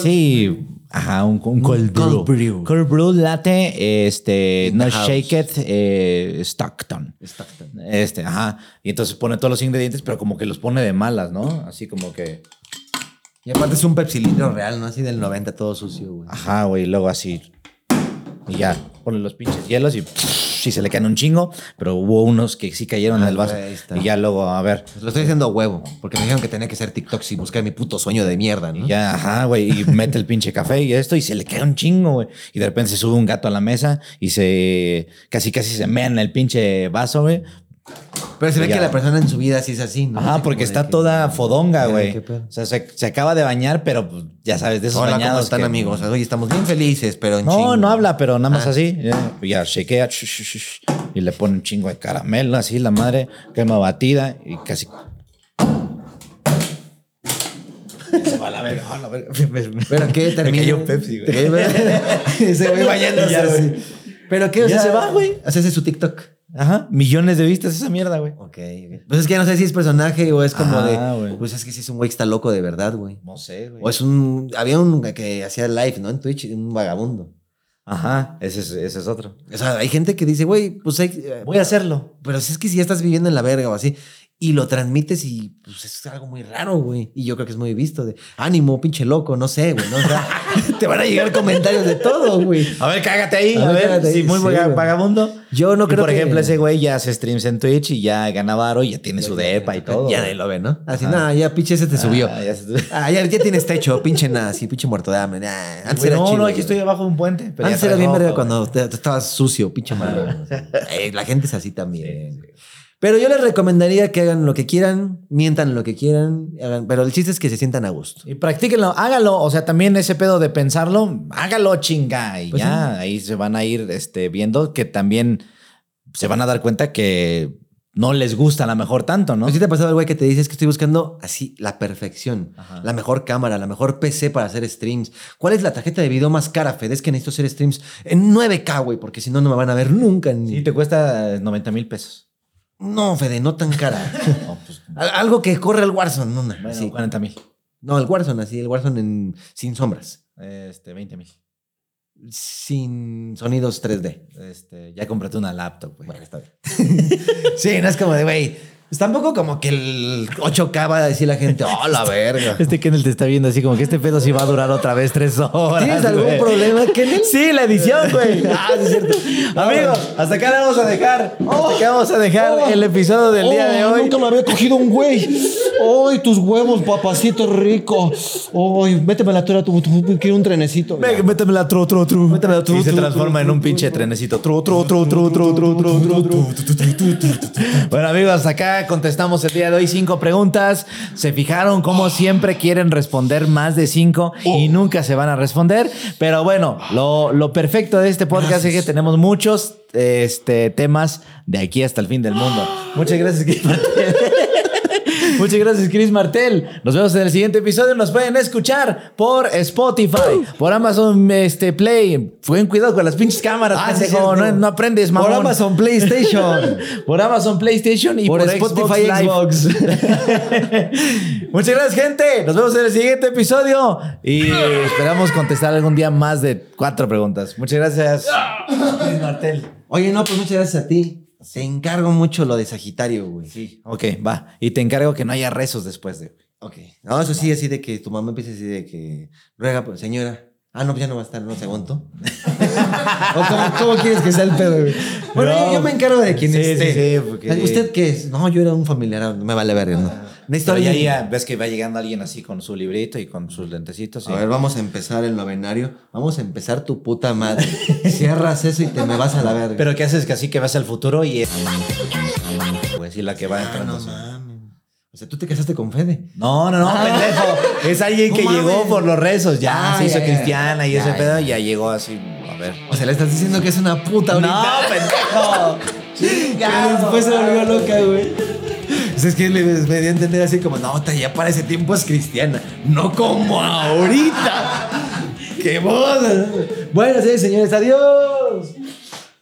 A: sí, ajá, un, un cold, brew.
C: cold brew.
A: Cold brew latte, este,
C: In
A: no
C: the house.
A: shake it, eh, Stockton. Este, ajá. Y entonces pone todos los ingredientes, pero como que los pone de malas, ¿no? Así como que.
C: Y aparte es un pepsilindro real, ¿no? Así del 90 todo sucio, güey.
A: Ajá, güey. Y luego así. Y ya. Pone los pinches hielos y. Sí, se le caen un chingo, pero hubo unos que sí cayeron
C: Ah,
A: del vaso.
C: güey, ahí está.
A: Y ya luego, a ver.
C: Lo estoy diciendo a huevo, porque me dijeron que tenía que ser TikTok si buscar mi puto sueño de mierda, ¿no?
A: Ya, ajá, güey, y mete el pinche café y esto, y se le cae un chingo, güey. Y de repente se sube un gato a la mesa y se. casi, casi se mea en el pinche vaso, güey.
C: Pero se ve
A: Ya.
C: que la persona en su vida sí es así, ¿no?
A: Ajá,
C: Así
A: porque
C: como de
A: está
C: que-
A: toda fodonga,
C: Ay,
A: güey.
C: qué pedo.
A: O sea, se, se acaba de bañar, pero pues, ya sabes, de esos
C: Hola, ¿cómo
A: bañados
C: están,
A: que-
C: amigos? Hoy estamos bien felices, pero en
A: No,
C: chinga.
A: no habla, pero nada más
C: Ah.
A: así. eh, Y ya shakea shush, shush, shush, y le pone un chingo de caramelo, así la madre, crema batida y casi. Se va a la verga, a la [laughs] verga.
C: ¿Pero qué? Termina.
A: cayó Pepsi, güey.
C: ¿Qué,
A: [laughs]
C: [laughs] Ese güey bañándose
A: Ya, güey.
C: así. ¿Pero qué? O
A: Ya
C: sea,
A: se va, güey.
C: O sea, ese es su TikTok.
A: Ajá, millones de vistas esa mierda, güey.
C: Ok, ok. Pues es que ya no sé si es personaje o es como
A: Ah,
C: de...
A: güey.
C: Pues es que sí es un güey que está loco de verdad, güey.
A: No sé, güey.
C: O es un... Había un que hacía live, ¿no? En Twitch, un vagabundo.
A: Ajá, ese es, ese es otro.
C: O sea, hay gente que dice, güey, pues hay... eh,
A: Voy a hacerlo.
C: Pero si es que si ya estás viviendo en la verga o así, y lo transmites y pues es algo muy raro, güey. Y yo creo que es muy visto de ánimo, pinche loco, no sé, güey. ¿no? O sea, [laughs] te van a llegar comentarios de todo, güey.
A: A ver, cágate ahí,
C: A
A: a,
C: ver,
A: ver,
C: cágate
A: si
C: ahí,
A: muy
C: sí,
A: vaga-
C: güey.
A: vagabundo.
C: Yo no
A: Y
C: creo
A: por
C: que-
A: ejemplo, ese güey ya hace streams en Twitch y ya gana varo y ya tiene su depa y todo.
C: Ya nadie lo ve, ¿no? Así,
A: Ajá.
C: nada, ya pinche ese te subió.
A: Ah,
C: Ah,
A: ya
C: ya,
A: se-
C: ya, tienes techo, pinche nada, así, pinche muerto de hambre. nah, antes
A: Güey,
C: era
A: no,
C: chido,
A: no,
C: güey.
A: aquí estoy debajo de un puente. Pero
C: Antes
A: ya pues.
C: era
A: traes
C: bien
A: ropa,
C: verga
A: güey.
C: cuando te, te estabas sucio, pinche malo.
A: [laughs]
C: Eh, la gente es así también. Pero yo les recomendaría que hagan lo que quieran, mientan lo que quieran, hagan- pero el chiste es que se sientan a gusto.
A: Y practíquenlo, hágalo. O sea, también ese pedo de pensarlo, hágalo, chinga. Y
C: Pues
A: ya, ahí se van a ir este, viendo que también se van a dar cuenta que no les gusta a lo mejor tanto, ¿no?
C: ¿No? ¿Sí te ha pasado el güey que te dices que estoy buscando así la perfección?
A: Ajá.
C: La mejor cámara, la mejor PC para hacer streams. ¿Cuál es la tarjeta de video más cara, Fede? Es que necesito hacer streams en 9K, güey, porque si no, no me van a ver nunca. ni-
A: Sí, te cuesta 90 mil [laughs] pesos.
C: No, Fede, no tan cara. [laughs]
A: No, pues,
C: Al- Algo que corre el Warzone, no, no,
A: bueno,
C: así.
A: 40 mil.
C: No, el Warzone, así, el Warzone en- sin sombras,
A: Este, 20 mil.
C: sin sonidos 3D.
A: Este, ya cómprate una laptop, güey.
C: Bueno, está bien. [laughs] sí, no es como de, güey. pues tampoco como que el 8K va a decir la gente, oh, la verga.
A: [laughs] Este Kennel te está viendo así como que este pedo sí va a durar otra vez tres horas.
C: ¿Tienes algún
A: güey.
C: problema, Kenneth?
A: Sí, la edición, güey.
C: [laughs] Ah, sí, es cierto.
A: Amigos, hasta acá le vamos a dejar. Hasta acá vamos a dejar
C: Oh,
A: el episodio del día de hoy.
G: Nunca me había cogido un güey. ¡Ay, tus huevos, papacito rico! ¡Ay, méteme la tura, tu, tu- quiero un trenecito!
A: Ve, Méteme la tru, tru, tru. Y se transforma en un pinche trenecito. Tru, tru, tru, tru, tru, tru, tru, tru, tru. Bueno, amigos, hasta acá contestamos el día de hoy cinco preguntas. Se fijaron como siempre quieren responder más de cinco y nunca se van a responder. Pero bueno, lo, lo perfecto de este podcast es que tenemos muchos este, temas de aquí hasta el fin del mundo. Muchas gracias, Chris Martel. Muchas gracias, Chris Martel. Nos vemos en el siguiente episodio. Nos pueden escuchar por Spotify, por Amazon este, Play. Fuen cuidado con las pinches cámaras,
C: Ah, sí,
A: pendejo.
C: cierto.
A: no, no aprendes, mamón.
C: Por Amazon PlayStation.
A: [laughs] Por Amazon PlayStation y por,
C: Por Spotify,
A: Xbox. Live. [laughs] Muchas gracias, gente. Nos vemos en el siguiente episodio. Y esperamos contestar algún día más de cuatro preguntas. Muchas gracias, Chris Martel.
C: Oye, no, pues muchas gracias a ti. Te encargo mucho lo de Sagitario, güey. Sí.
A: Ok, va. Y te encargo que no haya rezos después de.
C: Ok. No, eso sí, así de que tu mamá empieza así de que ruega, pues, señora, Ah, no, ya no va a estar, no sé, ¿cuánto? [laughs] ¿O cómo, cómo quieres que sea el pedo, güey? Bueno,
A: No.
C: yo, yo me encargo de quien
A: Sí,
C: esté.
A: sí, sí, porque-
C: ¿Usted qué es? No, yo era un familiar, ah, me vale verga, ¿no? Necesito
A: Pero ya,
C: alguien-
A: ya ves que va llegando alguien así con su librito y con sus lentecitos. y-
C: A ver, vamos a empezar el novenario. Vamos a empezar tu puta madre. Cierras eso y te me vas a la verga.
A: Pero ¿qué haces? Que así que vas al futuro y... Pues y la que va
C: Ah,
A: entrando.
C: no
A: así.
C: mames. O sea, tú te casaste con Fede.
A: No, no, no, pendejo. Es alguien
C: No
A: que
C: mames.
A: llegó por los rezos. Ya
C: Ah,
A: se hizo
C: ya, ya,
A: cristiana y
C: ya,
A: ese
C: ya.
A: pedo. Ya llegó así. A ver.
C: O sea, le estás diciendo que es una puta ahorita.
A: No,
C: [laughs]
A: pendejo.
C: Pero después se volvió loca, güey. O sea, es que le- me dio a entender así como, no, ta, ya para ese tiempo es cristiana. No como [laughs] ahorita. ¡Qué boda! Bueno, sí, señores, adiós.